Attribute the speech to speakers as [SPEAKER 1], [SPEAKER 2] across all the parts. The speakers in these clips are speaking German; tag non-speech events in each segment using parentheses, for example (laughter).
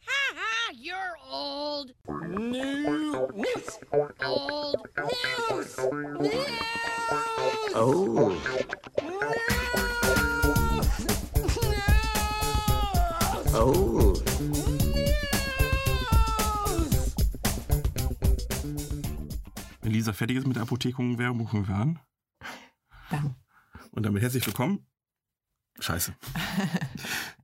[SPEAKER 1] (laughs) you're old.
[SPEAKER 2] New news.
[SPEAKER 1] Old news.
[SPEAKER 2] News.
[SPEAKER 3] Oh.
[SPEAKER 2] News.
[SPEAKER 3] Oh.
[SPEAKER 2] News.
[SPEAKER 4] Wenn Lisa fertig ist mit der Apothekung, Werbung rufen wir an.
[SPEAKER 5] Bam.
[SPEAKER 4] Und damit herzlich willkommen. Scheiße.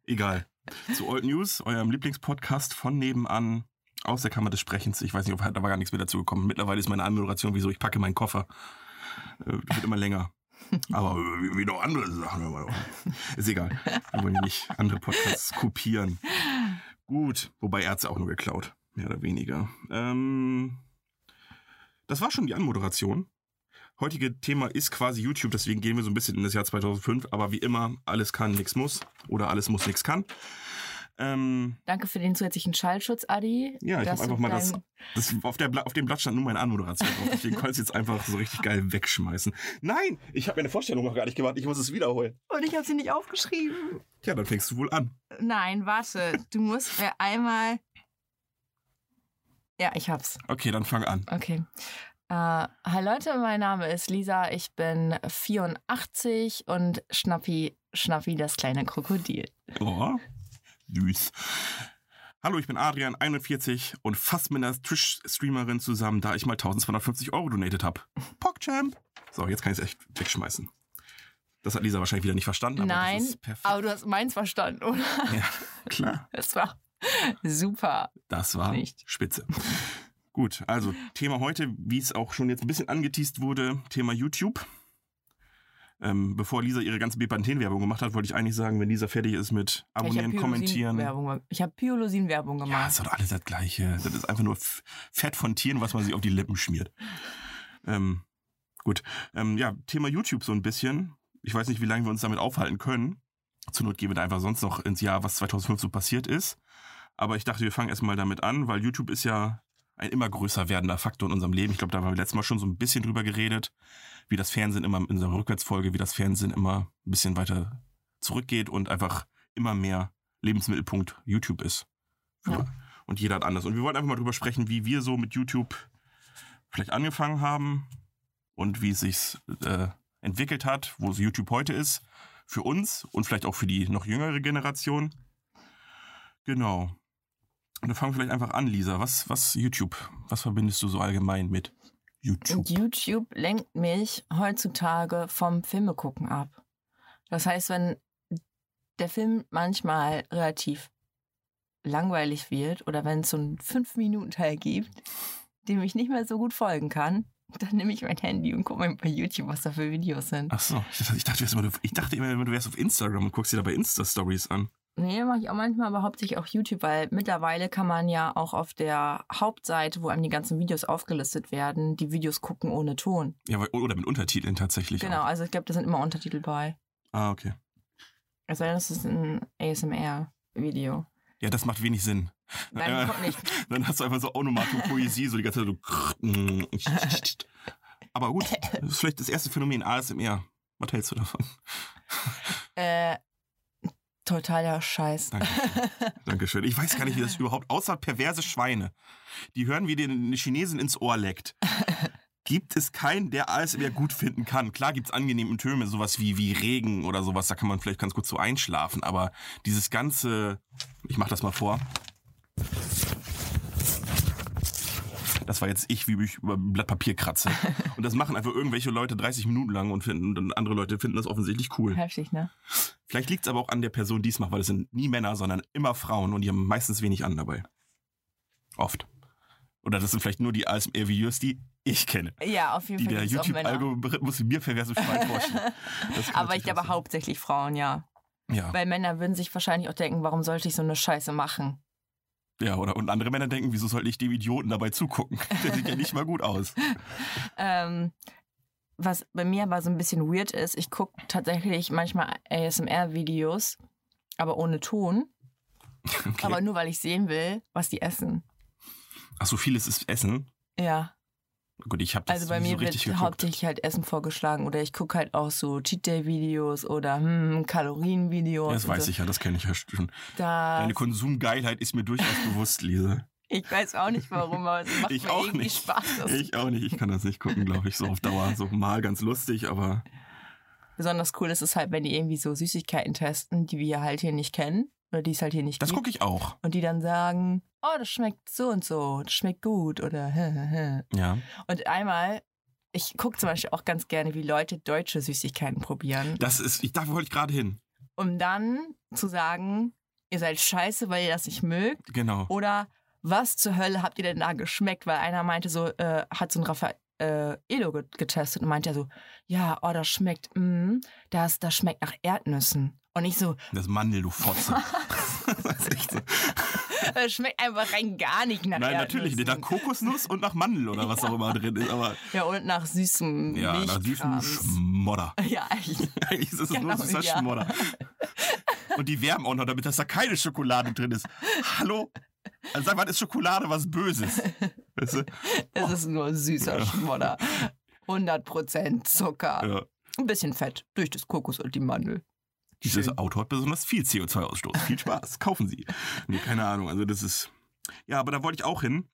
[SPEAKER 4] Egal. Zu Old News, eurem Lieblingspodcast von nebenan aus der Kammer des Sprechens. Ich weiß nicht, ob da war gar nichts mehr dazu gekommen. Mittlerweile ist meine Anmoderation, wieso ich packe meinen Koffer. Äh, wird immer länger. Aber wie, wie noch andere Sachen. aber doch. Ist egal. Wir wollen ja nicht andere Podcasts kopieren. Gut, wobei Ärzte auch nur geklaut, mehr oder weniger. Ähm, das war schon die Anmoderation. Heutige Thema ist quasi YouTube, deswegen gehen wir so ein bisschen in das Jahr 2005, aber wie immer, alles kann, nichts muss oder alles muss, nichts kann. Ähm,
[SPEAKER 5] Danke für den zusätzlichen Schallschutz, Adi.
[SPEAKER 4] Ja, ich
[SPEAKER 5] dass
[SPEAKER 4] hab einfach
[SPEAKER 5] du
[SPEAKER 4] mal das-
[SPEAKER 5] dein-
[SPEAKER 4] das, auf, der, Bla- auf dem Blatt stand nur meine Anmoderation drauf, deswegen konnte ich es jetzt einfach so richtig geil wegschmeißen. Nein, ich habe meine Vorstellung noch gar nicht gemacht, ich muss es wiederholen.
[SPEAKER 5] Und ich habe sie nicht aufgeschrieben.
[SPEAKER 4] Tja, dann fängst du wohl an.
[SPEAKER 5] Nein, warte. Du musst mir einmal. Ja, ich hab's.
[SPEAKER 4] Okay, dann fang an.
[SPEAKER 5] Okay. Äh, hi Leute, mein Name ist Lisa. Ich bin 84 und Schnappi, Schnappi, das kleine Krokodil.
[SPEAKER 4] Oh, süß. Hallo, ich bin Adrian, 41 und fast mit einer Twitch-Streamerin zusammen, da ich mal 1250 Euro donated habe. PogChamp. So, jetzt kann ich es echt wegschmeißen. Das hat Lisa wahrscheinlich wieder nicht verstanden, aber
[SPEAKER 5] Nein,
[SPEAKER 4] das ist perfekt.
[SPEAKER 5] Aber du hast meins verstanden, oder?
[SPEAKER 4] (laughs)
[SPEAKER 5] (laughs)
[SPEAKER 4] ja, klar.
[SPEAKER 5] Das war super.
[SPEAKER 4] Das war
[SPEAKER 5] Nicht.
[SPEAKER 4] spitze. Gut, also Thema heute, wie es auch schon jetzt ein bisschen angeteased wurde, Thema YouTube. Ähm, bevor Lisa ihre ganze Bepanthen-Werbung gemacht hat, wollte ich eigentlich sagen, wenn Lisa fertig ist mit Abonnieren,
[SPEAKER 5] ich hab
[SPEAKER 4] Kommentieren.
[SPEAKER 5] Pyrosin-Werbung- Ich habe Pyolosin-Werbung
[SPEAKER 4] Ja,
[SPEAKER 5] gemacht.
[SPEAKER 4] es hat alles das Gleiche. Das ist einfach nur F- Fett von Tieren, was man sich auf die Lippen schmiert. Ähm, gut. Ähm, ja, Thema YouTube so ein bisschen. Ich weiß nicht, wie lange wir uns damit aufhalten können. Zur Not gehen wir da einfach sonst noch ins Jahr, was 2005 so passiert ist. Aber ich dachte, wir fangen erstmal damit an, weil YouTube ist ja ein immer größer werdender Faktor in unserem Leben. Ich glaube, da haben wir letztes Mal schon so ein bisschen drüber geredet, wie das Fernsehen immer in unserer Rückwärtsfolge, wie das Fernsehen immer ein bisschen weiter zurückgeht und einfach immer mehr Lebensmittelpunkt YouTube ist.
[SPEAKER 5] Ja.
[SPEAKER 4] Und jeder hat anders. Und wir wollten einfach mal drüber sprechen, wie wir so mit YouTube vielleicht angefangen haben und wie es sich äh, entwickelt hat, wo es YouTube heute ist, für uns und vielleicht auch für die noch jüngere Generation. Genau. Und dann fangen wir vielleicht einfach an, Lisa. Was, was YouTube? Was verbindest du so allgemein mit YouTube?
[SPEAKER 5] Und YouTube lenkt mich heutzutage vom Filmegucken ab. Das heißt, wenn der Film manchmal relativ langweilig wird oder wenn es so einen 5-Minuten-Teil gibt, dem ich nicht mehr so gut folgen kann, dann nehme ich mein Handy und gucke mal bei YouTube, was da für Videos sind.
[SPEAKER 4] Ach so, ich dachte, ich dachte, jetzt immer, du- ich dachte immer, du wärst auf Instagram und guckst dir dabei Insta-Stories an.
[SPEAKER 5] Nee, mache ich auch manchmal, aber hauptsächlich auch YouTube, weil mittlerweile kann man ja auch auf der Hauptseite, wo einem die ganzen Videos aufgelistet werden, die Videos gucken ohne Ton.
[SPEAKER 4] Ja, weil- oder mit Untertiteln tatsächlich.
[SPEAKER 5] genau,
[SPEAKER 4] Auch.
[SPEAKER 5] also ich glaube, da sind immer Untertitel bei.
[SPEAKER 4] Ah, okay.
[SPEAKER 5] Es sei denn, es Also, ist ein ASMR-Video.
[SPEAKER 4] Ja, das macht wenig Sinn.
[SPEAKER 5] Nein,
[SPEAKER 4] Äh,
[SPEAKER 5] kommt nicht.
[SPEAKER 4] (laughs) Dann hast du einfach so Onomatopoesie, so die ganze Zeit so. krrrt, mm, (laughs) Aber gut, das ist vielleicht das erste Phänomen ASMR. Was hältst du davon?
[SPEAKER 5] Äh, totaler Scheiß.
[SPEAKER 4] Dankeschön. Dankeschön. Ich weiß gar nicht, wie das überhaupt, außer perverse Schweine, die hören, wie dir eine Chinesin ins Ohr leckt. Gibt es keinen, der ASMR gut finden kann? Klar gibt es angenehme Töne, sowas wie, wie Regen oder sowas, da kann man vielleicht ganz gut so einschlafen, aber dieses ganze, ich mach das mal vor. Das war jetzt ich, wie ich über ein Blatt Papier kratze. Und das machen einfach irgendwelche Leute 30 Minuten lang und finden, und andere Leute finden das offensichtlich cool.
[SPEAKER 5] Heftig, ne?
[SPEAKER 4] Vielleicht liegt es aber auch an der Person, die es macht, weil es sind nie Männer, sondern immer Frauen und die haben meistens wenig an dabei. Oft. Oder das sind vielleicht nur die ASMR-Videos, die ich kenne,
[SPEAKER 5] Ja, auf jeden
[SPEAKER 4] die
[SPEAKER 5] Fall.
[SPEAKER 4] der
[SPEAKER 5] gibt's auch Männer.
[SPEAKER 4] YouTube-Algorithmus mir perversem Schwein vorschlägt. Das kann
[SPEAKER 5] Aber ich
[SPEAKER 4] natürlich
[SPEAKER 5] glaube
[SPEAKER 4] auch
[SPEAKER 5] hauptsächlich Frauen, ja.
[SPEAKER 4] sein. Ja,
[SPEAKER 5] Weil Männer würden sich wahrscheinlich auch denken, warum sollte ich so eine Scheiße machen?
[SPEAKER 4] ja, oder und andere Männer denken, wieso sollte ich dem Idioten dabei zugucken? (laughs) Der sieht ja nicht mal
[SPEAKER 5] (laughs)
[SPEAKER 4] gut aus.
[SPEAKER 5] Ähm, was bei mir aber so ein bisschen weird ist, ich gucke tatsächlich manchmal ASMR-Videos, aber ohne Ton,
[SPEAKER 4] Okay.
[SPEAKER 5] aber nur weil ich sehen will, was die essen.
[SPEAKER 4] Ach so, vieles ist Essen.
[SPEAKER 5] Ja.
[SPEAKER 4] Gut, ich habe das
[SPEAKER 5] Also bei
[SPEAKER 4] nie
[SPEAKER 5] mir
[SPEAKER 4] so
[SPEAKER 5] wird
[SPEAKER 4] richtig geguckt.
[SPEAKER 5] hauptsächlich halt Essen vorgeschlagen oder ich gucke halt auch so Cheat Day Videos oder hm, Kalorienvideos.
[SPEAKER 4] Ja, das
[SPEAKER 5] und
[SPEAKER 4] weiß
[SPEAKER 5] so.
[SPEAKER 4] ich ja, das kenne ich ja schon.
[SPEAKER 5] Da
[SPEAKER 4] Deine Konsumgeilheit ist mir durchaus bewusst, Lisa.
[SPEAKER 5] ich weiß auch nicht warum, aber es macht
[SPEAKER 4] (laughs) Ich
[SPEAKER 5] mir
[SPEAKER 4] auch
[SPEAKER 5] irgendwie
[SPEAKER 4] nicht.
[SPEAKER 5] Spaß. Das
[SPEAKER 4] Ich auch nicht, ich kann das nicht gucken, glaube ich, so auf Dauer. So mal ganz lustig, aber
[SPEAKER 5] Besonders cool ist es halt, wenn die irgendwie so Süßigkeiten testen, die wir halt hier nicht kennen oder die es halt hier nicht
[SPEAKER 4] das
[SPEAKER 5] gibt.
[SPEAKER 4] gucke ich auch.
[SPEAKER 5] Und die dann sagen, oh, das schmeckt so und so, das schmeckt gut oder
[SPEAKER 4] Ja.
[SPEAKER 5] Und einmal, ich gucke zum Beispiel auch ganz gerne, wie Leute deutsche Süßigkeiten probieren,
[SPEAKER 4] Das ist, ich, da wollte ich gerade hin.
[SPEAKER 5] um dann zu sagen, ihr seid scheiße, weil ihr das nicht mögt.
[SPEAKER 4] Genau.
[SPEAKER 5] Oder was zur Hölle habt ihr denn da geschmeckt? Weil einer meinte so, äh, hat so ein Raffaello äh, Elo get- getestet und meinte ja so, ja, oh, das schmeckt, mm, das, das schmeckt nach Erdnüssen. Und ich so,
[SPEAKER 4] Das Mandel,
[SPEAKER 5] (laughs)
[SPEAKER 4] du Fotze. Das ist echt so.
[SPEAKER 5] das äh, schmeckt einfach rein gar nicht nach
[SPEAKER 4] Nein,
[SPEAKER 5] Erdnüssen.
[SPEAKER 4] natürlich, nicht. nach Kokosnuss und nach Mandel oder was auch immer drin ist, aber
[SPEAKER 5] Ja, und nach süßem
[SPEAKER 4] ja, nach süßem
[SPEAKER 5] Milchkrams.
[SPEAKER 4] Schmodder. (laughs)
[SPEAKER 5] Ja, (laughs) eigentlich.
[SPEAKER 4] Eigentlich ist es
[SPEAKER 5] Genau,
[SPEAKER 4] nur süßer
[SPEAKER 5] ja.
[SPEAKER 4] Schmodder.
[SPEAKER 5] (laughs)
[SPEAKER 4] Und die wärmen auch noch, damit dass da keine Schokolade drin ist. Hallo? Also sag mal, ist Schokolade was Böses? Weißt du?
[SPEAKER 5] Es ist nur süßer
[SPEAKER 4] Ja.
[SPEAKER 5] Schmodder. 100% Zucker.
[SPEAKER 4] ja.
[SPEAKER 5] Ein bisschen Fett durch das Kokos und die Mandel.
[SPEAKER 4] Dieses
[SPEAKER 5] Schön.
[SPEAKER 4] Auto hat besonders viel CO2-Ausstoß.
[SPEAKER 5] (laughs)
[SPEAKER 4] Viel Spaß. Kaufen Sie. Nee, keine Ahnung. Also das ist. Ja, aber da wollte ich auch hin,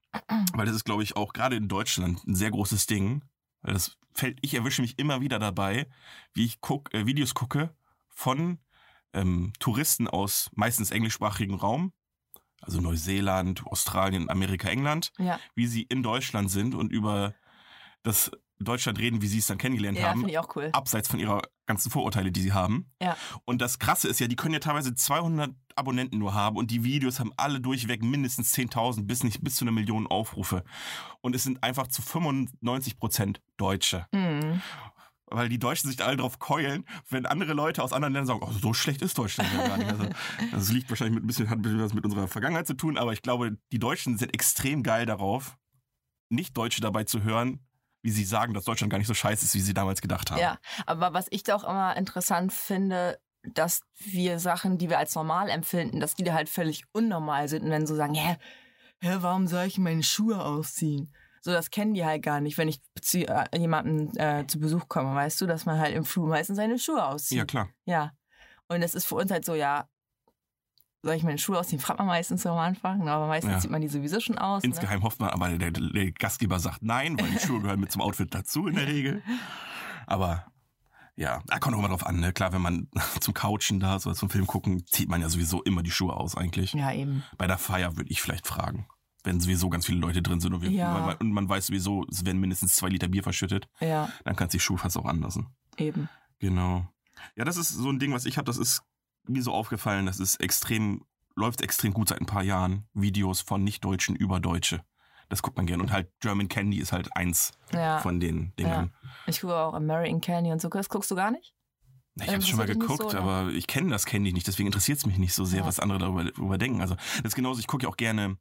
[SPEAKER 4] weil das ist, glaube ich, auch gerade in Deutschland ein sehr großes Ding. Weil Das fällt, ich erwische mich immer wieder dabei, wie ich guck, äh, Videos gucke von ähm, Touristen aus meistens englischsprachigem Raum, also Neuseeland, Australien, Amerika, England,
[SPEAKER 5] Ja,
[SPEAKER 4] wie sie in Deutschland sind und über das Deutschland reden, wie sie es dann kennengelernt
[SPEAKER 5] ja
[SPEAKER 4] haben
[SPEAKER 5] finde ich auch cool.
[SPEAKER 4] abseits von ihrer ganzen Vorurteile, die sie haben.
[SPEAKER 5] Ja.
[SPEAKER 4] Und das Krasse ist ja, die können ja teilweise 200 Abonnenten nur haben und die Videos haben alle durchweg mindestens 10.000 bis nicht bis zu einer Million Aufrufe. Und es sind einfach zu 95 Prozent Deutsche.
[SPEAKER 5] Mhm.
[SPEAKER 4] Weil die Deutschen sich da alle drauf keulen, wenn andere Leute aus anderen Ländern sagen, oh, so schlecht ist Deutschland ja gar nicht. Also, das liegt wahrscheinlich mit ein bisschen, hat ein bisschen was mit unserer Vergangenheit zu tun, aber ich glaube, die Deutschen sind extrem geil darauf, nicht Deutsche dabei zu hören, wie sie sagen, dass Deutschland gar nicht so scheiße ist, wie sie damals gedacht haben.
[SPEAKER 5] Ja, aber was ich doch immer interessant finde, dass wir Sachen, die wir als normal empfinden, dass die da halt völlig unnormal sind und dann so sagen, hä, hä warum soll ich meine Schuhe ausziehen? So, das kennen die halt gar nicht, wenn ich zu äh, jemandem äh, zu Besuch komme, weißt du, dass man halt im Flur meistens seine Schuhe auszieht.
[SPEAKER 4] ja klar.
[SPEAKER 5] Ja. Und das ist für uns halt so, ja, soll ich meine Schuhe ausziehen? Fragt man meistens so am Anfang, ne? aber meistens
[SPEAKER 4] Ja.
[SPEAKER 5] zieht man die sowieso schon aus. Ne?
[SPEAKER 4] Insgeheim hofft man, aber der, der Gastgeber sagt nein, weil die Schuhe gehören mit zum Outfit dazu in der Regel. Aber ja, da kommt auch immer drauf an. Ne? Klar, wenn man (laughs) zum Couchen da ist oder zum Film gucken, zieht man ja sowieso immer die Schuhe aus eigentlich.
[SPEAKER 5] Ja, eben.
[SPEAKER 4] Bei der Feier würde ich vielleicht fragen, wenn sowieso ganz viele Leute drin sind und, wir,
[SPEAKER 5] Ja.
[SPEAKER 4] weil man, und man weiß sowieso, es werden mindestens zwei Liter Bier verschüttet,
[SPEAKER 5] Ja,
[SPEAKER 4] dann kannst du die Schuhe fast auch anlassen.
[SPEAKER 5] eben.
[SPEAKER 4] Genau. Ja, das ist so ein Ding, was ich habe, das ist mir so aufgefallen, das ist extrem, läuft extrem gut seit ein paar Jahren. Videos von Nicht-Deutschen über Deutsche. Das guckt man gern. Und halt German Candy ist halt eins
[SPEAKER 5] Ah. Ja.
[SPEAKER 4] von den Dingern.
[SPEAKER 5] Ich gucke auch American Candy und so. Das guckst du gar nicht?
[SPEAKER 4] Ich habe
[SPEAKER 5] Ähm,
[SPEAKER 4] schon mal
[SPEAKER 5] das hab ich nicht
[SPEAKER 4] geguckt,
[SPEAKER 5] so, ne?
[SPEAKER 4] aber ich kenne das Candy nicht, deswegen interessiert es mich nicht so sehr,
[SPEAKER 5] Ja.
[SPEAKER 4] was andere darüber, darüber denken. Also das ist genauso, ich gucke ja auch gerne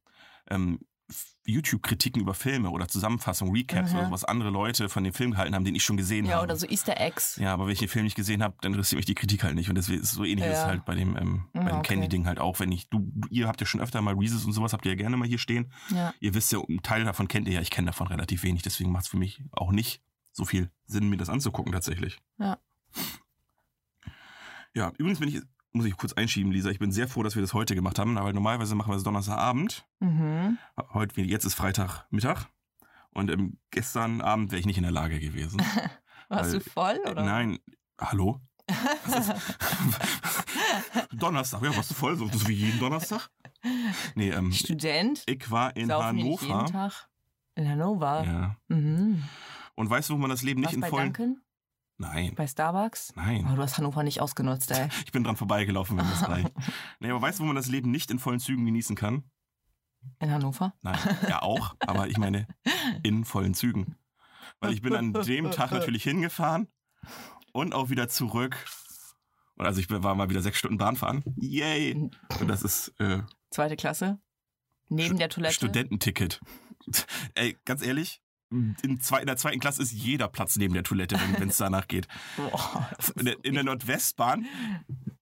[SPEAKER 4] ähm, F- YouTube-Kritiken über Filme oder Zusammenfassungen, Recaps
[SPEAKER 5] Mhm.
[SPEAKER 4] oder so, was andere Leute von dem Film gehalten haben, den ich schon gesehen
[SPEAKER 5] Ja,
[SPEAKER 4] habe.
[SPEAKER 5] oder so Easter Eggs.
[SPEAKER 4] Ja, aber wenn ich den Film nicht gesehen habe, dann interessiert mich die Kritik halt nicht. Und deswegen ist es so ähnlich ist
[SPEAKER 5] Ja.
[SPEAKER 4] halt bei dem, ähm,
[SPEAKER 5] Ja,
[SPEAKER 4] bei dem
[SPEAKER 5] okay.
[SPEAKER 4] Candy-Ding halt auch. Wenn ich, du, du, ihr habt ja schon öfter mal Reeses und sowas, habt ihr ja gerne mal hier stehen.
[SPEAKER 5] Ja.
[SPEAKER 4] Ihr wisst ja, einen Teil davon kennt ihr ja, ich kenne davon relativ wenig, deswegen macht es für mich auch nicht so viel Sinn, mir das anzugucken tatsächlich.
[SPEAKER 5] Ja.
[SPEAKER 4] Ja, übrigens bin ich, muss ich kurz einschieben, Lisa, ich bin sehr froh, dass wir das heute gemacht haben, weil normalerweise machen wir es Donnerstagabend.
[SPEAKER 5] Mhm.
[SPEAKER 4] Heute, jetzt ist Freitagmittag. Und ähm, gestern Abend wäre ich nicht in der Lage gewesen.
[SPEAKER 5] Warst
[SPEAKER 4] Weil-
[SPEAKER 5] du voll?
[SPEAKER 4] Äh,
[SPEAKER 5] Oder?
[SPEAKER 4] Nein, hallo?
[SPEAKER 5] (laughs)
[SPEAKER 4] Was ist- Donnerstag, ja, warst du voll, so, so wie jeden Donnerstag? Nee, ähm,
[SPEAKER 5] Student?
[SPEAKER 4] ich war in
[SPEAKER 5] Saufen die nicht jeden
[SPEAKER 4] Hannover.
[SPEAKER 5] Tag? In Hannover?
[SPEAKER 4] Ja.
[SPEAKER 5] Mhm.
[SPEAKER 4] Und weißt du, wo man das Leben nicht
[SPEAKER 5] Warst
[SPEAKER 4] in
[SPEAKER 5] bei
[SPEAKER 4] vollen.
[SPEAKER 5] Duncan?
[SPEAKER 4] Nein,
[SPEAKER 5] Bei Starbucks?
[SPEAKER 4] nein.
[SPEAKER 5] Oh, du hast Hannover nicht ausgenutzt,
[SPEAKER 4] (laughs)
[SPEAKER 5] ey.
[SPEAKER 4] Ich bin dran vorbeigelaufen, wenn
[SPEAKER 5] (laughs)
[SPEAKER 4] das reicht. Nee, aber weißt du, wo man das Leben nicht in vollen Zügen genießen kann?
[SPEAKER 5] In Hannover?
[SPEAKER 4] Nein, ja auch, aber ich meine in vollen Zügen. Weil ich bin an dem Tag natürlich hingefahren und auch wieder zurück. Und also ich war mal wieder sechs Stunden Bahn fahren. Yay! Und das ist äh,
[SPEAKER 5] Zweite Klasse? Neben der Toilette?
[SPEAKER 4] Studententicket. (laughs) Ey, ganz ehrlich, in, zwei, in der zweiten Klasse ist jeder Platz neben der Toilette, wenn es danach geht. (laughs)
[SPEAKER 5] Boah, das ist
[SPEAKER 4] In der, in der Nordwestbahn.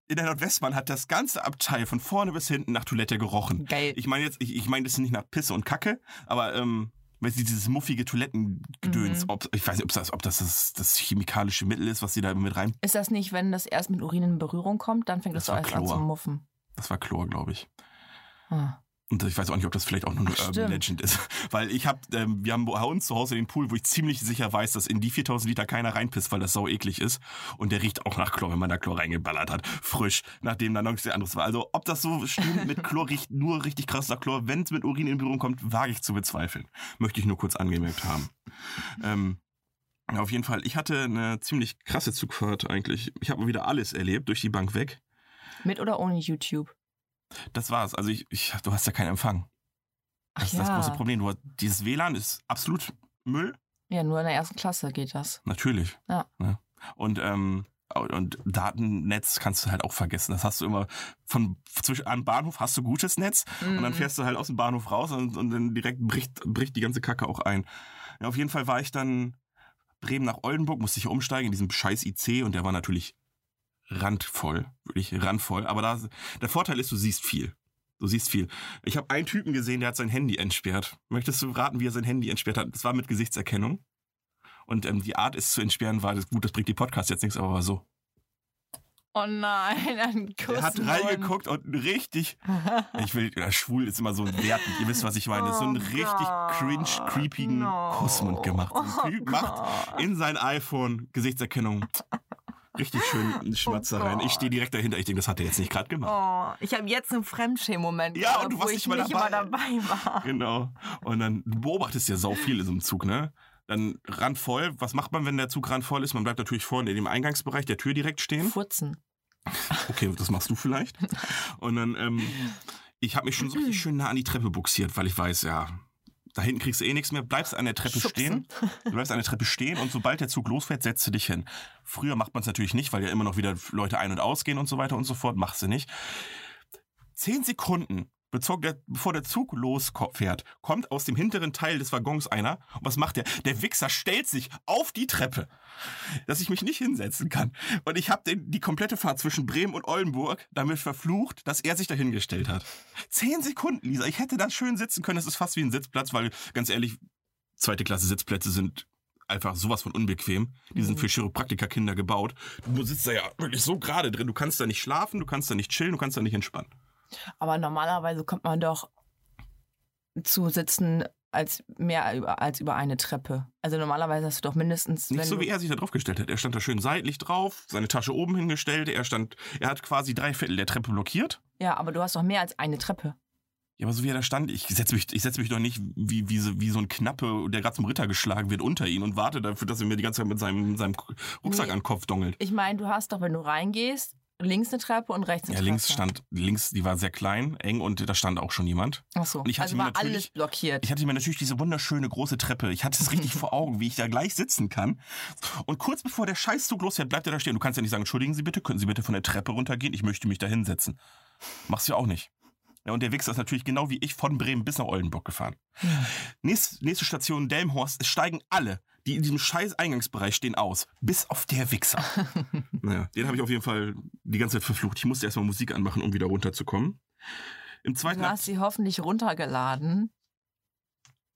[SPEAKER 4] In der Nordwestbahn hat das ganze Abteil von vorne bis hinten nach Toilette gerochen.
[SPEAKER 5] geil.
[SPEAKER 4] Ich meine jetzt, ich, ich meine das nicht nach Pisse und Kacke, aber ähm, weißt du, dieses muffige Toilettengedöns,
[SPEAKER 5] Mhm.
[SPEAKER 4] ob, ich weiß nicht, ob das, ob das, das das chemikalische Mittel ist, was sie da mit rein.
[SPEAKER 5] Ist das nicht, wenn das erst mit Urin in Berührung kommt, dann fängt
[SPEAKER 4] Das
[SPEAKER 5] das,
[SPEAKER 4] war
[SPEAKER 5] doch erst an
[SPEAKER 4] Chlor.
[SPEAKER 5] zu muffen.
[SPEAKER 4] Das war Chlor, glaube ich.
[SPEAKER 5] Ah.
[SPEAKER 4] Und ich weiß auch nicht, ob das vielleicht auch nur eine
[SPEAKER 5] Ach,
[SPEAKER 4] Urban
[SPEAKER 5] stimmt.
[SPEAKER 4] Legend ist. (laughs) Weil ich habe, ähm, wir haben bei uns zu Hause den Pool, wo ich ziemlich sicher weiß, dass in die 4000 Liter keiner reinpisst, weil das sau eklig ist. Und der riecht auch nach Chlor, wenn man da Chlor reingeballert hat. Frisch, nachdem da noch nichts anderes war. Also ob das so stimmt mit Chlor, riecht nur richtig krass nach Chlor. Wenn es mit Urin in Berührung kommt, wage ich zu bezweifeln. Möchte ich nur kurz angemerkt haben. Ähm, auf jeden Fall, ich hatte eine ziemlich krasse Zugfahrt eigentlich. Ich habe mal wieder alles erlebt, durch die Bank weg.
[SPEAKER 5] Mit oder ohne YouTube?
[SPEAKER 4] Das war's. Also ich, ich, du hast ja keinen Empfang.
[SPEAKER 5] Ach
[SPEAKER 4] Das
[SPEAKER 5] ja.
[SPEAKER 4] ist das große Problem. Du, hast- dieses WLAN ist absolut Müll.
[SPEAKER 5] Ja, nur in der ersten Klasse geht das.
[SPEAKER 4] Natürlich.
[SPEAKER 5] Ja.
[SPEAKER 4] Ne? Und, ähm, und Datennetz kannst du halt auch vergessen. Das hast du immer von zwischen am Bahnhof hast du gutes Netz und dann
[SPEAKER 5] Mm.
[SPEAKER 4] fährst du halt aus dem Bahnhof raus und, und dann direkt bricht, bricht die ganze Kacke auch ein. Ja, auf jeden Fall war ich dann Bremen nach Oldenburg, musste ich umsteigen in diesem scheiß IC und der war natürlich randvoll, wirklich randvoll. Aber da, der Vorteil ist, du siehst viel. Du siehst viel. Ich habe einen Typen gesehen, der hat sein Handy entsperrt. Möchtest du raten, wie er sein Handy entsperrt hat? Das war mit Gesichtserkennung. Und ähm, die Art, es zu entsperren, war das gut, das bringt die Podcast jetzt nichts, aber war so.
[SPEAKER 5] Oh nein, (laughs) ein Kuss.
[SPEAKER 4] Er hat reingeguckt und richtig. Ich will, ja, schwul ist immer so ein Wert. Ihr wisst, was ich meine. so einen richtig cringe, creepigen Kussmund gemacht. Ein Typ macht in sein iPhone Gesichtserkennung. Richtig schön einen Schmatzer rein. Ich stehe direkt dahinter. Ich denke, das hat er jetzt nicht gerade gemacht.
[SPEAKER 5] Oh, ich habe jetzt einen Fremdschämen-Moment,
[SPEAKER 4] Ja,
[SPEAKER 5] gehabt,
[SPEAKER 4] und du
[SPEAKER 5] wo
[SPEAKER 4] warst
[SPEAKER 5] ich
[SPEAKER 4] nicht mal
[SPEAKER 5] nicht
[SPEAKER 4] dabei.
[SPEAKER 5] immer dabei war.
[SPEAKER 4] Genau. Und dann du beobachtest ja sau viel in so einem Zug, ne? Dann randvoll. Was macht man, wenn der Zug randvoll ist? Man bleibt natürlich vorne in dem Eingangsbereich der Tür direkt stehen.
[SPEAKER 5] Furzen.
[SPEAKER 4] Okay, das machst du vielleicht. Und dann, ähm, ich habe mich schon so richtig schön nah an die Treppe buxiert, weil ich weiß, ja, da hinten kriegst du eh nichts mehr. Bleibst an der Treppe
[SPEAKER 5] Schubsen.
[SPEAKER 4] stehen. Du bleibst an der Treppe stehen und sobald der Zug losfährt, setzt du dich hin. Früher macht man es natürlich nicht, weil ja immer noch wieder Leute ein- und ausgehen und so weiter und so fort. Machst du nicht. Zehn Sekunden. Bezog der, bevor der Zug losfährt, kommt aus dem hinteren Teil des Waggons einer. Und was macht der? Der Wichser stellt sich auf die Treppe dass ich mich nicht hinsetzen kann. Und ich habe die komplette Fahrt zwischen Bremen und Oldenburg damit verflucht, dass er sich dahingestellt hat. Zehn Sekunden, Lisa. Ich hätte da schön sitzen können. Das ist fast wie ein Sitzplatz, weil ganz ehrlich, zweite Klasse Sitzplätze sind einfach sowas von unbequem. Die sind für Chiropraktikerkinder gebaut. Du sitzt da ja wirklich so gerade drin. Du kannst da nicht schlafen, du kannst da nicht chillen, du kannst da nicht entspannen.
[SPEAKER 5] Aber normalerweise kommt man doch zu sitzen als mehr über, als über eine Treppe. Also normalerweise hast du doch mindestens.
[SPEAKER 4] Nicht
[SPEAKER 5] wenn
[SPEAKER 4] so,
[SPEAKER 5] du-
[SPEAKER 4] wie er sich da drauf gestellt hat. Er stand da schön seitlich drauf, seine Tasche oben hingestellt. Er stand, er hat quasi drei Viertel der Treppe blockiert.
[SPEAKER 5] Ja, aber du hast doch mehr als eine Treppe.
[SPEAKER 4] Ja, aber so wie er da stand, ich setze mich, ich setz mich doch nicht wie, wie, so, wie so ein Knappe, der gerade zum Ritter geschlagen wird, unter ihn und warte dafür, dass er mir die ganze Zeit mit seinem, seinem Rucksack
[SPEAKER 5] Nee.
[SPEAKER 4] an den Kopf dongelt.
[SPEAKER 5] Ich meine, du hast doch, wenn du reingehst, links eine Treppe und rechts eine
[SPEAKER 4] Ja,
[SPEAKER 5] Treppe.
[SPEAKER 4] links stand, links, die war sehr klein, eng und da stand auch schon jemand.
[SPEAKER 5] Ach so.
[SPEAKER 4] Und ich hatte
[SPEAKER 5] also
[SPEAKER 4] mir
[SPEAKER 5] war
[SPEAKER 4] natürlich-
[SPEAKER 5] alles blockiert.
[SPEAKER 4] Ich hatte mir natürlich diese wunderschöne große Treppe. Ich hatte es richtig vor Augen, wie ich da gleich sitzen kann. Und kurz bevor der Scheißzug losfährt, bleibt er da stehen. Du kannst ja nicht sagen, entschuldigen Sie bitte, könnten Sie bitte von der Treppe runtergehen? Ich möchte mich da hinsetzen. Machst du ja auch nicht. Ja, und der Wichser ist natürlich genau wie ich von Bremen bis nach Oldenburg gefahren. Nächste, nächste Station Delmhorst. Es steigen alle, die in diesem scheiß Eingangsbereich stehen, aus. Bis auf der Wichser. naja, den habe ich auf jeden Fall die ganze Zeit verflucht. Ich musste erstmal Musik anmachen, um wieder runterzukommen. Im zweiten
[SPEAKER 5] Du hast sie hoffentlich runtergeladen.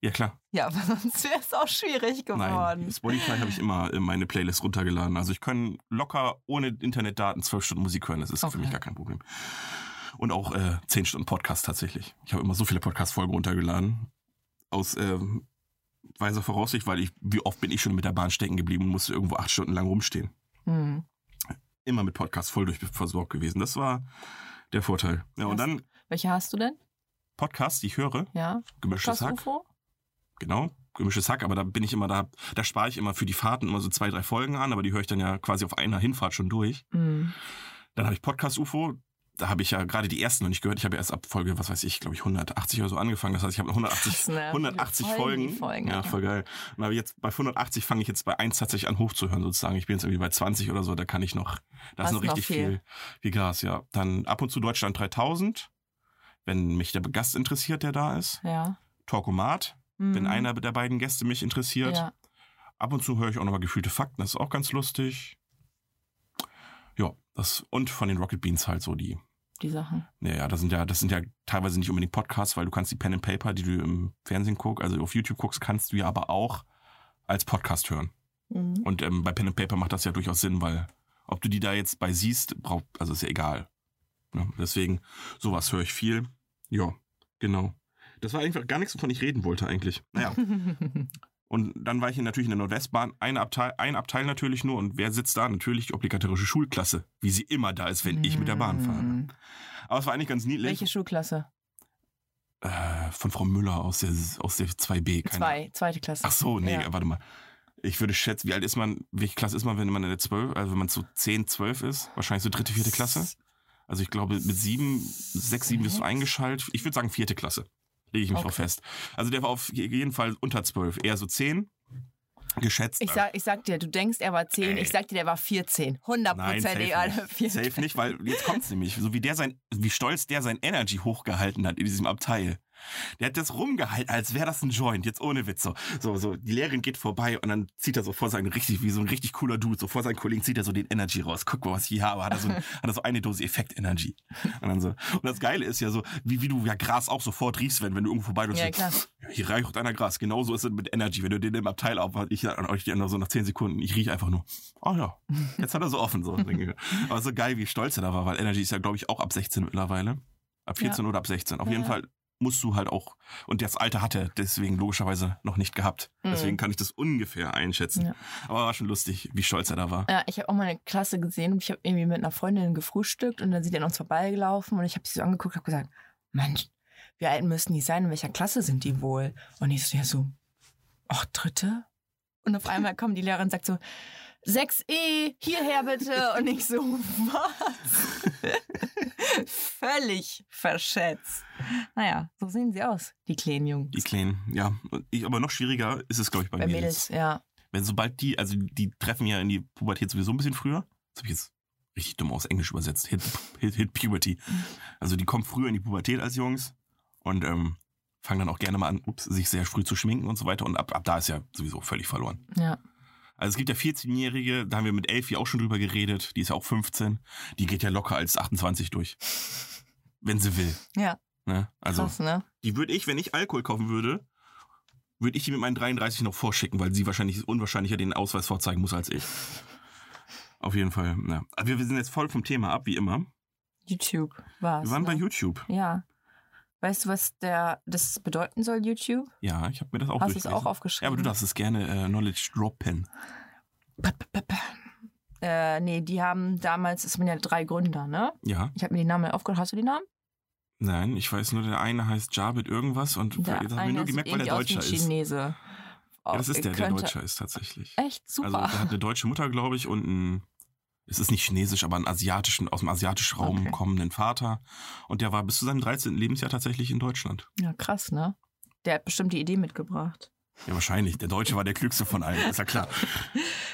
[SPEAKER 4] Ja, klar.
[SPEAKER 5] Ja, (laughs) aber sonst wäre es auch schwierig geworden.
[SPEAKER 4] Nein, Spotify habe ich immer in meine Playlist runtergeladen. Also ich kann locker ohne Internetdaten zwölf Stunden Musik hören. Das ist für
[SPEAKER 5] Okay.
[SPEAKER 4] mich gar kein Problem. Und auch äh, zehn Stunden Podcast tatsächlich. Ich habe immer so viele Podcast-Folgen runtergeladen. Aus äh, weiser Voraussicht, weil ich, wie oft bin ich schon mit der Bahn stecken geblieben und musste irgendwo acht Stunden lang rumstehen.
[SPEAKER 5] Hm.
[SPEAKER 4] Immer mit Podcast voll durch versorgt gewesen. Das war der Vorteil. Ja, und
[SPEAKER 5] Das-
[SPEAKER 4] dann
[SPEAKER 5] Welche hast du denn?
[SPEAKER 4] Podcast, die ich höre,
[SPEAKER 5] Ja.
[SPEAKER 4] gemischtes
[SPEAKER 5] Das
[SPEAKER 4] Hack.
[SPEAKER 5] UFO?
[SPEAKER 4] Genau. Gemischtes Hack, aber da bin ich immer da, da spare ich immer für die Fahrten immer so zwei, drei Folgen an, aber die höre ich dann ja quasi auf einer Hinfahrt schon durch.
[SPEAKER 5] Hm.
[SPEAKER 4] Dann habe ich Podcast UFO, da habe ich ja gerade die ersten noch nicht gehört. Ich habe ja erst ab Folge, was weiß ich, glaube ich 180 oder so angefangen. Das heißt, ich habe noch 180,
[SPEAKER 5] Krass, ne?
[SPEAKER 4] 180
[SPEAKER 5] Voll die
[SPEAKER 4] Folgen.
[SPEAKER 5] Folgen,
[SPEAKER 4] Ja,
[SPEAKER 5] Alter.
[SPEAKER 4] voll geil. Und habe jetzt bei 180 fange ich jetzt bei 1 tatsächlich an hochzuhören sozusagen. Ich bin jetzt irgendwie bei 20 oder so, da kann ich noch, da ist
[SPEAKER 5] Hast
[SPEAKER 4] noch
[SPEAKER 5] noch
[SPEAKER 4] richtig
[SPEAKER 5] viel.
[SPEAKER 4] viel, viel Gas, ja. Dann ab und zu Deutschland 3000, wenn mich der Gast interessiert, der da ist.
[SPEAKER 5] Ja.
[SPEAKER 4] Talkomat, wenn
[SPEAKER 5] Hm.
[SPEAKER 4] einer der beiden Gäste mich interessiert.
[SPEAKER 5] Ja.
[SPEAKER 4] Ab und zu höre ich auch nochmal gefühlte Fakten, das ist auch ganz lustig. Ja, das und von den Rocket Beans halt so die
[SPEAKER 5] die Sachen.
[SPEAKER 4] Naja, das sind ja, das sind ja teilweise nicht unbedingt Podcasts, weil du kannst die Pen and Paper, die du im Fernsehen guckst, also auf YouTube guckst, kannst du ja aber auch als Podcast hören.
[SPEAKER 5] Mhm.
[SPEAKER 4] Und ähm, bei Pen and Paper macht das ja durchaus Sinn, weil ob du die da jetzt bei siehst, braucht, also ist ja egal. Ne? Deswegen, sowas höre ich viel. Ja, genau. Das war eigentlich gar nichts, wovon ich reden wollte eigentlich. Naja. Und dann war ich natürlich in der Nordwestbahn, ein Abteil, ein Abteil natürlich nur. Und wer sitzt da? Natürlich die obligatorische Schulklasse, wie sie immer da ist, wenn ich mit der Bahn fahre.
[SPEAKER 5] Mhm.
[SPEAKER 4] Aber es war eigentlich ganz niedlich.
[SPEAKER 5] Welche Schulklasse?
[SPEAKER 4] Äh, von Frau Müller aus der, aus der 2B. Keine
[SPEAKER 5] Zwei, zweite Klasse.
[SPEAKER 4] Ach so, nee,
[SPEAKER 5] Ja.
[SPEAKER 4] warte mal. Ich würde schätzen, wie alt ist man, welche Klasse ist man, wenn man in der 12, also wenn man so 10, 12 ist? Wahrscheinlich so dritte, vierte Klasse. Also ich glaube, mit sieben, sechs, sieben bist du
[SPEAKER 5] Sechs?
[SPEAKER 4] eingeschaltet. Ich würde sagen vierte Klasse. Lege ich mich drauf
[SPEAKER 5] Okay.
[SPEAKER 4] fest. Also der war auf jeden Fall unter 12, eher so 10. Geschätzt.
[SPEAKER 5] Ich sag, ich sag dir, du denkst, er war 10,
[SPEAKER 4] Ey.
[SPEAKER 5] ich sag dir, der war 14. 100
[SPEAKER 4] Nein,
[SPEAKER 5] Prozent
[SPEAKER 4] safe
[SPEAKER 5] egal.
[SPEAKER 4] nicht. Safe nicht, weil jetzt kommt's nämlich. So wie der sein, wie stolz der sein Energy hochgehalten hat in diesem Abteil. Der hat das rumgehalten, als wäre das ein Joint, jetzt ohne Witz. So, so, so, die Lehrerin geht vorbei und dann zieht er so vor seinen richtig, wie so ein richtig cooler Dude, so vor seinen Kollegen zieht er so den Energy raus. Guck mal, was ich hier habe. Hat er so, ein, hat er so eine Dose Effekt-Energy. Und dann so. Und das Geile ist ja so, wie, wie du ja Gras auch sofort riechst, wenn, wenn du irgendwo vorbei bist.
[SPEAKER 5] Ja,
[SPEAKER 4] so,
[SPEAKER 5] klar.
[SPEAKER 4] ja, Hier riecht einer Gras. Genauso ist es mit Energy. Wenn du den im Abteil aufhast, ich an euch die anderen so nach 10 Sekunden, ich rieche einfach nur. Ah ja,
[SPEAKER 5] (laughs)
[SPEAKER 4] jetzt hat er so offen. So. Aber so geil, wie stolz er da war, weil Energy ist ja, glaube ich, auch ab 16 mittlerweile. Ab 14 oder ab 16. Auf
[SPEAKER 5] Ja,
[SPEAKER 4] jeden
[SPEAKER 5] ja.
[SPEAKER 4] Fall musst du halt auch. Und das Alter hat er deswegen logischerweise noch nicht gehabt.
[SPEAKER 5] Mhm.
[SPEAKER 4] Deswegen kann ich das ungefähr einschätzen.
[SPEAKER 5] Ja.
[SPEAKER 4] Aber war schon lustig, wie stolz er da war.
[SPEAKER 5] Ja, ich habe auch mal eine Klasse gesehen und ich habe irgendwie mit einer Freundin gefrühstückt und dann sind die an uns vorbeigelaufen und ich habe sie so angeguckt und habe gesagt, Mensch, wie alt müssen die sein? In welcher Klasse sind die wohl? Und ich so, ja so, ach, dritte? Und auf einmal kommt die Lehrerin und sagt so, 6e, hierher bitte. Und ich so,
[SPEAKER 4] (laughs)
[SPEAKER 5] was? Völlig verschätzt. Naja, so sehen sie aus, die kleinen Jungen.
[SPEAKER 4] Die Kleinen, ja. Ich, aber noch schwieriger ist es, glaube ich, bei,
[SPEAKER 5] Bei Mädels, ja.
[SPEAKER 4] Wenn sobald die, also die treffen ja in die Pubertät sowieso ein bisschen früher. Das habe ich jetzt richtig dumm aus Englisch übersetzt. Hit, hit, hit Puberty. Also die kommen früher in die Pubertät als Jungs und ähm, fangen dann auch gerne mal an, ups, sich sehr früh zu schminken und so weiter. Und ab, ab da ist ja sowieso völlig verloren.
[SPEAKER 5] Ja,
[SPEAKER 4] Also es gibt ja 14-Jährige, da haben wir mit Elfie auch schon drüber geredet, die ist ja auch 15, die geht ja locker als 28 durch. Wenn sie will.
[SPEAKER 5] Ja.
[SPEAKER 4] Ne? Also
[SPEAKER 5] krass, ne?
[SPEAKER 4] die würde ich, wenn ich Alkohol kaufen würde, würde ich die mit meinen 33 noch vorschicken, weil sie wahrscheinlich unwahrscheinlicher den Ausweis vorzeigen muss als ich. Auf jeden Fall, ja. Aber wir wir sind jetzt voll vom Thema ab, wie immer.
[SPEAKER 5] YouTube war's.
[SPEAKER 4] Wir waren
[SPEAKER 5] ne?
[SPEAKER 4] bei YouTube.
[SPEAKER 5] Ja. Weißt du, was der, das bedeuten soll, YouTube?
[SPEAKER 4] Ja, ich habe mir das auch
[SPEAKER 5] Hast du es auch
[SPEAKER 4] durchgelesen.
[SPEAKER 5] aufgeschrieben?
[SPEAKER 4] Ja, aber du darfst es gerne äh, Knowledge droppen.
[SPEAKER 5] Pa, pa, pa, pa. Äh, nee, die haben damals, es waren ja drei Gründer, ne?
[SPEAKER 4] Ja,
[SPEAKER 5] Ich habe mir die Namen aufgehört. Hast du die Namen?
[SPEAKER 4] nein, ich weiß nur, der eine heißt Jabit irgendwas und jetzt habe ich nur
[SPEAKER 5] sieht
[SPEAKER 4] gemerkt, weil der
[SPEAKER 5] irgendwie aus wie
[SPEAKER 4] Deutscher
[SPEAKER 5] ein
[SPEAKER 4] ist.
[SPEAKER 5] Chinese.
[SPEAKER 4] Ja, das ist der, der
[SPEAKER 5] Könnte-
[SPEAKER 4] Deutscher ist tatsächlich.
[SPEAKER 5] Echt super.
[SPEAKER 4] Also der hat eine deutsche Mutter, glaube ich, und ein, es ist nicht chinesisch, aber einen asiatischen, aus dem asiatischen Raum
[SPEAKER 5] Okay.
[SPEAKER 4] kommenden Vater. Und der war bis zu seinem 13. Lebensjahr tatsächlich in Deutschland.
[SPEAKER 5] ja, krass, ne? Der hat bestimmt die Idee mitgebracht.
[SPEAKER 4] Ja, wahrscheinlich. Der Deutsche war der klügste von allen, ist ja klar.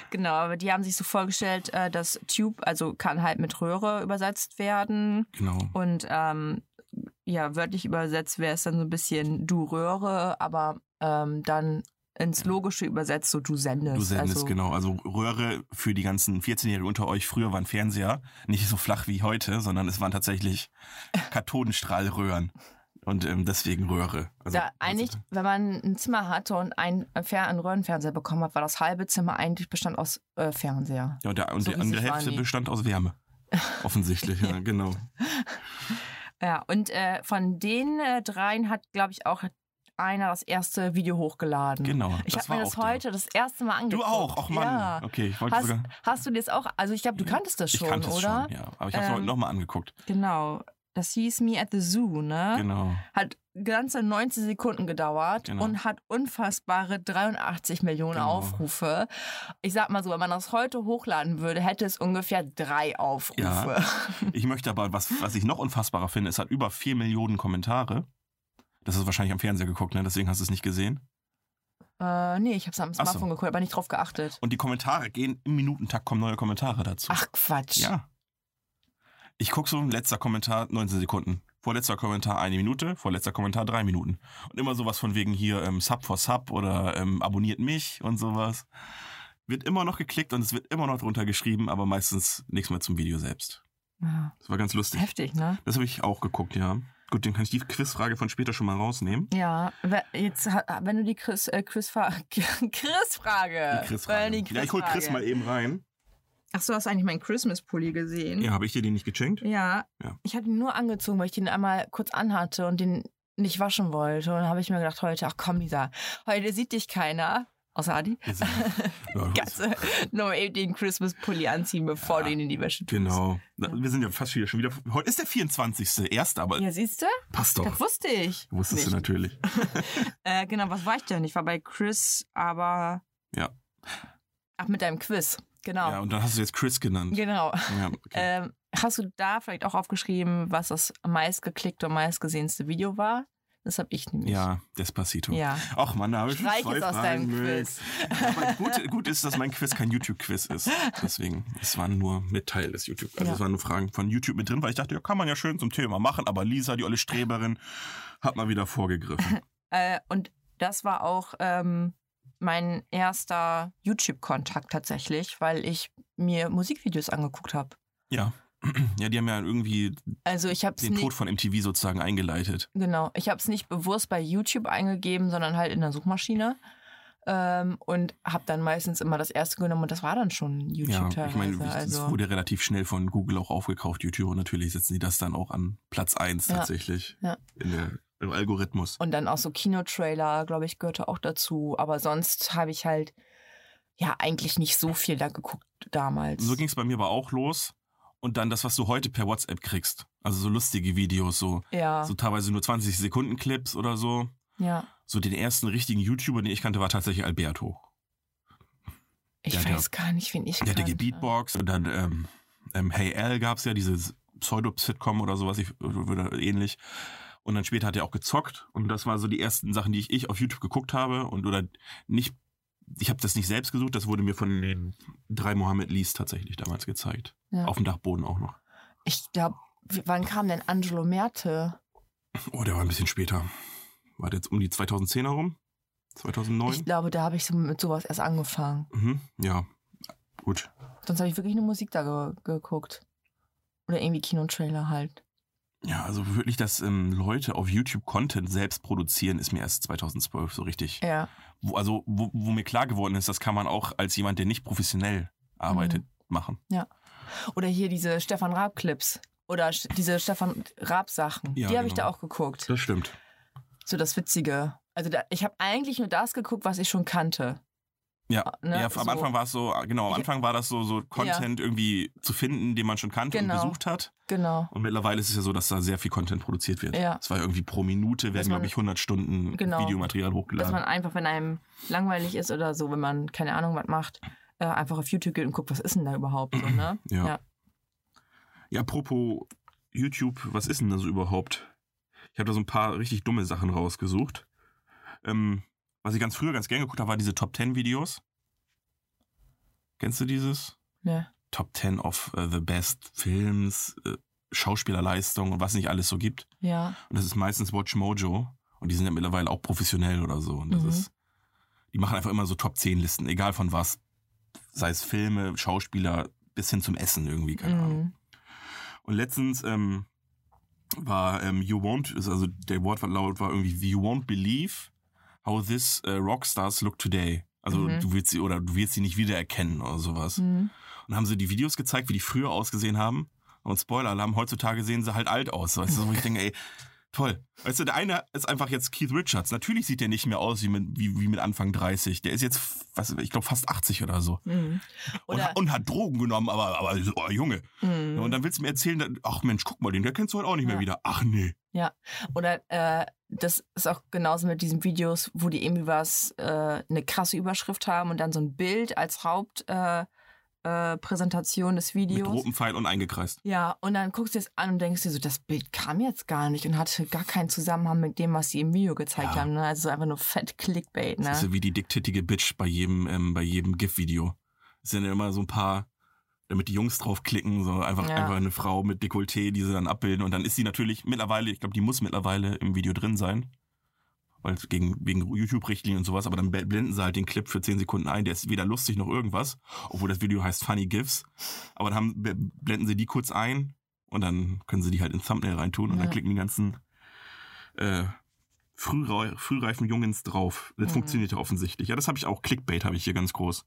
[SPEAKER 5] Genau, aber die haben sich so vorgestellt, äh, dass Tube, also kann halt mit Röhre übersetzt werden.
[SPEAKER 4] Genau.
[SPEAKER 5] Und ähm, ja, wörtlich übersetzt wäre es dann so ein bisschen du röhre, aber ähm, dann ins Logische übersetzt so du sendest.
[SPEAKER 4] Du sendest,
[SPEAKER 5] also,
[SPEAKER 4] genau. Also Röhre für die ganzen 14-Jährigen unter euch. Früher waren Fernseher nicht so flach wie heute, sondern es waren tatsächlich Kathodenstrahlröhren. Und ähm, deswegen Röhre. Also,
[SPEAKER 5] da eigentlich, wenn man ein Zimmer hatte und ein, Fer einen Röhrenfernseher bekommen hat, war das halbe Zimmer eigentlich bestand aus äh, Fernseher.
[SPEAKER 4] Ja, und der, und
[SPEAKER 5] so
[SPEAKER 4] die andere
[SPEAKER 5] riesig waren
[SPEAKER 4] Hälfte
[SPEAKER 5] die.
[SPEAKER 4] bestand
[SPEAKER 5] (laughs)
[SPEAKER 4] aus Wärme. Offensichtlich, ja, genau.
[SPEAKER 5] Ja, und äh, von den äh, dreien hat, glaube ich, auch einer das erste Video hochgeladen.
[SPEAKER 4] Genau.
[SPEAKER 5] Ich habe
[SPEAKER 4] war
[SPEAKER 5] mir das
[SPEAKER 4] auch der.
[SPEAKER 5] heute das erste Mal angeguckt.
[SPEAKER 4] Du auch, ach Mann.
[SPEAKER 5] Ja.
[SPEAKER 4] Okay, ich wollte
[SPEAKER 5] Hast,
[SPEAKER 4] sogar. Mhm.
[SPEAKER 5] hast du dir das auch, also ich glaube, du kanntest das schon,
[SPEAKER 4] ich kannte
[SPEAKER 5] oder?
[SPEAKER 4] es schon, ja. Aber ich habe es
[SPEAKER 5] Ähm,
[SPEAKER 4] heute nochmal angeguckt.
[SPEAKER 5] Genau. Das hieß Me at the Zoo, ne? (laughs)
[SPEAKER 4] Genau.
[SPEAKER 5] Hat ganze 90 Sekunden gedauert
[SPEAKER 4] Genau.
[SPEAKER 5] und hat unfassbare 83 Millionen
[SPEAKER 4] Genau.
[SPEAKER 5] Aufrufe. Ich sag mal so, wenn man das heute hochladen würde, hätte es ungefähr drei Aufrufe.
[SPEAKER 4] Ja. Ich möchte aber, was, was ich noch unfassbarer finde, es hat über 4 Millionen Kommentare. Das ist wahrscheinlich am Fernseher geguckt, ne? deswegen hast du es nicht gesehen.
[SPEAKER 5] (laughs) Äh, nee, ich hab's am
[SPEAKER 4] Ach so.
[SPEAKER 5] Smartphone geguckt, aber nicht drauf geachtet.
[SPEAKER 4] Und die Kommentare gehen im Minutentakt, kommen neue Kommentare dazu.
[SPEAKER 5] Ach Quatsch.
[SPEAKER 4] Ja. Ich gucke so, letzter Kommentar 19 Sekunden. Vorletzter Kommentar eine Minute, vorletzter Kommentar drei Minuten. Und immer sowas von wegen hier ähm, Sub for Sub oder ähm, abonniert mich und sowas. Wird immer noch geklickt und es wird immer noch drunter geschrieben, aber meistens nichts mehr zum Video selbst.
[SPEAKER 5] Ja.
[SPEAKER 4] Das war ganz lustig.
[SPEAKER 5] Heftig, ne?
[SPEAKER 4] Das habe ich auch geguckt, ja. Gut, dann kann ich die Quizfrage von später schon mal rausnehmen.
[SPEAKER 5] Ja, we- jetzt, ha- wenn du die Chris, äh, Chris, (laughs) Chris Frage.
[SPEAKER 4] Die Quizfrage. Ja, ich hol Chris mal eben rein.
[SPEAKER 5] Ach so, hast du eigentlich meinen Christmas Pulli gesehen?
[SPEAKER 4] Ja, habe ich dir den nicht geschenkt?
[SPEAKER 5] Ja.
[SPEAKER 4] Mhm. Ja.
[SPEAKER 5] Ich hatte ihn nur angezogen, weil ich den einmal kurz anhatte und den nicht waschen wollte. Und dann habe ich mir gedacht, heute, ach komm, Lisa, heute sieht dich keiner. Außer Adi.
[SPEAKER 4] Wir (laughs) sind- Ja,
[SPEAKER 5] Kannst du (laughs) nur mal eben den Christmas-Pulli anziehen, bevor
[SPEAKER 4] Ja,
[SPEAKER 5] du ihn in die Wäsche tust.
[SPEAKER 4] Genau. Na, Wir sind ja fast wieder schon wieder. Heute ist der 24. Erster, aber
[SPEAKER 5] Ja, siehst du?
[SPEAKER 4] passt
[SPEAKER 5] Das
[SPEAKER 4] doch.
[SPEAKER 5] wusste ich.
[SPEAKER 4] Wusstest du
[SPEAKER 5] nicht.
[SPEAKER 4] natürlich.
[SPEAKER 5] Äh, genau, was war ich denn? Ich war bei Chris, aber.
[SPEAKER 4] Ja.
[SPEAKER 5] Ach, mit deinem Quiz. Genau.
[SPEAKER 4] Ja, und dann hast du jetzt Chris genannt.
[SPEAKER 5] Genau.
[SPEAKER 4] Ja, okay.
[SPEAKER 5] Ähm, hast du da vielleicht auch aufgeschrieben, was das meistgeklickte und meistgesehenste Video war? Das habe Äh, ich nämlich.
[SPEAKER 4] ja Despacito.
[SPEAKER 5] Ja.
[SPEAKER 4] Ach man, da habe ich schon
[SPEAKER 5] Streich
[SPEAKER 4] zwei
[SPEAKER 5] es aus
[SPEAKER 4] Fragen
[SPEAKER 5] deinem
[SPEAKER 4] mit.
[SPEAKER 5] Quiz.
[SPEAKER 4] Aber gut, gut ist, dass mein Quiz kein YouTube-Quiz ist. Deswegen, es waren nur mit Teil des YouTube. Also
[SPEAKER 5] Ja.
[SPEAKER 4] es waren nur Fragen von YouTube mit drin, weil ich dachte, ja, kann man ja schön zum Thema machen. Aber Lisa, die olle Streberin, hat mal
[SPEAKER 5] (laughs)
[SPEAKER 4] wieder vorgegriffen.
[SPEAKER 5] Äh, und das war auch ähm, mein erster YouTube-Kontakt tatsächlich, weil ich mir Musikvideos angeguckt habe.
[SPEAKER 4] Ja. (clears throat) Ja, die haben ja irgendwie
[SPEAKER 5] Also ich habe es
[SPEAKER 4] den Tod
[SPEAKER 5] nicht,
[SPEAKER 4] von MTV sozusagen eingeleitet.
[SPEAKER 5] genau, ich habe es nicht bewusst bei YouTube eingegeben, sondern halt in der Suchmaschine. Ähm, und habe dann meistens immer das erste genommen und das war dann schon
[SPEAKER 4] Ja,
[SPEAKER 5] YouTube
[SPEAKER 4] ich
[SPEAKER 5] teilweise.
[SPEAKER 4] meine, das
[SPEAKER 5] also,
[SPEAKER 4] wurde relativ schnell von Google auch aufgekauft, YouTube. Und natürlich setzen die das dann auch an Platz 1
[SPEAKER 5] Ja.
[SPEAKER 4] tatsächlich
[SPEAKER 5] Ja.
[SPEAKER 4] In der, im Algorithmus.
[SPEAKER 5] Und dann auch so Kinotrailer, glaube ich, gehörte auch dazu. Aber sonst habe ich halt ja eigentlich nicht so viel da geguckt damals.
[SPEAKER 4] So ging es bei mir aber auch los. Und dann das, was du heute per WhatsApp kriegst. Also so lustige Videos, so,
[SPEAKER 5] ja,
[SPEAKER 4] so teilweise nur 20 Sekunden Clips oder so.
[SPEAKER 5] ja.
[SPEAKER 4] So den ersten richtigen YouTuber, den ich kannte, war tatsächlich Alberto.
[SPEAKER 5] Ich
[SPEAKER 4] Ja, der-
[SPEAKER 5] weiß gar nicht, wen ich
[SPEAKER 4] Der hatte
[SPEAKER 5] kannte.
[SPEAKER 4] Gebeatbox und dann ähm, ähm, Hey L gab es ja, dieses Pseudo-Sitcom oder sowas ich, oder ähnlich. Und dann später hat er auch gezockt und das waren so die ersten Sachen, die ich, ich auf YouTube geguckt habe und oder nicht, ich habe das nicht selbst gesucht, das wurde mir von den drei Mohammed Lees tatsächlich damals gezeigt.
[SPEAKER 5] Ja.
[SPEAKER 4] Auf dem Dachboden auch noch.
[SPEAKER 5] Ich glaube, wann kam denn Angelo Merte?
[SPEAKER 4] Oh, der war ein bisschen später. War der jetzt um die 2010er rum? 2009?
[SPEAKER 5] Ich glaube, da habe ich so mit sowas erst angefangen.
[SPEAKER 4] mhm, ja, gut.
[SPEAKER 5] Sonst habe ich wirklich nur Musik da ge geguckt. Oder irgendwie Kinotrailer halt.
[SPEAKER 4] Ja, also wirklich, dass ähm, Leute auf YouTube Content selbst produzieren, ist mir erst 2012 so richtig.
[SPEAKER 5] Ja.
[SPEAKER 4] Wo, also, wo, wo mir klar geworden ist, das kann man auch als jemand, der nicht professionell arbeitet,
[SPEAKER 5] Mhm.
[SPEAKER 4] machen.
[SPEAKER 5] Oder hier diese Stefan Raab-Clips. Oder sch- diese Stefan Raab-Sachen.
[SPEAKER 4] Ja,
[SPEAKER 5] Die habe ich
[SPEAKER 4] genau.
[SPEAKER 5] da auch geguckt.
[SPEAKER 4] Das stimmt.
[SPEAKER 5] so das Witzige. Also da, ich habe eigentlich nur das geguckt, was ich schon kannte.
[SPEAKER 4] Ja.
[SPEAKER 5] Ne?
[SPEAKER 4] ja, am
[SPEAKER 5] So.
[SPEAKER 4] Anfang war es so, genau, am
[SPEAKER 5] Ich-
[SPEAKER 4] Anfang war das so, so Content irgendwie zu finden, den man schon kannte
[SPEAKER 5] Genau.
[SPEAKER 4] und besucht hat.
[SPEAKER 5] Genau.
[SPEAKER 4] Und mittlerweile ist es ja so, dass da sehr viel Content produziert wird.
[SPEAKER 5] Ja.
[SPEAKER 4] Es war irgendwie pro Minute, werden,
[SPEAKER 5] man-
[SPEAKER 4] glaube ich, 100 Stunden
[SPEAKER 5] Genau.
[SPEAKER 4] Videomaterial
[SPEAKER 5] Dass man
[SPEAKER 4] hochgeladen.
[SPEAKER 5] einfach, wenn einem langweilig ist oder so, wenn man keine Ahnung was macht, äh, einfach auf YouTube geht und guckt, was ist denn da überhaupt so,
[SPEAKER 4] (clears throat)
[SPEAKER 5] ne?
[SPEAKER 4] Ja.
[SPEAKER 5] Ja.
[SPEAKER 4] Ja, apropos YouTube, was ist denn das überhaupt? Ich habe da so ein paar richtig dumme Sachen rausgesucht. Ähm, was ich ganz früher ganz gern geguckt habe, war diese Top 10 Videos. Kennst du dieses?
[SPEAKER 5] Ne.
[SPEAKER 4] Top 10 of äh, the best Films, äh, Schauspielerleistung und was nicht alles so gibt.
[SPEAKER 5] Ja.
[SPEAKER 4] Und das ist meistens Watch Mojo. Und die sind ja mittlerweile auch professionell oder so. Und das
[SPEAKER 5] Mhm.
[SPEAKER 4] ist, die machen einfach immer so Top 10 Listen, egal von was. Sei es Filme, Schauspieler, bis hin zum Essen irgendwie, keine Ahnung.
[SPEAKER 5] Mhm.
[SPEAKER 4] Und letztens ähm, war ähm, You Won't, ist also der Wortlaut war irgendwie You Won't Believe How This äh, Rockstars Look Today. Also
[SPEAKER 5] Mhm.
[SPEAKER 4] du wirst sie oder du wirst sie nicht wiedererkennen oder sowas.
[SPEAKER 5] Mhm.
[SPEAKER 4] Und dann haben sie die Videos gezeigt, wie die früher ausgesehen haben. Und Spoiler-Alarm, heutzutage sehen sie halt alt aus. Weißt du, wo ich denke, ey, toll. Weißt du, der eine ist einfach jetzt Keith Richards. Natürlich sieht der nicht mehr aus wie mit, wie, wie mit Anfang 30. Der ist jetzt, was, ich glaube, fast 80 oder so.
[SPEAKER 5] Mhm.
[SPEAKER 4] Und,
[SPEAKER 5] Oder,
[SPEAKER 4] und hat Drogen genommen, aber, aber oh, Junge.
[SPEAKER 5] Mhm.
[SPEAKER 4] Ja, und dann willst du mir erzählen, dann- ach Mensch, guck mal, den der kennst du halt auch nicht mehr
[SPEAKER 5] Ja.
[SPEAKER 4] wieder. Ach nee.
[SPEAKER 5] oder äh, das ist auch genauso mit diesen Videos, wo die irgendwie was, äh, eine krasse Überschrift haben und dann so ein Bild als Hauptpräsentation äh, äh, Präsentation des
[SPEAKER 4] Mit
[SPEAKER 5] Videos.
[SPEAKER 4] rotem Pfeil und eingekreist.
[SPEAKER 5] Ja, und dann guckst du es an und denkst dir so, das Bild kam jetzt gar nicht und hatte gar keinen Zusammenhang mit dem, was sie im Video gezeigt
[SPEAKER 4] Ja.
[SPEAKER 5] haben. Ne? Also einfach nur fett Clickbait,
[SPEAKER 4] Das ist
[SPEAKER 5] ne?
[SPEAKER 4] ja wie die dicktittige Bitch bei jedem, ähm, bei jedem GIF-Video. Es sind ja immer so ein paar, damit die Jungs draufklicken, so einfach,
[SPEAKER 5] Ja.
[SPEAKER 4] einfach eine Frau mit Dekolleté, die sie dann abbilden. Und dann ist sie natürlich mittlerweile, ich glaube, die muss mittlerweile im Video drin sein. Weil es gegen, wegen YouTube-Richtlinien und sowas, aber dann bl- blenden sie halt den Clip für 10 Sekunden ein. Der ist weder lustig noch irgendwas, obwohl das Video heißt Funny GIFs. Aber dann haben, bl- blenden sie die kurz ein Und dann können sie die halt ins Thumbnail reintun und
[SPEAKER 5] Ja.
[SPEAKER 4] dann klicken die ganzen äh, frührei frühreifen Jungens drauf. Das
[SPEAKER 5] Mhm.
[SPEAKER 4] funktioniert ja offensichtlich. Ja, das habe ich auch. Clickbait habe ich hier ganz groß.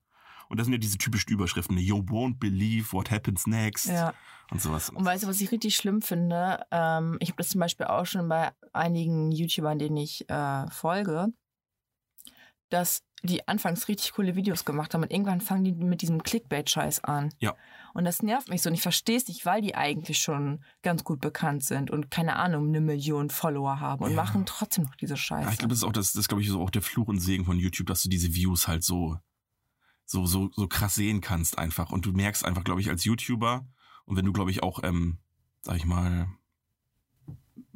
[SPEAKER 4] Und das sind ja diese typischen Überschriften. ne? You won't believe what happens next
[SPEAKER 5] Ja.
[SPEAKER 4] und sowas.
[SPEAKER 5] Und weißt du, was ich richtig schlimm finde? Ähm, ich habe das zum Beispiel auch schon bei einigen YouTubern, denen ich äh, folge, dass die anfangs richtig coole Videos gemacht haben und irgendwann fangen die mit diesem Clickbait-Scheiß an.
[SPEAKER 4] Ja.
[SPEAKER 5] Und das nervt mich so und ich verstehe es nicht, weil die eigentlich schon ganz gut bekannt sind und keine Ahnung, eine Million Follower haben und
[SPEAKER 4] Ja.
[SPEAKER 5] machen trotzdem noch diese Scheiße.
[SPEAKER 4] Ja, ich glaube, das ist auch das, das ist, glaube ich, so auch der Fluch und Segen von YouTube, dass du diese Views halt so, so, so, so krass sehen kannst einfach. Und du merkst einfach, glaube ich, als YouTuber, und wenn du, glaube ich, auch, ähm, sag ich mal,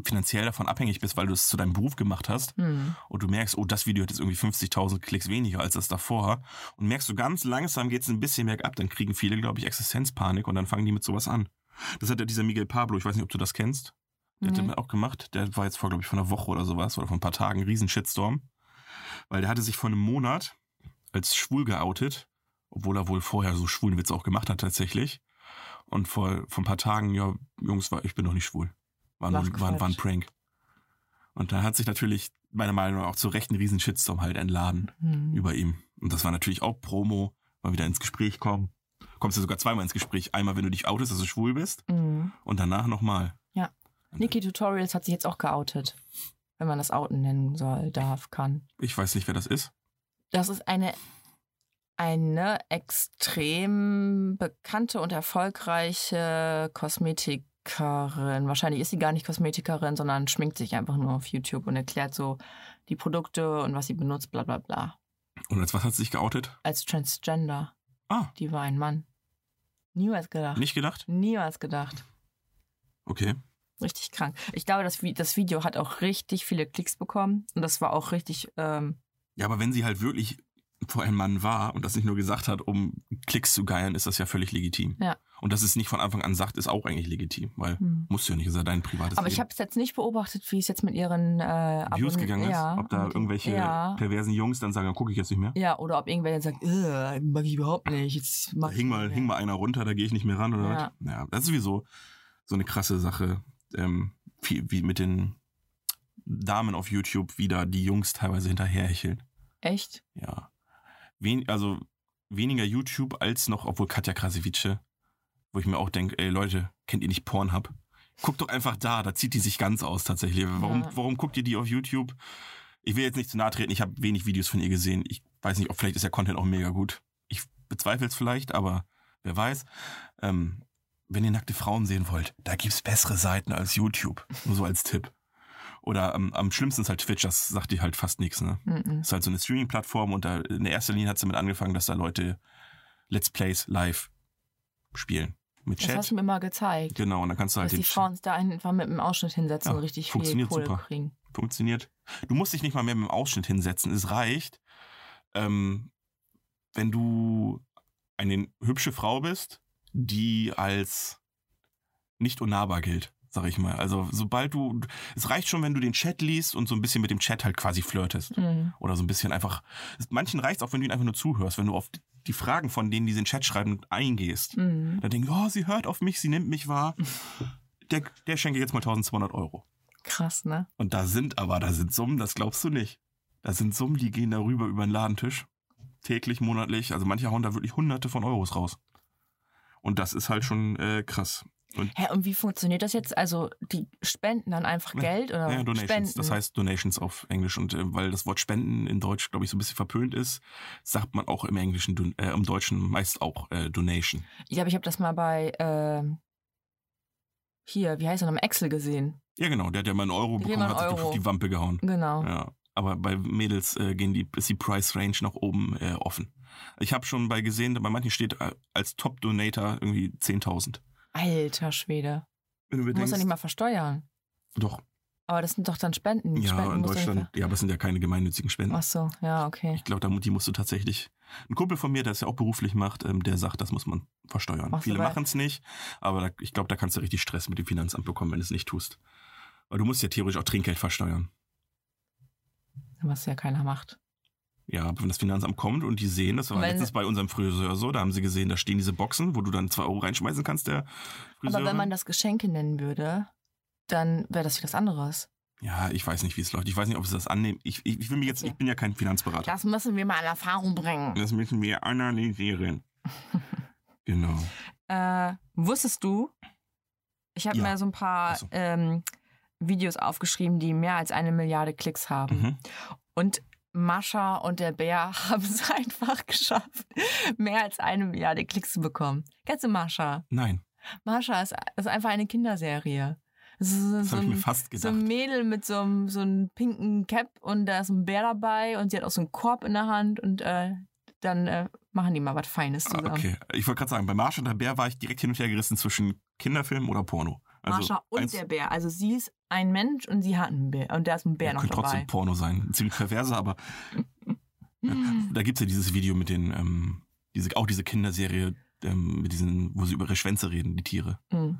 [SPEAKER 4] finanziell davon abhängig bist, weil du es zu deinem Beruf gemacht hast
[SPEAKER 5] hm.
[SPEAKER 4] und du merkst, oh, das Video hat jetzt irgendwie 50.000 Klicks weniger als das davor und merkst du ganz langsam geht es ein bisschen bergab, dann kriegen viele, glaube ich, Existenzpanik und dann fangen die mit sowas an. Das hat ja dieser Miguel Pablo, ich weiß nicht, ob du das kennst. Der hat
[SPEAKER 5] nee.
[SPEAKER 4] den auch gemacht. Der war jetzt vor, glaube ich, vor einer Woche oder sowas oder vor ein paar Tagen ein riesen Shitstorm. Weil der hatte sich vor einem Monat als schwul geoutet, obwohl er wohl vorher so schwulen Witze auch gemacht hat tatsächlich. Und vor, vor ein paar Tagen, ja, Jungs, war, ich bin doch nicht schwul. War, nur,
[SPEAKER 5] Ach,
[SPEAKER 4] war, war ein
[SPEAKER 5] Quatsch.
[SPEAKER 4] Prank. Und da hat sich natürlich, meiner Meinung nach, auch zu Recht einen riesen Shitstorm halt entladen
[SPEAKER 5] Hm.
[SPEAKER 4] über ihm. Und das war natürlich auch Promo, mal wieder ins Gespräch kommen. Kommst ja sogar zweimal ins Gespräch. Einmal, wenn du dich outest, dass du schwul bist
[SPEAKER 5] Hm.
[SPEAKER 4] und danach nochmal.
[SPEAKER 5] Niki Tutorials hat sich jetzt auch geoutet, wenn man das Outen nennen soll, darf, kann.
[SPEAKER 4] Ich weiß nicht, wer das ist.
[SPEAKER 5] Das ist eine, eine extrem bekannte und erfolgreiche Kosmetikerin. Wahrscheinlich ist sie gar nicht Kosmetikerin, sondern schminkt sich einfach nur auf YouTube und erklärt so die Produkte und was sie benutzt, bla bla bla.
[SPEAKER 4] Und als was hat sie sich geoutet?
[SPEAKER 5] Als Transgender.
[SPEAKER 4] Ah,
[SPEAKER 5] Die war ein Mann. Niemals gedacht.
[SPEAKER 4] nicht gedacht?
[SPEAKER 5] Niemals gedacht.
[SPEAKER 4] Okay.
[SPEAKER 5] Richtig krank. Ich glaube, das, Vi- das Video hat auch richtig viele Klicks bekommen und das war auch richtig. Ähm,
[SPEAKER 4] Ja, aber wenn sie halt wirklich vor einem Mann war und das nicht nur gesagt hat, um Klicks zu geiern, ist das ja völlig legitim.
[SPEAKER 5] Ja.
[SPEAKER 4] Und dass es nicht von Anfang an sagt, ist auch eigentlich legitim, weil
[SPEAKER 5] hm.
[SPEAKER 4] musst du ja nicht, ist ja dein privates
[SPEAKER 5] Aber ich
[SPEAKER 4] Leben.
[SPEAKER 5] habe es jetzt nicht beobachtet, wie es jetzt mit ihren äh,
[SPEAKER 4] Views
[SPEAKER 5] Abonn-
[SPEAKER 4] gegangen ist,
[SPEAKER 5] ja,
[SPEAKER 4] ob da
[SPEAKER 5] mit-
[SPEAKER 4] irgendwelche
[SPEAKER 5] Ja,
[SPEAKER 4] perversen Jungs dann sagen, gucke ich jetzt nicht mehr.
[SPEAKER 5] ja, oder ob irgendwer jetzt sagt, "Äh, mag ich überhaupt nicht. Jetzt
[SPEAKER 4] Da
[SPEAKER 5] mag
[SPEAKER 4] hing
[SPEAKER 5] ich
[SPEAKER 4] mal,
[SPEAKER 5] nicht
[SPEAKER 4] hing
[SPEAKER 5] mehr."
[SPEAKER 4] mal einer runter, da gehe ich nicht mehr ran oder
[SPEAKER 5] Ja.
[SPEAKER 4] was. Ja, das ist sowieso so eine krasse Sache, ähm, wie, wie mit den Damen auf YouTube, wie da die Jungs teilweise hinterherhecheln.
[SPEAKER 5] Echt?
[SPEAKER 4] Ja. Wen, also weniger YouTube als noch, obwohl Katja Krasivice, wo ich mir auch denke, ey Leute, kennt ihr nicht Pornhub? Guckt doch einfach da, da zieht die sich ganz aus tatsächlich. Warum,
[SPEAKER 5] Ja.
[SPEAKER 4] warum guckt ihr die auf YouTube? Ich will jetzt nicht zu nahe treten, ich habe wenig Videos von ihr gesehen. Ich weiß nicht, ob vielleicht ist der Content auch mega gut. Ich bezweifle es vielleicht, aber wer weiß. Ähm, wenn ihr nackte Frauen sehen wollt, da gibt's bessere Seiten als YouTube. Nur so als Tipp. Oder ähm, am schlimmsten ist halt Twitch, das sagt dir halt fast nichts, ne?
[SPEAKER 5] Mhm.
[SPEAKER 4] ist halt so eine Streaming-Plattform und da in erster Linie hat sie damit angefangen, dass da Leute Let's Plays live spielen. Mit
[SPEAKER 5] Das hast
[SPEAKER 4] Chat.
[SPEAKER 5] du mir mal gezeigt.
[SPEAKER 4] Genau, und dann kannst du halt
[SPEAKER 5] dass die
[SPEAKER 4] den
[SPEAKER 5] Frauen sich da einfach mit einem Ausschnitt hinsetzen
[SPEAKER 4] Ja,
[SPEAKER 5] und richtig viel
[SPEAKER 4] funktioniert
[SPEAKER 5] Kohle
[SPEAKER 4] super.
[SPEAKER 5] kriegen.
[SPEAKER 4] funktioniert. Du musst dich nicht mal mehr mit dem Ausschnitt hinsetzen. Es reicht, ähm, wenn du eine hübsche Frau bist, die als nicht unnahbar gilt, sag ich mal. Also sobald du, es reicht schon, wenn du den Chat liest und so ein bisschen mit dem Chat halt quasi flirtest.
[SPEAKER 5] Mhm.
[SPEAKER 4] Oder so ein bisschen einfach. Manchen reicht auch, wenn du ihnen einfach nur zuhörst, wenn du auf die Fragen von denen, die sie in den Chat schreiben, eingehst.
[SPEAKER 5] Mhm.
[SPEAKER 4] Dann denken, oh, sie hört auf mich, sie nimmt mich wahr. Der, der schenke ich jetzt mal 1200 Euro.
[SPEAKER 5] Krass, ne?
[SPEAKER 4] Und da sind aber, da sind Summen, das glaubst du nicht. Da sind Summen, die gehen darüber über den Ladentisch. Täglich, monatlich. Also manche hauen da wirklich hunderte von Euros raus. Und das ist halt schon äh, krass.
[SPEAKER 5] Hä, und wie funktioniert das jetzt? Also, die spenden dann einfach
[SPEAKER 4] Ja,
[SPEAKER 5] Geld oder
[SPEAKER 4] Ja, Donations.
[SPEAKER 5] Genau. spenden?
[SPEAKER 4] Das heißt Donations auf Englisch. Und äh, weil das Wort Spenden in Deutsch, glaube ich, so ein bisschen verpönt ist, sagt man auch im Englischen, Don- äh, im Deutschen meist auch äh, Donation.
[SPEAKER 5] ich glaube, ich habe das mal bei, ähm, hier, wie heißt er nochmal, Excel gesehen.
[SPEAKER 4] Ja, genau. Der hat ja mal einen Euro
[SPEAKER 5] Die
[SPEAKER 4] bekommen,
[SPEAKER 5] geben einen
[SPEAKER 4] hat sich doch
[SPEAKER 5] Euro.
[SPEAKER 4] auf die Wampe gehauen.
[SPEAKER 5] Genau.
[SPEAKER 4] Ja. Aber bei Mädels äh, gehen die, ist die Price Range nach oben äh, offen. Ich habe schon bei gesehen, bei manchen steht äh, als Top Donator irgendwie 10.000.
[SPEAKER 5] Alter Schwede.
[SPEAKER 4] Wenn du mir
[SPEAKER 5] Du musst ja
[SPEAKER 4] denkst,
[SPEAKER 5] nicht mal versteuern.
[SPEAKER 4] doch,
[SPEAKER 5] Aber das sind doch dann Spenden.
[SPEAKER 4] ja,
[SPEAKER 5] Spenden
[SPEAKER 4] in
[SPEAKER 5] musst du nicht
[SPEAKER 4] Deutschland, ja, aber es sind ja keine gemeinnützigen
[SPEAKER 5] ver-
[SPEAKER 4] Spenden.
[SPEAKER 5] Ach so, ja, okay.
[SPEAKER 4] Ich glaube, da- die musst du tatsächlich. Ein Kumpel von mir, der es ja auch beruflich macht, ähm, der sagt, das muss man versteuern.
[SPEAKER 5] Machst du
[SPEAKER 4] Viele
[SPEAKER 5] bei-
[SPEAKER 4] machen es nicht, aber da, ich glaube, da kannst du richtig Stress mit dem Finanzamt bekommen, wenn du es nicht tust. Weil du musst ja theoretisch auch Trinkgeld versteuern.
[SPEAKER 5] Was ja keiner macht.
[SPEAKER 4] Ja, wenn das Finanzamt kommt und die sehen, das war
[SPEAKER 5] Wenn-
[SPEAKER 4] letztens bei unserem Friseur so, da haben sie gesehen, da stehen diese Boxen, wo du dann 2 Euro reinschmeißen kannst, der Friseur.
[SPEAKER 5] Aber wenn man das Geschenke nennen würde, dann wäre das wieder was anderes.
[SPEAKER 4] ja, ich weiß nicht, wie es läuft. Ich weiß nicht, ob sie das annehmen. Ich, ich, ich will mir jetzt,
[SPEAKER 5] Okay.
[SPEAKER 4] ich bin ja kein Finanzberater.
[SPEAKER 5] Das müssen wir mal in Erfahrung bringen.
[SPEAKER 4] Das müssen
[SPEAKER 5] (laughs)
[SPEAKER 4] wir analysieren. genau.
[SPEAKER 5] Äh, wusstest du, ich habe
[SPEAKER 4] Ja.
[SPEAKER 5] mir so ein paar
[SPEAKER 4] Ach so.
[SPEAKER 5] ähm, Videos aufgeschrieben, die mehr als eine Milliarde Klicks haben.
[SPEAKER 4] Mhm.
[SPEAKER 5] Und Mascha und der Bär (laughs) haben es einfach geschafft, mehr als eine Milliarde Klicks zu bekommen. Kennst du Mascha?
[SPEAKER 4] Nein,
[SPEAKER 5] Mascha ist, ist einfach eine Kinderserie. Es ist so,
[SPEAKER 4] das
[SPEAKER 5] so,
[SPEAKER 4] habe ich mir
[SPEAKER 5] ein,
[SPEAKER 4] fast
[SPEAKER 5] so ein
[SPEAKER 4] gedacht.
[SPEAKER 5] Mädel mit so einem, so einem pinken Cap und da ist ein Bär dabei und sie hat auch so einen Korb in der Hand und äh, dann äh, machen die mal was Feines
[SPEAKER 4] Ah,
[SPEAKER 5] zusammen.
[SPEAKER 4] okay, ich wollte gerade sagen, bei Marsch und der Bär war ich direkt hin und her gerissen zwischen Kinderfilm oder Porno. Also
[SPEAKER 5] Mascha und
[SPEAKER 4] eins-
[SPEAKER 5] der Bär. Also sie ist ein Mensch und sie hat einen Bär und da ist ein Bär
[SPEAKER 4] Ja,
[SPEAKER 5] noch
[SPEAKER 4] könnte
[SPEAKER 5] dabei.
[SPEAKER 4] trotzdem Porno sein. Ziemlich
[SPEAKER 5] (laughs)
[SPEAKER 4] perverse, aber da gibt es ja dieses Video mit den, ähm, diese, auch diese Kinderserie, ähm, mit diesen, wo sie über ihre Schwänze reden, die Tiere.
[SPEAKER 5] Mm.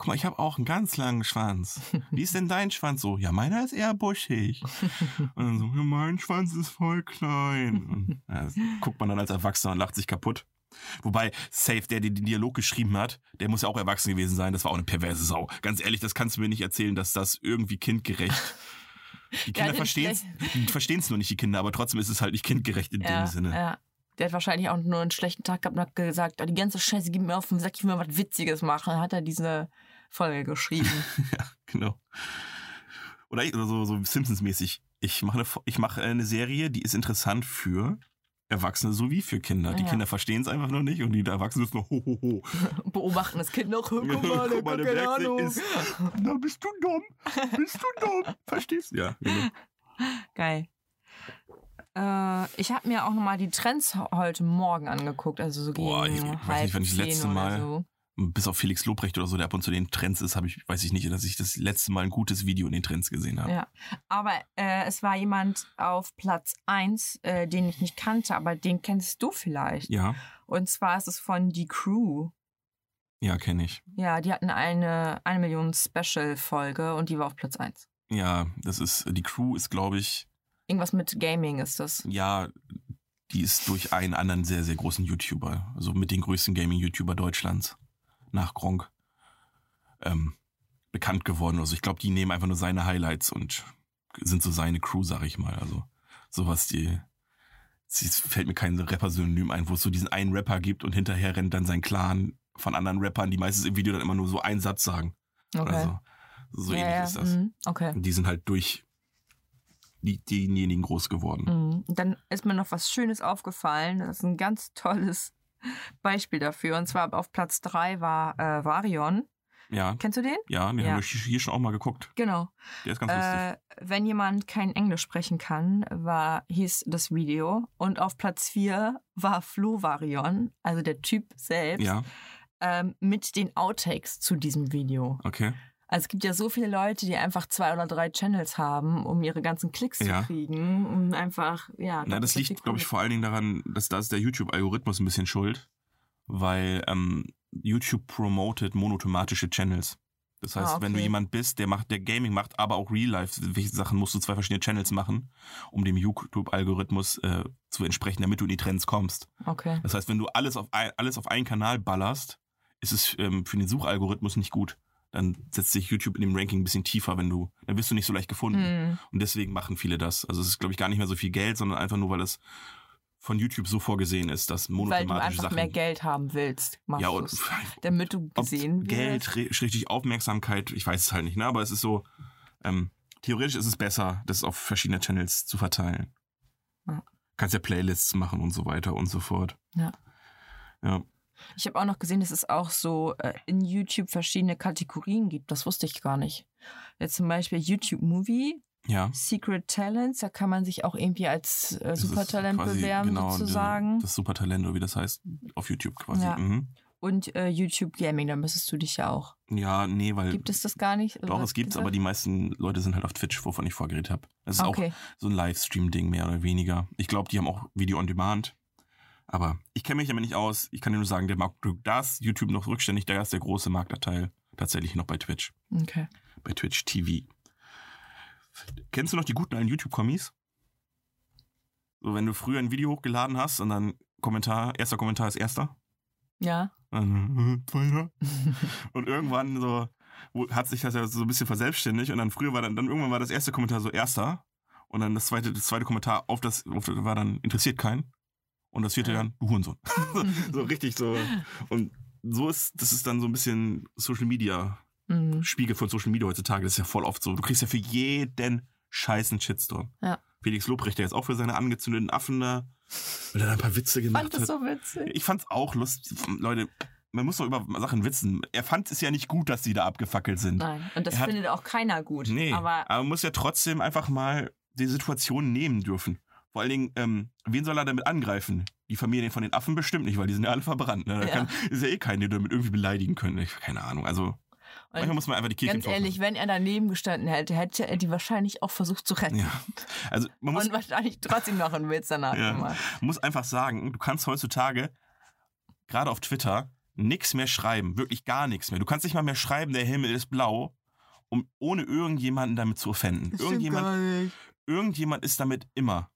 [SPEAKER 4] Guck mal, ich habe auch einen ganz langen Schwanz. Wie ist denn dein Schwanz so? Ja, meiner ist eher buschig. Und dann so, ja, mein Schwanz ist voll klein. Und, ja, das guckt man dann als Erwachsener und lacht sich kaputt. Wobei, safe, der, der den Dialog geschrieben hat, der muss ja auch erwachsen gewesen sein. Das war auch eine perverse Sau. Ganz ehrlich, das kannst du mir nicht erzählen, dass das irgendwie kindgerecht.
[SPEAKER 5] Der
[SPEAKER 4] Die Kinder
[SPEAKER 5] hat den
[SPEAKER 4] verstehen's, verstehen es nur nicht, die Kinder, aber trotzdem ist es halt nicht kindgerecht in
[SPEAKER 5] Ja,
[SPEAKER 4] dem Sinne.
[SPEAKER 5] Ja. Der hat wahrscheinlich auch nur einen schlechten Tag gehabt und hat gesagt, oh, die ganze Scheiße gib mir auf und sag, ich will mal was Witziges machen. Dann hat er diese Folge
[SPEAKER 4] (laughs)
[SPEAKER 5] geschrieben.
[SPEAKER 4] Genau. Oder, ich- oder so, so Simpsons-mäßig. Ich mache, eine, Fo- ich mache eine Serie, die ist interessant für Erwachsene sowie für Kinder. Die
[SPEAKER 5] Ja.
[SPEAKER 4] Kinder verstehen es einfach noch nicht und die Erwachsenen sind noch ho, ho, ho.
[SPEAKER 5] Beobachten das Kind
[SPEAKER 4] (laughs)
[SPEAKER 5] noch, (laughs) guck mal, der
[SPEAKER 4] Guck mal,
[SPEAKER 5] hat keine
[SPEAKER 4] der merkt sich,
[SPEAKER 5] Ahnung.
[SPEAKER 4] ist- Na, bist du dumm? Bist du
[SPEAKER 5] (laughs)
[SPEAKER 4] dumm? Verstehst du? Ja, genau.
[SPEAKER 5] Geil. Äh, ich habe mir auch nochmal die Trends he- heute Morgen angeguckt, also so gegen
[SPEAKER 4] Boah, ich- ich weiß
[SPEAKER 5] halb
[SPEAKER 4] nicht, wann ich das
[SPEAKER 5] zehn
[SPEAKER 4] letzte
[SPEAKER 5] oder
[SPEAKER 4] Mal-
[SPEAKER 5] so.
[SPEAKER 4] Bis auf Felix Lobrecht oder so, der ab und zu den Trends ist, habe ich, weiß ich nicht, dass ich das letzte Mal ein gutes Video in den Trends gesehen habe.
[SPEAKER 5] Ja. Aber äh, es war jemand auf Platz 1, äh, den ich nicht kannte, aber den kennst du vielleicht.
[SPEAKER 4] Ja,
[SPEAKER 5] Und zwar ist es von Die Crew.
[SPEAKER 4] ja, kenne ich.
[SPEAKER 5] Ja, die hatten eine 1 Million Special Folge und die war auf Platz 1.
[SPEAKER 4] Ja, das ist, die Crew ist, glaube ich,
[SPEAKER 5] Irgendwas mit Gaming ist das.
[SPEAKER 4] Ja, die ist durch einen anderen sehr, sehr großen YouTuber, also mit den größten Gaming-YouTuber Deutschlands nach Gronk ähm, bekannt geworden. Also ich glaube, die nehmen einfach nur seine Highlights und sind so seine Crew, sag ich mal. Also sowas, die es fällt mir kein Rapper-Synonym ein, wo es so diesen einen Rapper gibt und hinterher rennt dann sein Clan von anderen Rappern, die meistens im Video dann immer nur so einen Satz sagen. Oder Also, so. So
[SPEAKER 5] Ja,
[SPEAKER 4] ähnlich
[SPEAKER 5] ja,
[SPEAKER 4] ist das.
[SPEAKER 5] mhm, Okay.
[SPEAKER 4] Und Die sind halt durch die, diejenigen groß geworden.
[SPEAKER 5] Mhm. Dann ist mir noch was Schönes aufgefallen. Das ist ein ganz tolles (laughs) Beispiel dafür. Und zwar auf Platz 3 war äh, Varion.
[SPEAKER 4] Ja,
[SPEAKER 5] Kennst du den?
[SPEAKER 4] Ja, den
[SPEAKER 5] Ja.
[SPEAKER 4] haben wir hier schon auch mal geguckt.
[SPEAKER 5] Genau.
[SPEAKER 4] Der ist ganz lustig.
[SPEAKER 5] Äh, wenn jemand kein Englisch sprechen kann, war, hieß das Video. Und auf Platz 4 war Flo Varion, also der Typ selbst,
[SPEAKER 4] Ja,
[SPEAKER 5] ähm, mit den Outtakes zu diesem Video.
[SPEAKER 4] okay.
[SPEAKER 5] Also es gibt ja so viele Leute, die einfach zwei oder drei Channels haben, um ihre ganzen Klicks
[SPEAKER 4] Ja.
[SPEAKER 5] zu kriegen, um einfach, ja.
[SPEAKER 4] Na, das liegt, glaube ich, vor allen Dingen daran, dass da ist der YouTube-Algorithmus ein bisschen schuld, weil ähm, YouTube promotet monothematische Channels. Das heißt,
[SPEAKER 5] Ah, okay.
[SPEAKER 4] wenn du jemand bist, der macht, der Gaming macht, aber auch Real-Life-Sachen, musst du zwei verschiedene Channels machen, um dem YouTube-Algorithmus äh, zu entsprechen, damit du in die Trends kommst.
[SPEAKER 5] Okay.
[SPEAKER 4] Das heißt, wenn du alles auf, ein, alles auf einen Kanal ballerst, ist es ähm, für den Suchalgorithmus nicht gut. Dann setzt sich YouTube in dem Ranking ein bisschen tiefer, wenn du, dann wirst du nicht so leicht gefunden.
[SPEAKER 5] Hm.
[SPEAKER 4] Und deswegen machen viele das. Also es ist, glaube ich, gar nicht mehr so viel Geld, sondern einfach nur, weil es von YouTube so vorgesehen ist, dass
[SPEAKER 5] Weil du
[SPEAKER 4] monothematische
[SPEAKER 5] einfach
[SPEAKER 4] Sachen.
[SPEAKER 5] mehr Geld haben willst, machst
[SPEAKER 4] ja,
[SPEAKER 5] ja,
[SPEAKER 4] und
[SPEAKER 5] damit du
[SPEAKER 4] (laughs) ob
[SPEAKER 5] gesehen wirst.
[SPEAKER 4] Geld, re- richtig Aufmerksamkeit, ich weiß es halt nicht, ne? Aber es ist so, ähm, theoretisch ist es besser, das auf verschiedene Channels zu verteilen.
[SPEAKER 5] Ja.
[SPEAKER 4] Kannst ja Playlists machen und so weiter und so fort.
[SPEAKER 5] Ja.
[SPEAKER 4] Ja.
[SPEAKER 5] Ich habe auch noch gesehen, dass es auch so äh, in YouTube verschiedene Kategorien gibt. Das wusste ich gar nicht. Jetzt zum Beispiel YouTube Movie,
[SPEAKER 4] Ja.
[SPEAKER 5] Secret Talents, da kann man sich auch irgendwie als äh,
[SPEAKER 4] Das ist
[SPEAKER 5] Supertalent
[SPEAKER 4] quasi
[SPEAKER 5] bewerben
[SPEAKER 4] genau
[SPEAKER 5] sozusagen.
[SPEAKER 4] diese- Das Supertalent, oder wie das heißt, auf YouTube quasi.
[SPEAKER 5] Ja.
[SPEAKER 4] Ja, mhm.
[SPEAKER 5] Und äh, YouTube Gaming, da müsstest du dich ja auch.
[SPEAKER 4] ja nee, weil.
[SPEAKER 5] Gibt es das gar nicht?
[SPEAKER 4] Äh, doch, es gibt's,
[SPEAKER 5] Oder-
[SPEAKER 4] aber die meisten Leute sind halt auf Twitch, wovon ich vorgeredet habe. Es ist
[SPEAKER 5] Okay.
[SPEAKER 4] auch so ein Livestream-Ding, mehr oder weniger. Ich glaube, die haben auch Video on Demand. Aber ich kenne mich damit nicht aus. Ich kann dir nur sagen, der Markt, da ist YouTube noch rückständig, da ist der große Marktanteil tatsächlich noch bei Twitch.
[SPEAKER 5] Okay.
[SPEAKER 4] Bei Twitch TV. Kennst du noch die guten alten YouTube-Kommis? So, wenn du früher ein Video hochgeladen hast und dann Kommentar, erster Kommentar ist erster. (laughs)
[SPEAKER 5] Ja. (laughs) Mhm.
[SPEAKER 4] Dann, äh, Zweiter. und irgendwann so wo- hat sich das ja so ein bisschen verselbstständigt und dann früher war dann, dann irgendwann war das erste Kommentar so erster und dann das zweite, das zweite Kommentar auf das, auf das war dann interessiert keinen und das vierte
[SPEAKER 5] Ja.
[SPEAKER 4] dann du Hurensohn. so, so richtig so und so ist das ist dann so ein bisschen Social Media
[SPEAKER 5] Mhm.
[SPEAKER 4] Spiegel von Social Media heutzutage, das ist ja voll oft so. Du kriegst ja für jeden scheißen Shitstorm.
[SPEAKER 5] Ja.
[SPEAKER 4] Felix Lobrecht, der jetzt auch für seine angezündeten Affen da, weil er da ein paar Witze
[SPEAKER 5] Fand
[SPEAKER 4] gemacht
[SPEAKER 5] das
[SPEAKER 4] hat.
[SPEAKER 5] so witzig.
[SPEAKER 4] Ich fand's auch lustig. Leute, man muss doch über Sachen witzen. Er fand es ja nicht gut, dass die da abgefackelt sind.
[SPEAKER 5] Nein, und das
[SPEAKER 4] Er hat-
[SPEAKER 5] findet auch keiner gut.
[SPEAKER 4] Nee,
[SPEAKER 5] Aber
[SPEAKER 4] aber, man muss ja trotzdem einfach mal die Situation nehmen dürfen. Vor allen Dingen, ähm, wen soll er damit angreifen? Die Familien von den Affen bestimmt nicht, weil die sind ja alle verbrannt. Ne? Da
[SPEAKER 5] Ja.
[SPEAKER 4] Kann, ist ja eh keinen, den du damit irgendwie beleidigen können. Ich, keine Ahnung. Also manchmal muss man einfach die Kirche
[SPEAKER 5] ganz
[SPEAKER 4] im Dorf lassen.
[SPEAKER 5] ehrlich, wenn er daneben gestanden hätte, hätte er die wahrscheinlich auch versucht zu retten.
[SPEAKER 4] Ja. Also man muss,
[SPEAKER 5] Und wahrscheinlich trotzdem noch einen Witz danach
[SPEAKER 4] Ja.
[SPEAKER 5] gemacht.
[SPEAKER 4] muss einfach sagen, du kannst heutzutage, gerade auf Twitter, nichts mehr schreiben. Wirklich gar nichts mehr. Du kannst nicht mal mehr schreiben, der Himmel ist blau, um, ohne irgendjemanden damit zu offenden. Irgendjemand, irgendjemand ist damit immer,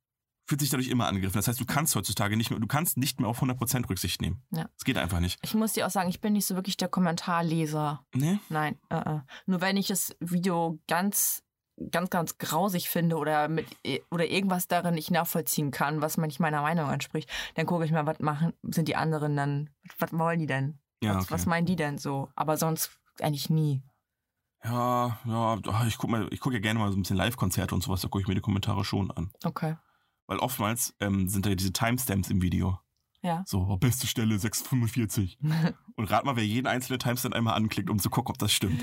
[SPEAKER 4] fühlt sich dadurch immer angegriffen. Das heißt, du kannst heutzutage nicht mehr, du kannst nicht mehr auf 100% Rücksicht nehmen.
[SPEAKER 5] Ja.
[SPEAKER 4] Es geht einfach nicht.
[SPEAKER 5] Ich muss dir auch sagen, ich bin nicht so wirklich der Kommentarleser.
[SPEAKER 4] Nee?
[SPEAKER 5] Nein, äh, äh. nur wenn ich das Video ganz, ganz, ganz grausig finde oder mit oder irgendwas darin nicht nachvollziehen kann, was man nicht meiner Meinung entspricht, dann gucke ich mal, was machen sind die anderen dann, was wollen die denn?
[SPEAKER 4] Ja,
[SPEAKER 5] was,
[SPEAKER 4] okay.
[SPEAKER 5] was meinen die denn so? Aber sonst eigentlich nie.
[SPEAKER 4] ja, ja, ah, ich guck mal, ich gucke ja gerne mal so ein bisschen Live-Konzerte und sowas, da gucke ich mir die Kommentare schon an.
[SPEAKER 5] Okay.
[SPEAKER 4] Weil oftmals ähm, sind da ja diese Timestamps im Video.
[SPEAKER 5] Ja. (laughs)
[SPEAKER 4] So, oh, beste Stelle 645. Und rat mal, wer jeden einzelnen Timestamp einmal anklickt, um zu gucken, ob das stimmt.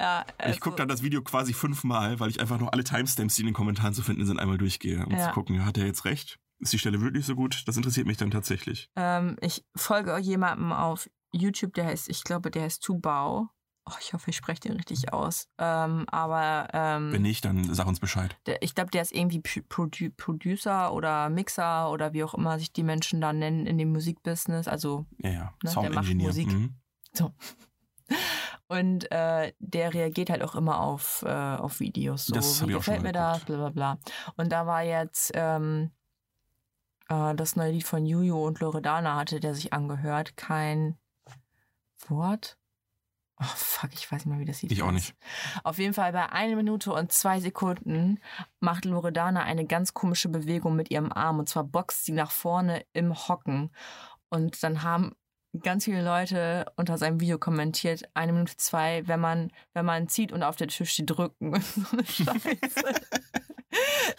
[SPEAKER 5] Ja, also,
[SPEAKER 4] ich gucke dann das Video quasi fünfmal, weil ich einfach nur alle Timestamps, die in den Kommentaren zu finden sind, einmal durchgehe, um
[SPEAKER 5] Ja.
[SPEAKER 4] zu gucken, hat er jetzt recht? Ist die Stelle wirklich so gut? Das interessiert mich dann tatsächlich.
[SPEAKER 5] ähm, ich folge jemandem auf YouTube, der heißt, ich glaube, der heißt Tubau. Oh, ich hoffe, ich spreche den richtig aus. Ähm, aber ähm,
[SPEAKER 4] Wenn nicht, dann sag uns Bescheid.
[SPEAKER 5] Der, ich glaube, der ist irgendwie P- Produ Producer oder Mixer oder wie auch immer sich die Menschen da nennen in dem Musikbusiness. Also
[SPEAKER 4] Ja, ja.
[SPEAKER 5] Ne,
[SPEAKER 4] Sound
[SPEAKER 5] der macht
[SPEAKER 4] Engineer.
[SPEAKER 5] Musik.
[SPEAKER 4] Mhm.
[SPEAKER 5] und äh, der reagiert halt auch immer auf, äh, auf Videos. So,
[SPEAKER 4] Das hab
[SPEAKER 5] wie
[SPEAKER 4] ich auch schon
[SPEAKER 5] gefällt mir
[SPEAKER 4] mal
[SPEAKER 5] das, bla bla bla. Und da war jetzt ähm, äh, das neue Lied von Juju und Loredana hatte der sich angehört. Kein Wort. Oh fuck, ich weiß nicht mal, wie das Lied
[SPEAKER 4] Ich auch
[SPEAKER 5] heißt.
[SPEAKER 4] nicht.
[SPEAKER 5] Auf jeden Fall bei einer Minute und zwei Sekunden macht Loredana eine ganz komische Bewegung mit ihrem Arm. Und zwar boxt sie nach vorne im Hocken. Und dann haben ganz viele Leute unter seinem Video kommentiert, eine Minute zwei, wenn man, wenn man zieht und auf der Tisch steht, drücken. (laughs) Und so eine Scheiße.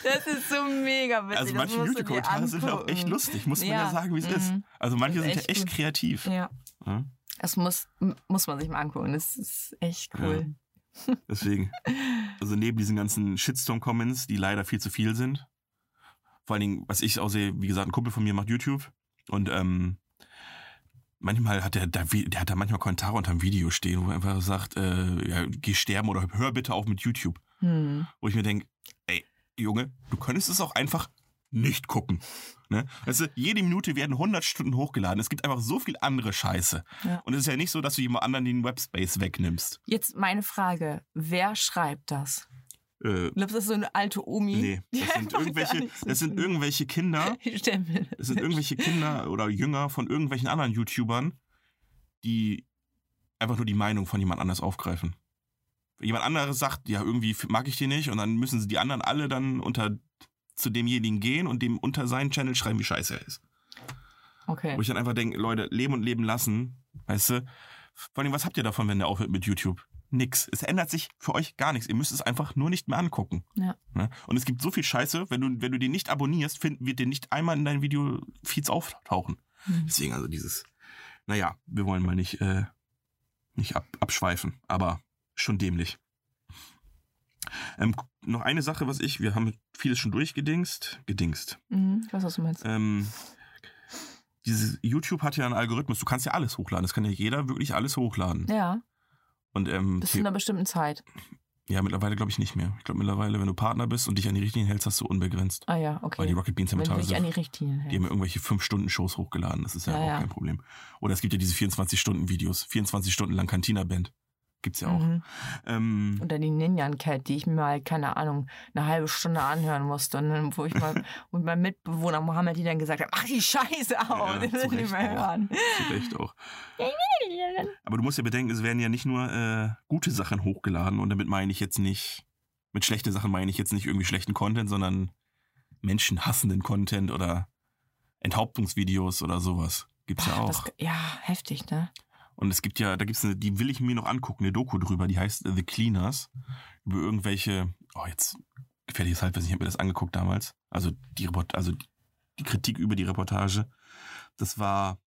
[SPEAKER 5] Das ist so mega witzig. Das
[SPEAKER 4] Also manche
[SPEAKER 5] musst du dir
[SPEAKER 4] YouTube-Kommentare sind auch echt
[SPEAKER 5] angucken.
[SPEAKER 4] lustig, muss man ja,
[SPEAKER 5] Ja,
[SPEAKER 4] sagen, wie es
[SPEAKER 5] mhm.
[SPEAKER 4] ist. Also manche
[SPEAKER 5] Das ist
[SPEAKER 4] sind ja
[SPEAKER 5] echt
[SPEAKER 4] echt
[SPEAKER 5] gut.
[SPEAKER 4] kreativ.
[SPEAKER 5] Ja,
[SPEAKER 4] Ja.
[SPEAKER 5] das muss, muss man sich mal angucken. Das ist echt cool.
[SPEAKER 4] Deswegen. Also neben diesen ganzen Shitstorm-Comments, die leider viel zu viel sind. Vor allen Dingen, was ich auch sehe, wie gesagt, ein Kumpel von mir macht YouTube und ähm, manchmal hat der, da, Vi- der hat da manchmal Kommentare unter dem Video stehen, wo er einfach sagt, äh, ja, geh sterben oder hör bitte auf mit YouTube.
[SPEAKER 5] Hm.
[SPEAKER 4] Wo ich mir denke, ey, Junge, du könntest es auch einfach nicht gucken. Ne? Weißt du, jede Minute werden 100 Stunden hochgeladen. Es gibt einfach so viel andere Scheiße.
[SPEAKER 5] Ja.
[SPEAKER 4] Und es ist ja nicht so, dass du jemand anderen den Webspace wegnimmst.
[SPEAKER 5] Jetzt meine Frage: Wer schreibt das?
[SPEAKER 4] Äh,
[SPEAKER 5] Ich glaube, das ist so eine alte Omi.
[SPEAKER 4] Nee,
[SPEAKER 5] (laughs) die
[SPEAKER 4] das sind
[SPEAKER 5] einfach gar
[SPEAKER 4] irgendwelche,
[SPEAKER 5] nichts zu
[SPEAKER 4] das sind
[SPEAKER 5] tun (laughs) hat.
[SPEAKER 4] irgendwelche Kinder,
[SPEAKER 5] Ich stell mir
[SPEAKER 4] das sind irgendwelche Kinder oder Jünger von irgendwelchen anderen YouTubern, die einfach nur die Meinung von jemand anders aufgreifen. Jemand anderes sagt, ja, irgendwie f- mag ich den nicht und dann müssen sie die anderen alle dann unter zu demjenigen gehen und dem unter seinen Channel schreiben, wie scheiße er ist.
[SPEAKER 5] Okay.
[SPEAKER 4] Wo ich dann einfach denke, Leute, leben und leben lassen, weißt du? Vor allem, was habt ihr davon, wenn der aufhört mit YouTube? Nix. Es ändert sich für euch gar nichts. Ihr müsst es einfach nur nicht mehr angucken.
[SPEAKER 5] Ja.
[SPEAKER 4] Ne? Und es gibt so viel Scheiße, wenn du, wenn du den nicht abonnierst, find, wird der nicht einmal in deinen Video-Feeds auftauchen.
[SPEAKER 5] Hm.
[SPEAKER 4] Deswegen also dieses, naja, wir wollen mal nicht, äh, nicht ab, abschweifen, aber schon dämlich. Ähm, noch eine Sache, was ich, wir haben vieles schon durchgedingst, gedingst,
[SPEAKER 5] Mhm, ich weiß, was du meinst.
[SPEAKER 4] ähm, dieses YouTube hat ja einen Algorithmus. Du kannst ja alles hochladen. Das kann ja jeder wirklich alles hochladen.
[SPEAKER 5] Ja,
[SPEAKER 4] Und ähm,
[SPEAKER 5] bis zu einer bestimmten Zeit.
[SPEAKER 4] ja, mittlerweile glaube ich nicht mehr. Ich glaube mittlerweile, wenn du Partner bist und dich an die Richtlinien hältst, hast du unbegrenzt.
[SPEAKER 5] Ah ja,
[SPEAKER 4] Weil
[SPEAKER 5] okay.
[SPEAKER 4] die Rocket Beans haben
[SPEAKER 5] Wenn du dich an die
[SPEAKER 4] teilweise,
[SPEAKER 5] Richtlinien
[SPEAKER 4] die haben
[SPEAKER 5] hältst.
[SPEAKER 4] ja irgendwelche 5-Stunden-Shows hochgeladen. Das ist ja,
[SPEAKER 5] Ja,
[SPEAKER 4] auch
[SPEAKER 5] ja.
[SPEAKER 4] kein Problem. Oder es gibt ja diese 24-Stunden-Videos. 24 Stunden lang Cantina-Band. Gibt's ja auch.
[SPEAKER 5] Mhm.
[SPEAKER 4] Ähm,
[SPEAKER 5] Oder die Ninjan Cat, die ich mir mal, keine Ahnung, eine halbe Stunde anhören musste. Und dann, wo ich mal
[SPEAKER 4] (laughs)
[SPEAKER 5] mit meinem Mitbewohner Mohammed die dann gesagt hat, mach die Scheiße auf,
[SPEAKER 4] Ja,
[SPEAKER 5] ich will
[SPEAKER 4] zu
[SPEAKER 5] nicht
[SPEAKER 4] Recht
[SPEAKER 5] mehr
[SPEAKER 4] auch.
[SPEAKER 5] hören.
[SPEAKER 4] (laughs) zu Recht auch. Aber du musst ja bedenken, es werden ja nicht nur äh, gute Sachen hochgeladen und damit meine ich jetzt nicht, mit schlechten Sachen meine ich jetzt nicht irgendwie schlechten Content, sondern menschenhassenden Content oder Enthauptungsvideos oder sowas. Gibt's ja
[SPEAKER 5] Boah,
[SPEAKER 4] auch.
[SPEAKER 5] das, ja, heftig, ne?
[SPEAKER 4] Und es gibt ja, da gibt's eine, die will ich mir noch angucken, eine Doku drüber, die heißt äh, The Cleaners. Über irgendwelche, oh, jetzt gefährliches Halbwissen, ich habe mir das angeguckt damals. Also die Report, also die Kritik über die Reportage. Das war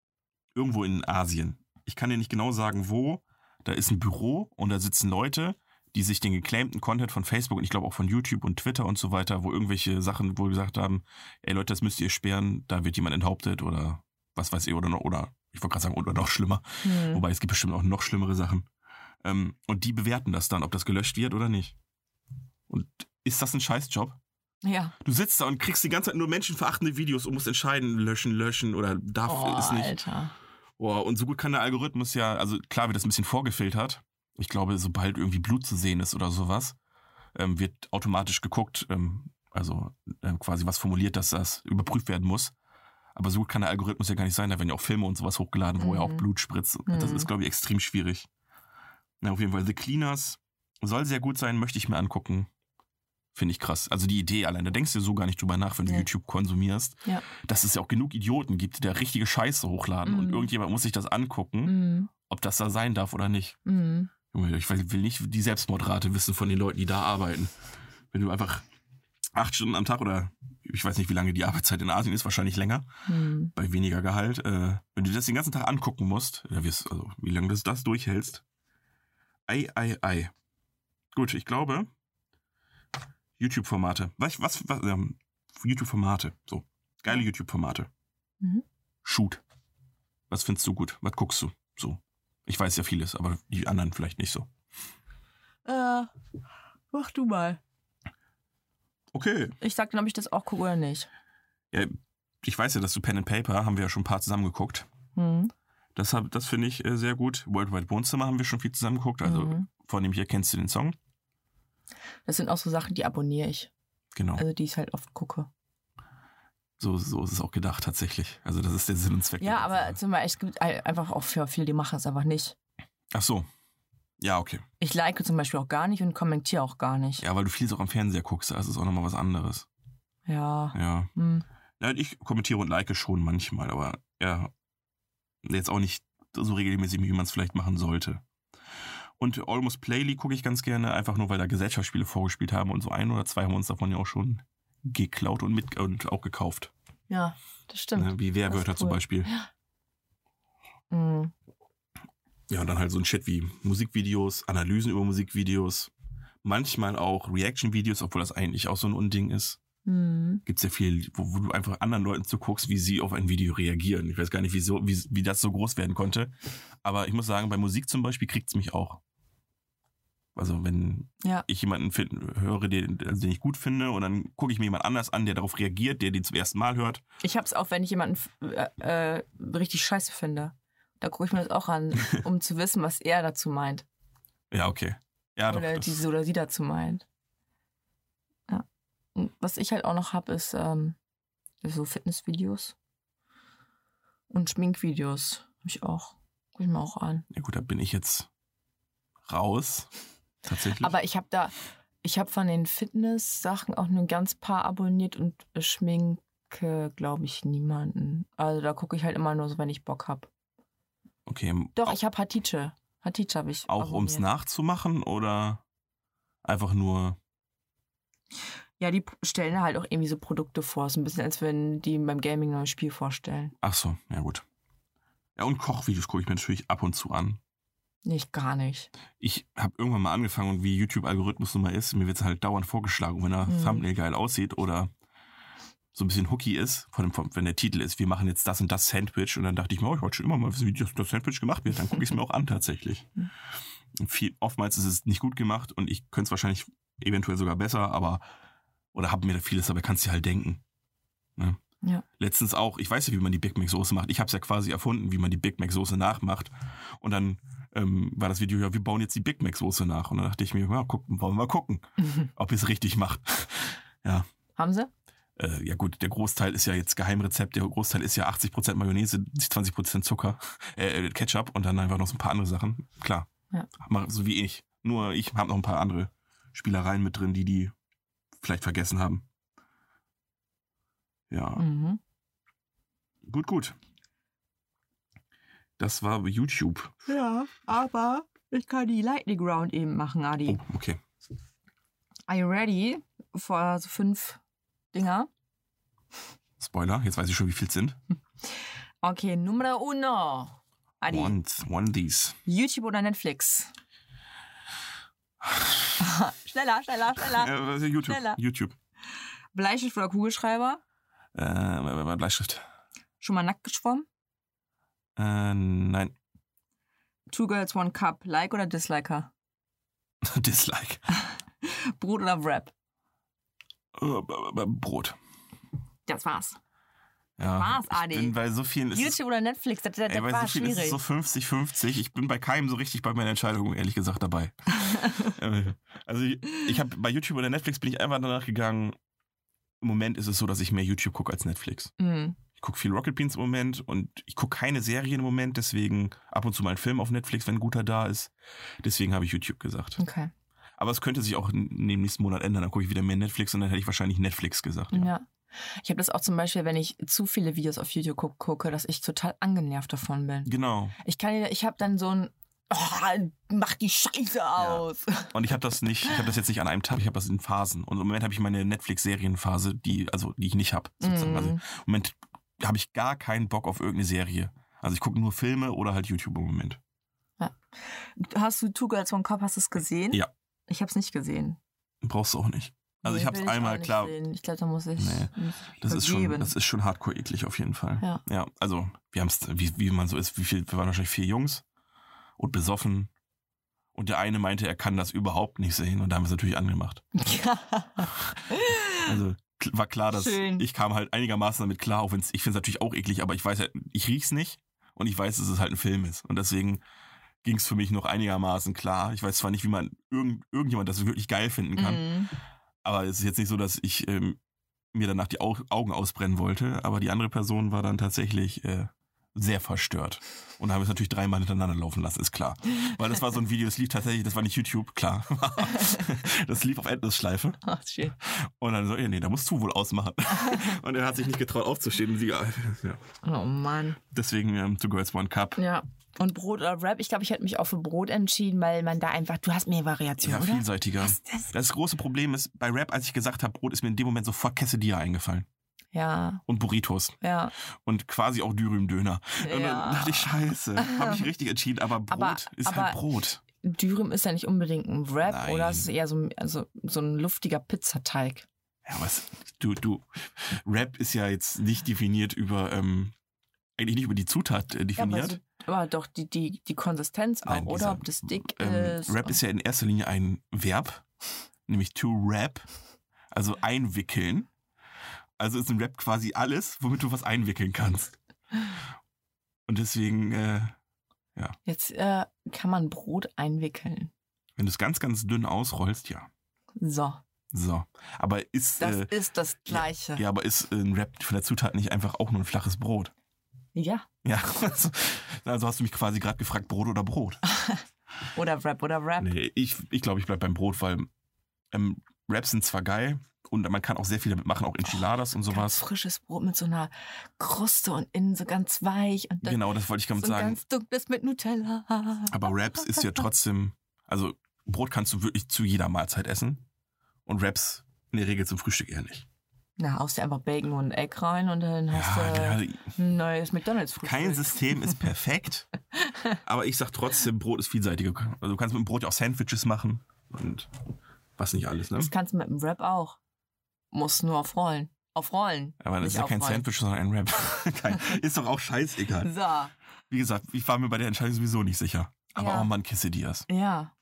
[SPEAKER 4] irgendwo in Asien. Ich kann dir nicht genau sagen, wo. Da ist ein Büro und da sitzen Leute, die sich den geclaimten Content von Facebook und ich glaube auch von YouTube und Twitter und so weiter, wo irgendwelche Sachen wohl gesagt haben, ey Leute, das müsst ihr sperren, da wird jemand enthauptet oder was weiß ich, oder, noch- oder ich wollte gerade sagen, oder noch schlimmer.
[SPEAKER 5] Hm.
[SPEAKER 4] Wobei es gibt bestimmt auch noch schlimmere Sachen. Ähm, und die bewerten das dann, ob das gelöscht wird oder nicht. Und ist das ein Scheißjob?
[SPEAKER 5] ja.
[SPEAKER 4] Du sitzt da und kriegst die ganze Zeit nur menschenverachtende Videos und musst entscheiden, löschen, löschen oder darf
[SPEAKER 5] Oh,
[SPEAKER 4] es nicht.
[SPEAKER 5] Alter.
[SPEAKER 4] Boah, Oh, und so gut kann der Algorithmus ja, also klar wird das ein bisschen vorgefiltert. Ich glaube, sobald irgendwie Blut zu sehen ist oder sowas, ähm, wird automatisch geguckt, ähm, also ähm, quasi was formuliert, dass das überprüft werden muss. Aber so gut kann der Algorithmus ja gar nicht sein. Da werden ja auch Filme und sowas hochgeladen, wo ja auch
[SPEAKER 5] Mhm.
[SPEAKER 4] Blut spritzt. Das
[SPEAKER 5] Mhm.
[SPEAKER 4] ist, glaube ich, extrem schwierig. Na, auf jeden Fall, The Cleaners soll sehr gut sein, möchte ich mir angucken. Finde ich krass. Also die Idee allein, da denkst du so gar nicht drüber nach, wenn du
[SPEAKER 5] Nee.
[SPEAKER 4] YouTube konsumierst,
[SPEAKER 5] Ja.
[SPEAKER 4] dass es ja auch genug Idioten gibt, die da richtige Scheiße hochladen und
[SPEAKER 5] Mhm.
[SPEAKER 4] irgendjemand muss sich das angucken,
[SPEAKER 5] Mhm.
[SPEAKER 4] ob das da sein darf oder nicht.
[SPEAKER 5] Mhm.
[SPEAKER 4] Junge, ich will will nicht die Selbstmordrate wissen von den Leuten, die da arbeiten. Wenn du einfach acht Stunden am Tag oder ich weiß nicht, wie lange die Arbeitszeit in Asien ist, wahrscheinlich länger,
[SPEAKER 5] Mhm.
[SPEAKER 4] bei weniger Gehalt, äh, wenn du das den ganzen Tag angucken musst, ja, wie es- also wie lange das, das durchhältst. Ei, ei, ei. Gut, ich glaube, YouTube-Formate. Was, was, was ähm, YouTube-Formate. So, geile YouTube-Formate.
[SPEAKER 5] Mhm.
[SPEAKER 4] Shoot. Was findest du gut? Was guckst du? So. Ich weiß ja vieles, aber die anderen vielleicht nicht so.
[SPEAKER 5] Äh, mach du mal.
[SPEAKER 4] Okay.
[SPEAKER 5] Ich sag dann, ob ich das auch gucke oder nicht.
[SPEAKER 4] Ja, ich weiß ja, dass du Pen and Paper haben wir ja schon ein paar zusammengeguckt.
[SPEAKER 5] Mhm.
[SPEAKER 4] Das, hab- das finde ich äh, sehr gut. Worldwide Wohnzimmer haben wir schon viel zusammengeguckt. Also
[SPEAKER 5] Mhm.
[SPEAKER 4] vornehmlich erkennst du den Song.
[SPEAKER 5] Das sind auch so Sachen, die abonniere ich.
[SPEAKER 4] Genau.
[SPEAKER 5] Also die ich halt oft gucke.
[SPEAKER 4] so, so ist es auch gedacht tatsächlich. Also das ist der Sinn und Zweck. der
[SPEAKER 5] Ja,
[SPEAKER 4] ganzen
[SPEAKER 5] aber
[SPEAKER 4] Sache.
[SPEAKER 5] zum Beispiel, es gibt ein- einfach auch für viele, die machen es einfach nicht.
[SPEAKER 4] Ach so. Ja, okay.
[SPEAKER 5] Ich like zum Beispiel auch gar nicht und kommentiere auch gar nicht.
[SPEAKER 4] Ja, weil du vieles auch am Fernseher guckst. Das ist auch nochmal was anderes.
[SPEAKER 5] Ja.
[SPEAKER 4] Ja.
[SPEAKER 5] Hm.
[SPEAKER 4] ja. Ich kommentiere und like schon manchmal, aber ja, jetzt auch nicht so regelmäßig, wie man es vielleicht machen sollte. Und Almost Playly gucke ich ganz gerne, einfach nur, weil da Gesellschaftsspiele vorgespielt haben und so ein oder zwei haben uns davon ja auch schon geklaut und mit und auch gekauft.
[SPEAKER 5] Ja, das stimmt.
[SPEAKER 4] Ne? Wie Werwörter
[SPEAKER 5] Das ist
[SPEAKER 4] zum
[SPEAKER 5] cool.
[SPEAKER 4] Beispiel.
[SPEAKER 5] Mhm.
[SPEAKER 4] Ja, und dann halt so ein Shit wie Musikvideos, Analysen über Musikvideos, manchmal auch Reaction-Videos, obwohl das eigentlich auch so ein Unding ist.
[SPEAKER 5] Mhm.
[SPEAKER 4] Gibt's ja viel, wo, wo du einfach anderen Leuten zuguckst, wie sie auf ein Video reagieren. Ich weiß gar nicht, wie, so, wie, wie das so groß werden konnte. Aber ich muss sagen, bei Musik zum Beispiel kriegt's mich auch. Also wenn
[SPEAKER 5] Ja.
[SPEAKER 4] ich jemanden find, höre, den, also den ich gut finde, und dann gucke ich mir jemand anders an, der darauf reagiert, der den zum ersten Mal hört.
[SPEAKER 5] Ich hab's auch, wenn ich jemanden f- äh, äh, richtig scheiße finde. Da gucke ich mir das auch
[SPEAKER 4] (laughs)
[SPEAKER 5] an, um zu wissen, was er dazu meint.
[SPEAKER 4] Ja, okay. Ja, doch.
[SPEAKER 5] oder
[SPEAKER 4] das-
[SPEAKER 5] diese oder sie dazu meint. Ja. Und was ich halt auch noch habe, ist ähm, so Fitnessvideos und Schminkvideos. Hab ich auch. Guck ich mir auch an.
[SPEAKER 4] ja gut, da bin ich jetzt raus. Tatsächlich.
[SPEAKER 5] Aber ich habe da, ich habe von den Fitness-Sachen auch nur ein ganz paar abonniert und äh, schminke, glaube ich, niemanden. Also da gucke ich halt immer nur so, wenn ich Bock habe.
[SPEAKER 4] okay.
[SPEAKER 5] Doch,
[SPEAKER 4] au-
[SPEAKER 5] ich habe Hatice. Hatice habe ich.
[SPEAKER 4] Auch ums
[SPEAKER 5] abonniert.
[SPEAKER 4] nachzumachen oder einfach nur.
[SPEAKER 5] Ja, die p- stellen halt auch irgendwie so Produkte vor. So ein bisschen, als wenn die beim Gaming ein neues Spiel vorstellen.
[SPEAKER 4] Ach so, ja gut. Ja, und Kochvideos gucke ich mir natürlich ab und zu an.
[SPEAKER 5] Nicht gar nicht. (laughs)
[SPEAKER 4] Ich habe irgendwann mal angefangen und wie YouTube-Algorithmus nun mal ist, mir wird es halt dauernd vorgeschlagen, wenn der
[SPEAKER 5] Mhm.
[SPEAKER 4] Thumbnail geil aussieht oder so ein bisschen hooky ist, von dem, von, wenn der Titel ist, wir machen jetzt das und das Sandwich und dann dachte ich mir, oh, ich wollte schon immer mal wissen, wie das, das Sandwich gemacht wird, dann gucke ich es mir auch an tatsächlich.
[SPEAKER 5] Mhm.
[SPEAKER 4] Und Viel, oftmals ist es nicht gut gemacht und ich könnte es wahrscheinlich eventuell sogar besser, aber oder habe mir da vieles, aber kannst dir halt denken. Ne?
[SPEAKER 5] Ja.
[SPEAKER 4] Letztens auch, ich weiß ja, wie man die Big Mac Soße macht. Ich habe es ja quasi erfunden, wie man die Big Mac Soße nachmacht. Und dann ähm, war das Video, ja, wir bauen jetzt die Big Mac-Soße nach. Und dann dachte ich mir, ja, gucken, wollen wir mal gucken, ob ihr es richtig macht. (laughs)
[SPEAKER 5] Haben sie?
[SPEAKER 4] Äh, ja gut, der Großteil ist ja jetzt Geheimrezept, der Großteil ist ja 80% Mayonnaise, 20% Zucker, (laughs) äh, äh, Ketchup und dann einfach noch so ein paar andere Sachen. Klar,
[SPEAKER 5] Ja.
[SPEAKER 4] Mach- so wie ich. Nur ich habe noch ein paar andere Spielereien mit drin, die die vielleicht vergessen haben. Ja,
[SPEAKER 5] Mhm.
[SPEAKER 4] gut, gut. Das war YouTube.
[SPEAKER 5] Ja, aber ich kann die Lightning Round eben machen, Adi.
[SPEAKER 4] Oh, okay.
[SPEAKER 5] Are you ready? Vor so fünf Dinger.
[SPEAKER 4] Spoiler, jetzt weiß ich schon, wie viel es sind.
[SPEAKER 5] Okay, Nummer uno. Adi,
[SPEAKER 4] Und one these.
[SPEAKER 5] YouTube oder Netflix? (laughs) schneller, schneller, schneller.
[SPEAKER 4] Äh, also YouTube.
[SPEAKER 5] Ah, schneller.
[SPEAKER 4] YouTube.
[SPEAKER 5] Bleistift oder Kugelschreiber?
[SPEAKER 4] Äh, Bleistift.
[SPEAKER 5] Schon mal nackt geschwommen?
[SPEAKER 4] Äh, nein. (laughs)
[SPEAKER 5] Two Girls, One Cup. Like oder Disliker?
[SPEAKER 4] Dislike.
[SPEAKER 5] Brot oder Wrap?
[SPEAKER 4] Äh, b- b- Brot.
[SPEAKER 5] Das war's.
[SPEAKER 4] Ja,
[SPEAKER 5] War's,
[SPEAKER 4] ich
[SPEAKER 5] Adi?
[SPEAKER 4] bin bei so vielen. Es ist,
[SPEAKER 5] YouTube oder Netflix? Das, das,
[SPEAKER 4] ey,
[SPEAKER 5] das
[SPEAKER 4] bei
[SPEAKER 5] war
[SPEAKER 4] so vielen ist es
[SPEAKER 5] schwierig.
[SPEAKER 4] so 50-50. Ich bin bei keinem so richtig bei meiner Entscheidung, ehrlich
[SPEAKER 5] (laughs)
[SPEAKER 4] gesagt, dabei. Äh, also, ich, ich habe bei YouTube oder Netflix bin ich einfach danach gegangen. Im Moment ist es so, dass ich mehr YouTube gucke als Netflix.
[SPEAKER 5] Mhm.
[SPEAKER 4] Ich gucke viel Rocket Beans im Moment und ich gucke keine Serien im Moment, deswegen ab und zu mal einen Film auf Netflix, wenn ein guter da ist. Deswegen habe ich YouTube gesagt.
[SPEAKER 5] Okay.
[SPEAKER 4] Aber es könnte sich auch in dem nächsten Monat ändern. Dann gucke ich wieder mehr Netflix und dann hätte ich wahrscheinlich Netflix gesagt.
[SPEAKER 5] Ja.
[SPEAKER 4] Ja.
[SPEAKER 5] Ich habe das auch zum Beispiel, wenn ich zu viele Videos auf YouTube gu gucke, dass ich total angenervt davon bin.
[SPEAKER 4] Genau.
[SPEAKER 5] Ich kann, ich habe dann so ein, oh, mach die Scheiße aus.
[SPEAKER 4] Und ich habe das nicht, ich habe das jetzt nicht an einem Tag, ich habe das in Phasen. Und im Moment habe ich meine Netflix-Serienphase, die, also die ich nicht habe. sozusagen. Also im
[SPEAKER 5] Mhm.
[SPEAKER 4] Moment habe ich gar keinen Bock auf irgendeine Serie. Also ich gucke nur Filme oder halt YouTube im Moment.
[SPEAKER 5] Hast du Two Girls One Cup, hast du es gesehen?
[SPEAKER 4] Ja.
[SPEAKER 5] Ich habe es nicht gesehen.
[SPEAKER 4] Brauchst du auch nicht. Also
[SPEAKER 5] Nee,
[SPEAKER 4] ich habe
[SPEAKER 5] will
[SPEAKER 4] es
[SPEAKER 5] auch
[SPEAKER 4] einmal,
[SPEAKER 5] nicht
[SPEAKER 4] klar,
[SPEAKER 5] Sehen. Ich glaube, da muss ich.
[SPEAKER 4] Nee,
[SPEAKER 5] muss ich
[SPEAKER 4] das ist, schon,
[SPEAKER 5] übergeben.
[SPEAKER 4] das ist schon hardcore eklig auf jeden Fall.
[SPEAKER 5] Ja.
[SPEAKER 4] also wir haben es, wie, wie man so ist, wie viel, wir waren wahrscheinlich vier Jungs und besoffen. Und der eine meinte, er kann das überhaupt nicht sehen. Und da haben wir es natürlich angemacht. Also kl- war klar, dass
[SPEAKER 5] Schön.
[SPEAKER 4] ich kam halt einigermaßen damit klar, auch wenn's, ich finde es natürlich auch eklig, aber ich weiß halt, ich riech's nicht und ich weiß, dass es halt ein Film ist. Und deswegen ging es für mich noch einigermaßen klar. Ich weiß zwar nicht, wie man irgend, irgendjemand das wirklich geil finden (laughs) kann,
[SPEAKER 5] Mhm.
[SPEAKER 4] aber es ist jetzt nicht so, dass ich ähm, mir danach die Au Augen ausbrennen wollte, aber die andere Person war dann tatsächlich äh, sehr verstört. Und haben es natürlich dreimal hintereinander laufen lassen, ist klar. Weil das war so ein Video, das lief tatsächlich, das war nicht YouTube, klar. (laughs) das lief auf Endlosschleife.
[SPEAKER 5] Ach, schön.
[SPEAKER 4] Und dann so, ja, nee, da musst du wohl ausmachen. und er hat sich nicht getraut aufzustehen. Und sie, ja.
[SPEAKER 5] Oh Mann.
[SPEAKER 4] Deswegen ähm, Two Girls One Cup.
[SPEAKER 5] Ja. Und Brot oder Wrap? Ich glaube, ich hätte mich auch für Brot entschieden, weil man da einfach, du hast mehr Variation,
[SPEAKER 4] Ja,
[SPEAKER 5] oder?
[SPEAKER 4] vielseitiger.
[SPEAKER 5] das-
[SPEAKER 4] Das große Problem ist, bei Rap, als ich gesagt habe, Brot, ist mir in dem Moment sofort Quesadilla eingefallen.
[SPEAKER 5] Ja,
[SPEAKER 4] Und Burritos.
[SPEAKER 5] ja.
[SPEAKER 4] Und quasi auch Dürüm-Döner. Und
[SPEAKER 5] Ja.
[SPEAKER 4] dann dachte ich, scheiße, habe ich richtig entschieden. Aber Brot
[SPEAKER 5] Aber-
[SPEAKER 4] ist
[SPEAKER 5] aber-
[SPEAKER 4] halt Brot.
[SPEAKER 5] Dürüm ist ja nicht unbedingt ein Wrap,
[SPEAKER 4] Nein.
[SPEAKER 5] oder? Es ist eher so, ein- also, so ein luftiger Pizzateig.
[SPEAKER 4] Ja, was, du, du, Rap ist ja jetzt nicht definiert über, ähm, eigentlich nicht über die Zutat äh,
[SPEAKER 5] Ja, aber,
[SPEAKER 4] definiert.
[SPEAKER 5] so, aber doch die, die, die Konsistenz auch,
[SPEAKER 4] Nein,
[SPEAKER 5] oder?
[SPEAKER 4] dieser,
[SPEAKER 5] Ob das dick
[SPEAKER 4] ähm,
[SPEAKER 5] ist.
[SPEAKER 4] Rap ist ja in erster Linie ein Verb, nämlich to wrap, also einwickeln. Also ist ein Rap quasi alles, womit du was einwickeln kannst. Und deswegen, äh,
[SPEAKER 5] Jetzt äh, kann man Brot einwickeln.
[SPEAKER 4] wenn du es ganz, ganz dünn ausrollst, ja.
[SPEAKER 5] So,
[SPEAKER 4] So. Aber ist,
[SPEAKER 5] das
[SPEAKER 4] äh,
[SPEAKER 5] ist das Gleiche.
[SPEAKER 4] ja, aber ist äh, ein Rap von der Zutat nicht einfach auch nur ein flaches Brot?
[SPEAKER 5] Ja.
[SPEAKER 4] Ja, (laughs) also, also hast du mich quasi gerade gefragt, Brot oder Brot?
[SPEAKER 5] Ah. Oder Wrap oder Wrap.
[SPEAKER 4] Nee, ich glaube, ich, glaub, ich bleibe beim Brot, weil ähm, Raps sind zwar geil und man kann auch sehr viel damit machen, auch Enchiladas und
[SPEAKER 5] Ganz
[SPEAKER 4] sowas.
[SPEAKER 5] frisches Brot mit so einer Kruste und innen so ganz weich und dann
[SPEAKER 4] Genau, das wollte ich damit
[SPEAKER 5] so ein
[SPEAKER 4] sagen.
[SPEAKER 5] ganz dunkles mit Nutella.
[SPEAKER 4] Aber Wraps ist ja trotzdem, also Brot kannst du wirklich zu jeder Mahlzeit essen und Wraps in der Regel zum Frühstück eher nicht.
[SPEAKER 5] Na, haust dir einfach Bacon und Egg rein und dann hast
[SPEAKER 4] Ja,
[SPEAKER 5] du
[SPEAKER 4] ja,
[SPEAKER 5] ein neues McDonalds-Frühstück.
[SPEAKER 4] kein System ist
[SPEAKER 5] (laughs)
[SPEAKER 4] perfekt, aber ich sag trotzdem, Brot ist vielseitiger. Also du kannst mit dem Brot ja auch Sandwiches machen und was nicht alles, ne?
[SPEAKER 5] Das kannst du mit dem Wrap auch. Musst nur auf Rollen. Auf Rollen.
[SPEAKER 4] Aber das ist
[SPEAKER 5] nicht
[SPEAKER 4] ja
[SPEAKER 5] auf
[SPEAKER 4] kein
[SPEAKER 5] Rollen.
[SPEAKER 4] Sandwich, sondern ein Wrap. (laughs) Kein- ist doch auch scheißegal.
[SPEAKER 5] So.
[SPEAKER 4] Wie gesagt, ich war mir bei der Entscheidung sowieso nicht sicher. Aber
[SPEAKER 5] Ja.
[SPEAKER 4] oh Mann, Quesadillas.
[SPEAKER 5] Ja.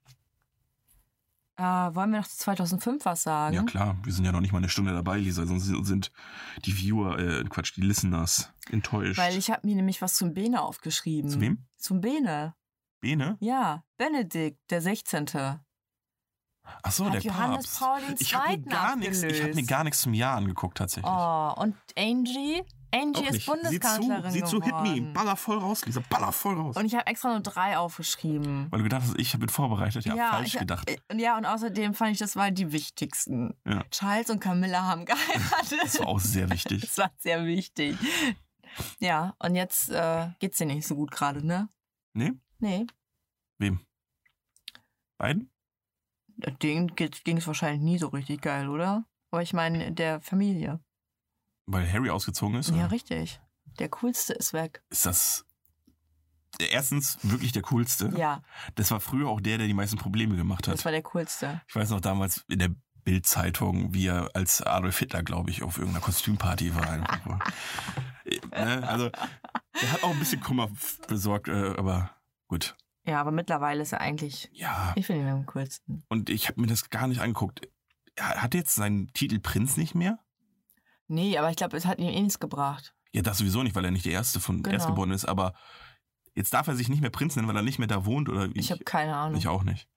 [SPEAKER 5] Äh, wollen wir noch zu 2005 was sagen?
[SPEAKER 4] Ja klar, wir sind ja noch nicht mal eine Stunde dabei, Lisa, sonst sind- sind die Viewer, äh, Quatsch, die Listeners enttäuscht.
[SPEAKER 5] Weil ich habe mir nämlich was zum Bene aufgeschrieben.
[SPEAKER 4] Zu wem?
[SPEAKER 5] Zum Bene.
[SPEAKER 4] Bene?
[SPEAKER 5] Ja, Benedikt, der 16.
[SPEAKER 4] Ach so,
[SPEAKER 5] Hat
[SPEAKER 4] der
[SPEAKER 5] Johannes
[SPEAKER 4] Papst.
[SPEAKER 5] Paul den
[SPEAKER 4] ich habe mir
[SPEAKER 5] Zweiten
[SPEAKER 4] gar nichts, ich habe mir
[SPEAKER 5] abgelöst.
[SPEAKER 4] gar nichts zum Jahr angeguckt tatsächlich.
[SPEAKER 5] Oh, und Angie? Angie
[SPEAKER 4] Auch
[SPEAKER 5] ist
[SPEAKER 4] nicht. Sieh zu,
[SPEAKER 5] Bundeskanzlerin
[SPEAKER 4] sieh zu, hit
[SPEAKER 5] geworden.
[SPEAKER 4] me, baller voll raus, Lisa, baller voll raus.
[SPEAKER 5] Und ich habe extra nur drei aufgeschrieben.
[SPEAKER 4] Weil du gedacht hast, ich bin vorbereitet, ja, falsch
[SPEAKER 5] ich,
[SPEAKER 4] gedacht.
[SPEAKER 5] äh, Ja, und außerdem fand ich, das waren die wichtigsten.
[SPEAKER 4] Ja.
[SPEAKER 5] Charles und Camilla haben (laughs) geheiratet.
[SPEAKER 4] Das war auch
[SPEAKER 5] (laughs)
[SPEAKER 4] sehr wichtig.
[SPEAKER 5] Das war sehr wichtig. Ja, und jetzt äh, geht's dir nicht so gut gerade, ne?
[SPEAKER 4] Nee?
[SPEAKER 5] Nee,
[SPEAKER 4] Wem? Beiden?
[SPEAKER 5] denen ging es wahrscheinlich nie so richtig geil, oder? Aber ich meine, der Familie.
[SPEAKER 4] Weil Harry ausgezogen ist?
[SPEAKER 5] Ja,
[SPEAKER 4] oder?
[SPEAKER 5] richtig. Der Coolste ist weg.
[SPEAKER 4] ist das erstens wirklich der coolste.
[SPEAKER 5] Ja,
[SPEAKER 4] Das war früher auch der, der die meisten Probleme gemacht
[SPEAKER 5] das
[SPEAKER 4] hat.
[SPEAKER 5] war der Coolste.
[SPEAKER 4] Ich weiß noch damals in der Bild-Zeitung, wie er als Adolf Hitler, glaube ich, auf irgendeiner Kostümparty war.
[SPEAKER 5] (laughs)
[SPEAKER 4] Einfach nur. Äh, ne? Also, der hat auch ein bisschen Kummer f- besorgt, äh, aber gut.
[SPEAKER 5] Ja, aber mittlerweile ist er eigentlich.
[SPEAKER 4] Ja,
[SPEAKER 5] Ich finde ihn am coolsten.
[SPEAKER 4] und ich habe mir das gar nicht angeguckt. Er Hat jetzt seinen Titel Prinz nicht mehr?
[SPEAKER 5] Nee, aber ich glaube, es hat ihm eh nichts gebracht.
[SPEAKER 4] Ja, das sowieso nicht, weil er nicht der Erste von
[SPEAKER 5] Genau.
[SPEAKER 4] Erstgeborenen ist, aber jetzt darf er sich nicht mehr Prinz nennen, weil er nicht mehr da wohnt oder wie
[SPEAKER 5] Ich, habe keine Ahnung.
[SPEAKER 4] Ich auch nicht.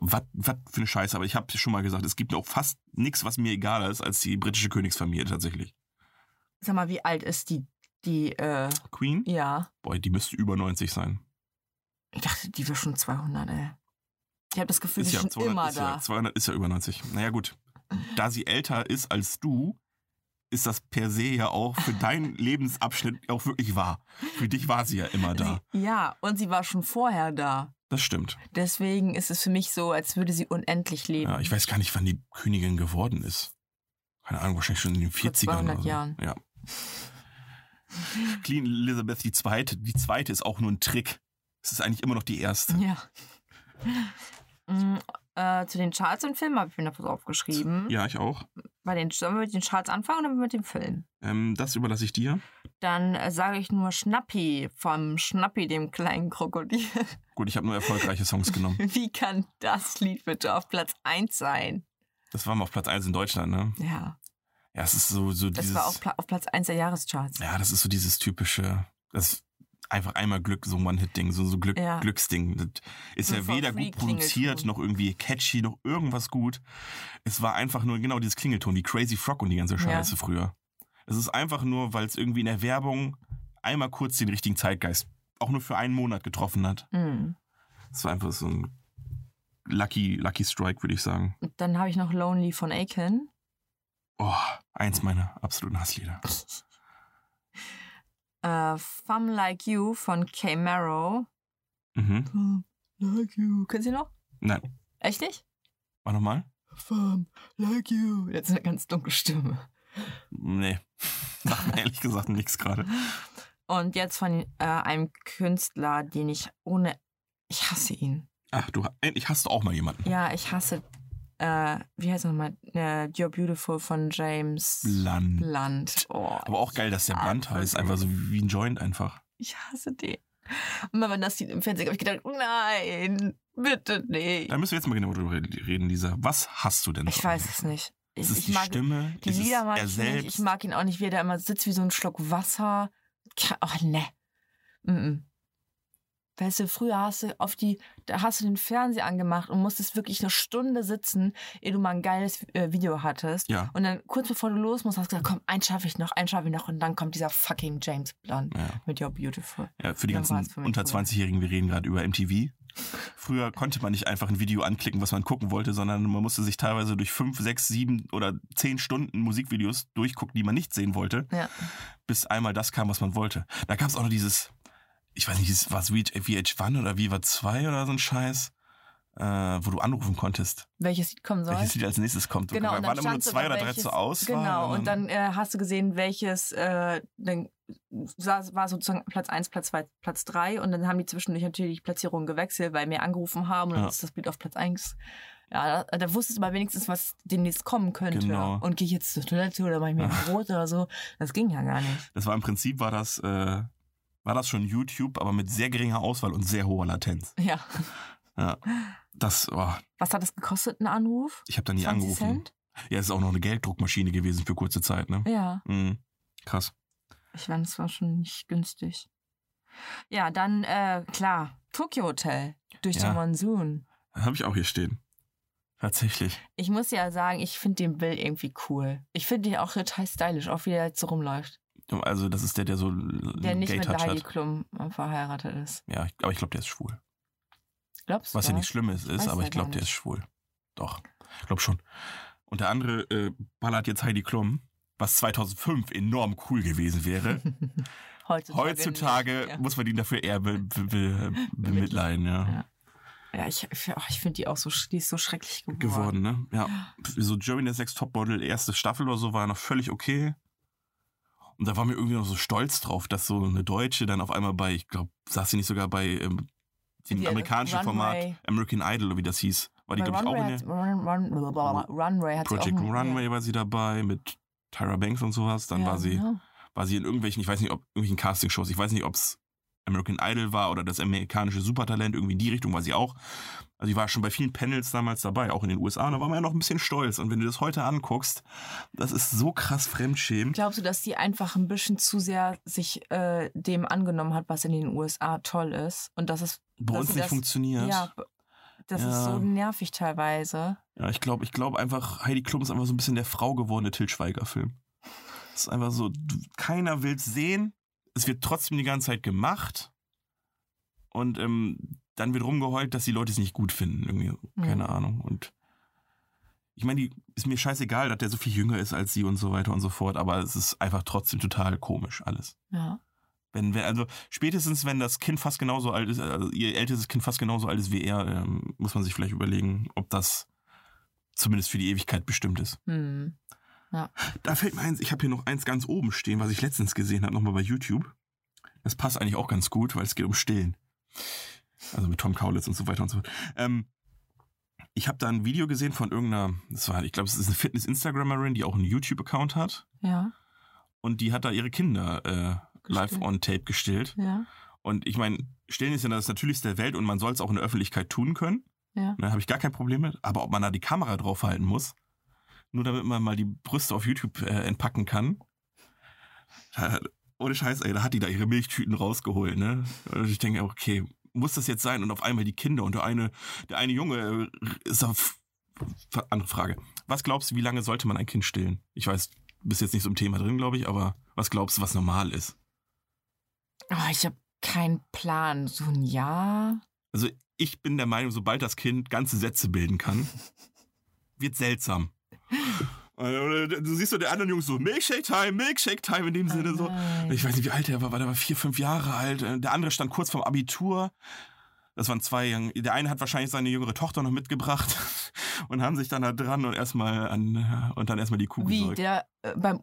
[SPEAKER 4] Was für eine Scheiße, aber ich habe schon mal gesagt, es gibt auch fast nichts, was mir egaler ist als die britische Königsfamilie tatsächlich.
[SPEAKER 5] Sag mal, wie alt ist die, die, äh,
[SPEAKER 4] Queen?
[SPEAKER 5] ja.
[SPEAKER 4] Boy, die müsste über 90 sein.
[SPEAKER 5] Ich dachte, die wäre schon 200, ey. Ich habe das Gefühl,
[SPEAKER 4] Ist
[SPEAKER 5] die
[SPEAKER 4] ja,
[SPEAKER 5] ist schon
[SPEAKER 4] 200,
[SPEAKER 5] immer
[SPEAKER 4] ist,
[SPEAKER 5] da.
[SPEAKER 4] ja, 200 ist ja über 90. Naja gut, da sie älter ist als du, ist das per se ja auch für
[SPEAKER 5] (laughs)
[SPEAKER 4] deinen Lebensabschnitt auch wirklich wahr. Für dich war sie ja immer da.
[SPEAKER 5] Sie, ja, und sie war schon vorher da.
[SPEAKER 4] Das stimmt.
[SPEAKER 5] Deswegen ist es für mich so, als würde sie unendlich leben.
[SPEAKER 4] Ja, ich weiß gar nicht, wann die Königin geworden ist. Keine Ahnung, wahrscheinlich schon in den 40ern. oder
[SPEAKER 5] 200
[SPEAKER 4] so.
[SPEAKER 5] Jahren.
[SPEAKER 4] Ja. Queen Elizabeth II. Die zweite ist auch nur ein Trick. Es ist eigentlich immer noch die erste.
[SPEAKER 5] Ja. (laughs) Mm, äh, zu den Charts und Filmen habe ich mir noch was aufgeschrieben.
[SPEAKER 4] Ja, ich auch.
[SPEAKER 5] Bei den, sollen wir mit den Charts anfangen oder mit dem Film?
[SPEAKER 4] Ähm, das überlasse ich dir.
[SPEAKER 5] Dann äh, sage ich nur Schnappi vom Schnappi, dem kleinen Krokodil. (laughs)
[SPEAKER 4] Gut, ich habe nur erfolgreiche Songs genommen.
[SPEAKER 5] Wie kann das Lied bitte auf Platz 1 sein?
[SPEAKER 4] Das war mal auf Platz 1 in Deutschland, ne?
[SPEAKER 5] Ja,
[SPEAKER 4] Ja, es ist so, so
[SPEAKER 5] das
[SPEAKER 4] dieses.
[SPEAKER 5] war auch Pla auf Platz 1 der Jahrescharts.
[SPEAKER 4] ja, das ist so dieses typische. Das einfach einmal Glück, so ein One-Hit-Ding, so, so Glück,
[SPEAKER 5] Ja.
[SPEAKER 4] Glücksding. Das ist ja
[SPEAKER 5] Bevor
[SPEAKER 4] weder
[SPEAKER 5] Free
[SPEAKER 4] gut produziert,
[SPEAKER 5] Klingelton.
[SPEAKER 4] noch irgendwie catchy, noch irgendwas gut. Es war einfach nur genau dieses Klingelton, wie Crazy Frog und die ganze Scheiße früher. Es ist einfach nur, weil es irgendwie in der Werbung einmal kurz den richtigen Zeitgeist, auch nur für einen Monat getroffen hat.
[SPEAKER 5] Mm.
[SPEAKER 4] Es war einfach so ein Lucky, Lucky Strike, würde ich sagen.
[SPEAKER 5] Und dann habe ich noch Lonely von
[SPEAKER 4] (laughs)
[SPEAKER 5] Aiken.
[SPEAKER 4] Oh, eins meiner absoluten Hasslieder.
[SPEAKER 5] Äh, Fum Like You von Kay Marrow.
[SPEAKER 4] Mhm.
[SPEAKER 5] Fum Like You. Können Sie noch?
[SPEAKER 4] Nein,
[SPEAKER 5] Echt nicht?
[SPEAKER 4] war nochmal?
[SPEAKER 5] Fum Like You. Jetzt eine ganz dunkle Stimme.
[SPEAKER 4] Nee. (laughs) Sagt mir ehrlich gesagt nichts gerade.
[SPEAKER 5] Und jetzt von äh, einem Künstler, den ich ohne. Ich hasse ihn.
[SPEAKER 4] Ach, du, endlich hast du auch mal jemanden.
[SPEAKER 5] Ja, ich hasse. Äh, wie heißt er nochmal? Äh, You're Beautiful von James
[SPEAKER 4] Blunt.
[SPEAKER 5] Blunt. Oh,
[SPEAKER 4] Aber auch geil, dass der
[SPEAKER 5] Ah,
[SPEAKER 4] Blunt heißt.
[SPEAKER 5] okay.
[SPEAKER 4] Einfach so wie ein Joint einfach.
[SPEAKER 5] Ich hasse den. Immer wenn das sieht im Fernsehen, habe ich gedacht, nein, bitte nicht.
[SPEAKER 4] Da müssen wir jetzt mal genau drüber reden, Lisa. Was hast du denn?
[SPEAKER 5] Ich weiß es nicht.
[SPEAKER 4] Ist
[SPEAKER 5] Ich,
[SPEAKER 4] es
[SPEAKER 5] ich
[SPEAKER 4] die
[SPEAKER 5] mag
[SPEAKER 4] Stimme?
[SPEAKER 5] die
[SPEAKER 4] ist
[SPEAKER 5] Lieder
[SPEAKER 4] es
[SPEAKER 5] mag
[SPEAKER 4] er
[SPEAKER 5] ich
[SPEAKER 4] selbst?
[SPEAKER 5] nicht. Ich mag ihn auch nicht, wie er da immer sitzt wie so ein Schluck Wasser. Ke- Ach ne. Mm -mm. Weißt du, früher hast du auf die, da hast du den Fernseher angemacht und musstest wirklich eine Stunde sitzen, ehe du mal ein geiles äh, Video hattest.
[SPEAKER 4] Ja.
[SPEAKER 5] Und dann kurz bevor du los musst, hast du gesagt, komm, einen schaffe ich noch, einen schaffe ich noch. Und dann kommt dieser fucking James Blunt
[SPEAKER 4] Ja.
[SPEAKER 5] mit You're Beautiful.
[SPEAKER 4] Ja, für die
[SPEAKER 5] Dann
[SPEAKER 4] ganzen
[SPEAKER 5] war's für mich
[SPEAKER 4] unter
[SPEAKER 5] vorbei.
[SPEAKER 4] 20-Jährigen, wir reden gerade über MTV. Früher konnte man nicht einfach ein Video anklicken, was man gucken wollte, sondern man musste sich teilweise durch fünf, sechs, sieben oder zehn Stunden Musikvideos durchgucken, die man nicht sehen wollte,
[SPEAKER 5] Ja.
[SPEAKER 4] bis einmal das kam, was man wollte. Da gab es auch noch dieses, ich weiß nicht, dieses- war es VH1 oder Viva 2 oder so ein Scheiß, äh, wo du anrufen konntest,
[SPEAKER 5] Welches Lied kommen soll?
[SPEAKER 4] welches Lied als nächstes kommt.
[SPEAKER 5] Genau,
[SPEAKER 4] da
[SPEAKER 5] und
[SPEAKER 4] waren
[SPEAKER 5] dann
[SPEAKER 4] immer nur
[SPEAKER 5] stand
[SPEAKER 4] zwei
[SPEAKER 5] sogar
[SPEAKER 4] oder drei
[SPEAKER 5] welches-
[SPEAKER 4] zur Auswahl.
[SPEAKER 5] Genau, und dann äh, hast du gesehen, welches, äh, dann saß- war sozusagen Platz 1, Platz 2, Platz 3 und dann haben die zwischendurch natürlich Platzierungen gewechselt, weil mehr angerufen haben und dann
[SPEAKER 4] Ja.
[SPEAKER 5] ist das Bild auf Platz 1. Ja, da, da wusstest du mal wenigstens, was demnächst kommen könnte.
[SPEAKER 4] Genau.
[SPEAKER 5] Und gehe ich jetzt zur Toilette oder mache ich mir ein Brot oder so. Das ging ja gar
[SPEAKER 4] (laughs)
[SPEAKER 5] nicht.
[SPEAKER 4] Das war im Prinzip, war das, äh, war das schon YouTube, aber mit sehr geringer Auswahl und sehr hoher Latenz.
[SPEAKER 5] Ja.
[SPEAKER 4] Ja. Das, oh,
[SPEAKER 5] Was hat das gekostet, ein Anruf?
[SPEAKER 4] ich habe da nie
[SPEAKER 5] 20
[SPEAKER 4] angerufen.
[SPEAKER 5] Cent?
[SPEAKER 4] Ja, es ist auch noch eine Gelddruckmaschine gewesen für kurze Zeit, ne?
[SPEAKER 5] Ja.
[SPEAKER 4] Mhm. Krass.
[SPEAKER 5] Ich meine, es war schon nicht günstig. Ja, dann, äh, klar, Tokyo Hotel durch
[SPEAKER 4] Ja.
[SPEAKER 5] den Monsun.
[SPEAKER 4] Habe ich auch hier stehen. Tatsächlich.
[SPEAKER 5] Ich muss ja sagen, ich finde den Bill irgendwie cool. Ich finde ihn auch total stylisch, auch wie der jetzt so rumläuft.
[SPEAKER 4] Also, das ist der, der so
[SPEAKER 5] Der
[SPEAKER 4] einen
[SPEAKER 5] nicht mit
[SPEAKER 4] Gay-Touch
[SPEAKER 5] Heidi
[SPEAKER 4] hat.
[SPEAKER 5] Klum äh, verheiratet ist.
[SPEAKER 4] Ja, ich- aber ich glaube, der ist schwul.
[SPEAKER 5] Glaubst du
[SPEAKER 4] Was ja
[SPEAKER 5] das?
[SPEAKER 4] nicht schlimm ist, ist
[SPEAKER 5] Weiß
[SPEAKER 4] aber
[SPEAKER 5] ja
[SPEAKER 4] ich glaube,
[SPEAKER 5] gar
[SPEAKER 4] der ist
[SPEAKER 5] nicht.
[SPEAKER 4] schwul. Doch, glaube schon. Und der andere äh, ballert jetzt Heidi Klum, was 2005 enorm cool
[SPEAKER 5] (laughs)
[SPEAKER 4] gewesen wäre.
[SPEAKER 5] Heutzutage.
[SPEAKER 4] Heutzutage
[SPEAKER 5] nicht,
[SPEAKER 4] muss man ihn dafür eher be be be bemitleiden, ja.
[SPEAKER 5] Ja. Ja, ja ich, ich, ach, ich finde die auch so, sch- die ist so schrecklich geworden.
[SPEAKER 4] Geworden, ne? Ja. So Jeremy der Sex Topmodel, erste Staffel oder so, war noch völlig okay. Und da war mir irgendwie noch so stolz drauf, dass so eine Deutsche dann auf einmal bei, ich glaube, saß sie nicht sogar bei ähm, dem
[SPEAKER 5] Die
[SPEAKER 4] amerikanischen
[SPEAKER 5] äh, Runway.
[SPEAKER 4] Format American Idol, oder wie das hieß. War die,
[SPEAKER 5] Bei
[SPEAKER 4] glaube
[SPEAKER 5] Runway
[SPEAKER 4] ich, auch in der.
[SPEAKER 5] hat, Run, Run, blablabla, Runway hat sie
[SPEAKER 4] Project
[SPEAKER 5] auch einen-
[SPEAKER 4] Runway war sie dabei mit Tyra Banks und sowas. Dann
[SPEAKER 5] Ja,
[SPEAKER 4] war sie
[SPEAKER 5] genau.
[SPEAKER 4] war sie in irgendwelchen, ich weiß nicht, ob irgendwelchen Castingshows. Ich weiß nicht, ob es American Idol war oder das amerikanische Supertalent irgendwie in die Richtung war sie auch. Also ich war schon bei vielen Panels damals dabei, auch in den USA. Und da war man ja noch ein bisschen stolz. Und wenn du das heute anguckst, das ist so krass fremdschämend.
[SPEAKER 5] Glaubst du, dass die einfach ein bisschen zu sehr sich äh, dem angenommen hat, was in den USA toll ist? Und dass es
[SPEAKER 4] Bei
[SPEAKER 5] dass
[SPEAKER 4] uns
[SPEAKER 5] sie
[SPEAKER 4] nicht
[SPEAKER 5] das-
[SPEAKER 4] funktioniert.
[SPEAKER 5] Ja, b- das ist
[SPEAKER 4] Ja.
[SPEAKER 5] so nervig teilweise.
[SPEAKER 4] Ja, ich glaube, ich glaube einfach, Heidi Klum ist einfach so ein bisschen der Frau gewordene Till Schweiger-Film. Es ist einfach so, du, keiner will es sehen. Es wird trotzdem die ganze Zeit gemacht. Und ähm, dann wird rumgeheult, dass die Leute es nicht gut finden. Irgendwie, keine Ahnung. Und ich meine, die- ist mir scheißegal, dass der so viel jünger ist als sie und so weiter und so fort. Aber es ist einfach trotzdem total komisch alles.
[SPEAKER 5] Ja.
[SPEAKER 4] Wenn, wenn, also spätestens, wenn das Kind fast genauso alt ist, also ihr ältestes Kind fast genauso alt ist wie er, ähm, muss man sich vielleicht überlegen, ob das zumindest für die Ewigkeit bestimmt ist.
[SPEAKER 5] Hm.
[SPEAKER 4] Da fällt mir eins, ich habe hier noch eins ganz oben stehen, was ich letztens gesehen habe, nochmal bei YouTube. Das passt eigentlich auch ganz gut, weil es geht um Stillen. Also mit Tom Kaulitz und so weiter und so fort. Ähm, ich habe da ein Video gesehen von irgendeiner, das war, ich glaube, es ist eine Fitness-Instagrammerin, die auch einen YouTube-Account hat.
[SPEAKER 5] Ja,
[SPEAKER 4] Und die hat da ihre Kinder äh, live
[SPEAKER 5] Gestillt.
[SPEAKER 4] on tape gestillt.
[SPEAKER 5] ja,
[SPEAKER 4] Und ich meine, Stillen ist ja das Natürlichste der Welt und man soll es auch in der Öffentlichkeit tun können.
[SPEAKER 5] Ja.
[SPEAKER 4] Da habe ich gar kein Problem mit. Aber ob man da die Kamera draufhalten muss, nur damit man mal die Brüste auf YouTube äh, entpacken kann. Da, ohne Scheiß, ey, da hat die da ihre Milchtüten rausgeholt, ne? Und ich denke, okay, muss das jetzt sein? Und auf einmal die Kinder und der eine, der eine Junge äh, ist auf. Andere Frage. Was glaubst du, wie lange sollte man ein Kind stillen? Ich weiß, du bist jetzt nicht so im Thema drin, glaube ich, aber was glaubst du, was normal ist?
[SPEAKER 5] Oh, ich habe keinen Plan. So ein Jahr?
[SPEAKER 4] Also ich bin der Meinung, sobald das Kind ganze Sätze bilden (laughs) kann, wird seltsam. Äh, Du siehst so den anderen Jungs so Milkshake-Time, Milkshake-Time in dem Sinne so.
[SPEAKER 5] Ah, nein.
[SPEAKER 4] Ich weiß nicht, wie alt er war, weil er war vier, fünf Jahre alt. Äh, Der andere stand kurz vorm Abitur. Das waren zwei. Jungen. Der eine hat wahrscheinlich seine jüngere Tochter noch mitgebracht (laughs) und haben sich dann da dran und erstmal an äh, und dann erstmal die Kuh
[SPEAKER 5] Wie,
[SPEAKER 4] gesäugt.
[SPEAKER 5] der äh, beim,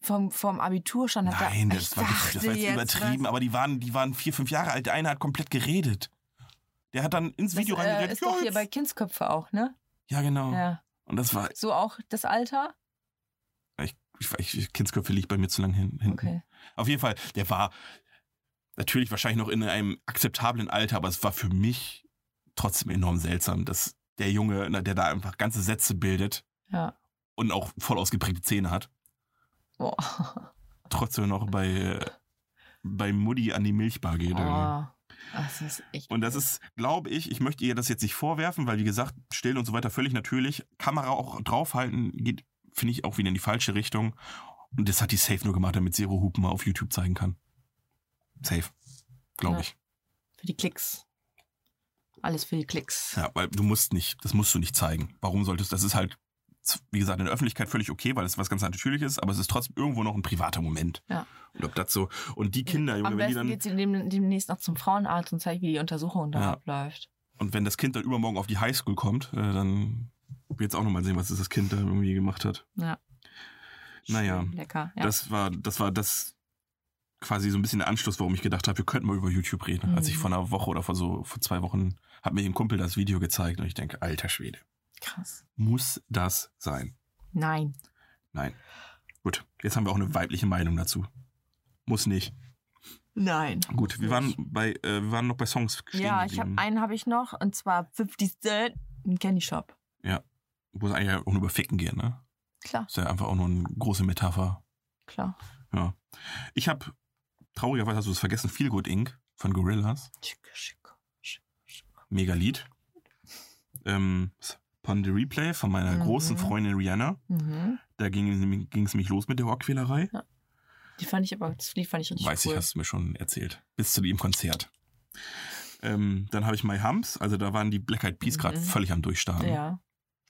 [SPEAKER 5] vom, vom Abiturstand hat
[SPEAKER 4] Nein,
[SPEAKER 5] der,
[SPEAKER 4] das war, jetzt- das war jetzt übertrieben, aber die waren, die waren vier, fünf Jahre alt. Der eine hat komplett geredet. Der hat dann ins Video
[SPEAKER 5] das,
[SPEAKER 4] reingeredet.
[SPEAKER 5] äh, ist
[SPEAKER 4] "Ja,
[SPEAKER 5] doch hier
[SPEAKER 4] jetzt-
[SPEAKER 5] bei Kindsköpfe auch, ne?
[SPEAKER 4] Ja, genau.
[SPEAKER 5] Ja.
[SPEAKER 4] Und das war,
[SPEAKER 5] So auch das Alter?
[SPEAKER 4] ich, ich, ich Kindsköpfe liegt bei mir zu lang hin, hinten.
[SPEAKER 5] Okay.
[SPEAKER 4] Auf jeden Fall, der war natürlich wahrscheinlich noch in einem akzeptablen Alter, aber es war für mich trotzdem enorm seltsam, dass der Junge, na, der da einfach ganze Sätze bildet
[SPEAKER 5] Ja.
[SPEAKER 4] und auch voll ausgeprägte Zähne hat,
[SPEAKER 5] Boah.
[SPEAKER 4] trotzdem noch bei, äh, bei Mutti an die Milchbar geht. irgendwie.
[SPEAKER 5] Oh. Das ist echt.
[SPEAKER 4] Und das ist, glaube ich, ich möchte ihr das jetzt nicht vorwerfen, weil wie gesagt, still und so weiter völlig natürlich. Kamera auch draufhalten geht, finde ich, auch wieder in die falsche Richtung. Und das hat die Safe nur gemacht, damit Zero Hupen mal auf YouTube zeigen kann. Safe. Glaube
[SPEAKER 5] Ja.
[SPEAKER 4] ich.
[SPEAKER 5] Für die Klicks. Alles für die Klicks.
[SPEAKER 4] Ja, weil du musst nicht, das musst du nicht zeigen. Warum solltest du? Das ist halt, wie gesagt, in der Öffentlichkeit völlig okay, weil es was ganz Natürliches ist, aber es ist trotzdem irgendwo noch ein privater Moment.
[SPEAKER 5] Ja.
[SPEAKER 4] Und ob das so. Und die Kinder, Junge,
[SPEAKER 5] Am
[SPEAKER 4] wenn die
[SPEAKER 5] besten
[SPEAKER 4] dann.
[SPEAKER 5] geht sie dem, demnächst noch zum Frauenarzt und zeigt, wie die Untersuchung da
[SPEAKER 4] Ja.
[SPEAKER 5] abläuft.
[SPEAKER 4] Und wenn das Kind dann übermorgen auf die Highschool kommt, äh, dann wird's auch nochmal sehen, was das Kind da irgendwie gemacht hat.
[SPEAKER 5] Ja.
[SPEAKER 4] Naja,
[SPEAKER 5] Schön Lecker. Ja.
[SPEAKER 4] das war, das war das quasi so ein bisschen der Anschluss, warum ich gedacht habe, wir könnten mal über YouTube reden. Als ich
[SPEAKER 5] Mhm.
[SPEAKER 4] vor einer Woche oder vor so vor zwei Wochen hat mir ein Kumpel das Video gezeigt und ich denke, alter Schwede,
[SPEAKER 5] Krass.
[SPEAKER 4] muss das sein?
[SPEAKER 5] Nein.
[SPEAKER 4] Nein. Gut, jetzt haben wir auch eine weibliche Meinung dazu. Muss nicht.
[SPEAKER 5] Nein.
[SPEAKER 4] Gut, wir waren bei, äh, wir waren noch bei Songs stehen
[SPEAKER 5] Ja, ich habe
[SPEAKER 4] geblieben,
[SPEAKER 5] einen habe ich noch und zwar 50 Cent ein Candy Shop.
[SPEAKER 4] wo es eigentlich auch nur über Ficken geht, ne?
[SPEAKER 5] Klar,
[SPEAKER 4] Ist ja einfach auch nur eine große Metapher.
[SPEAKER 5] klar.
[SPEAKER 4] Ja. Ich habe, traurigerweise hast du es vergessen, Feel Good Inc. von Gorillas. Mega Lied. Ähm, Pond Replay von meiner
[SPEAKER 5] Mhm.
[SPEAKER 4] großen Freundin Rihanna.
[SPEAKER 5] Mhm.
[SPEAKER 4] Da ging es mich los mit der Rockquälerei.
[SPEAKER 5] Die fand ich aber, das Lied fand ich richtig
[SPEAKER 4] Weiß
[SPEAKER 5] cool.
[SPEAKER 4] ich, hast du mir schon erzählt. Bis zu dem Konzert. Ähm, dann habe ich My Humps, also da waren die Black Eyed Peas gerade
[SPEAKER 5] Mhm.
[SPEAKER 4] völlig am Durchstarten.
[SPEAKER 5] Ja.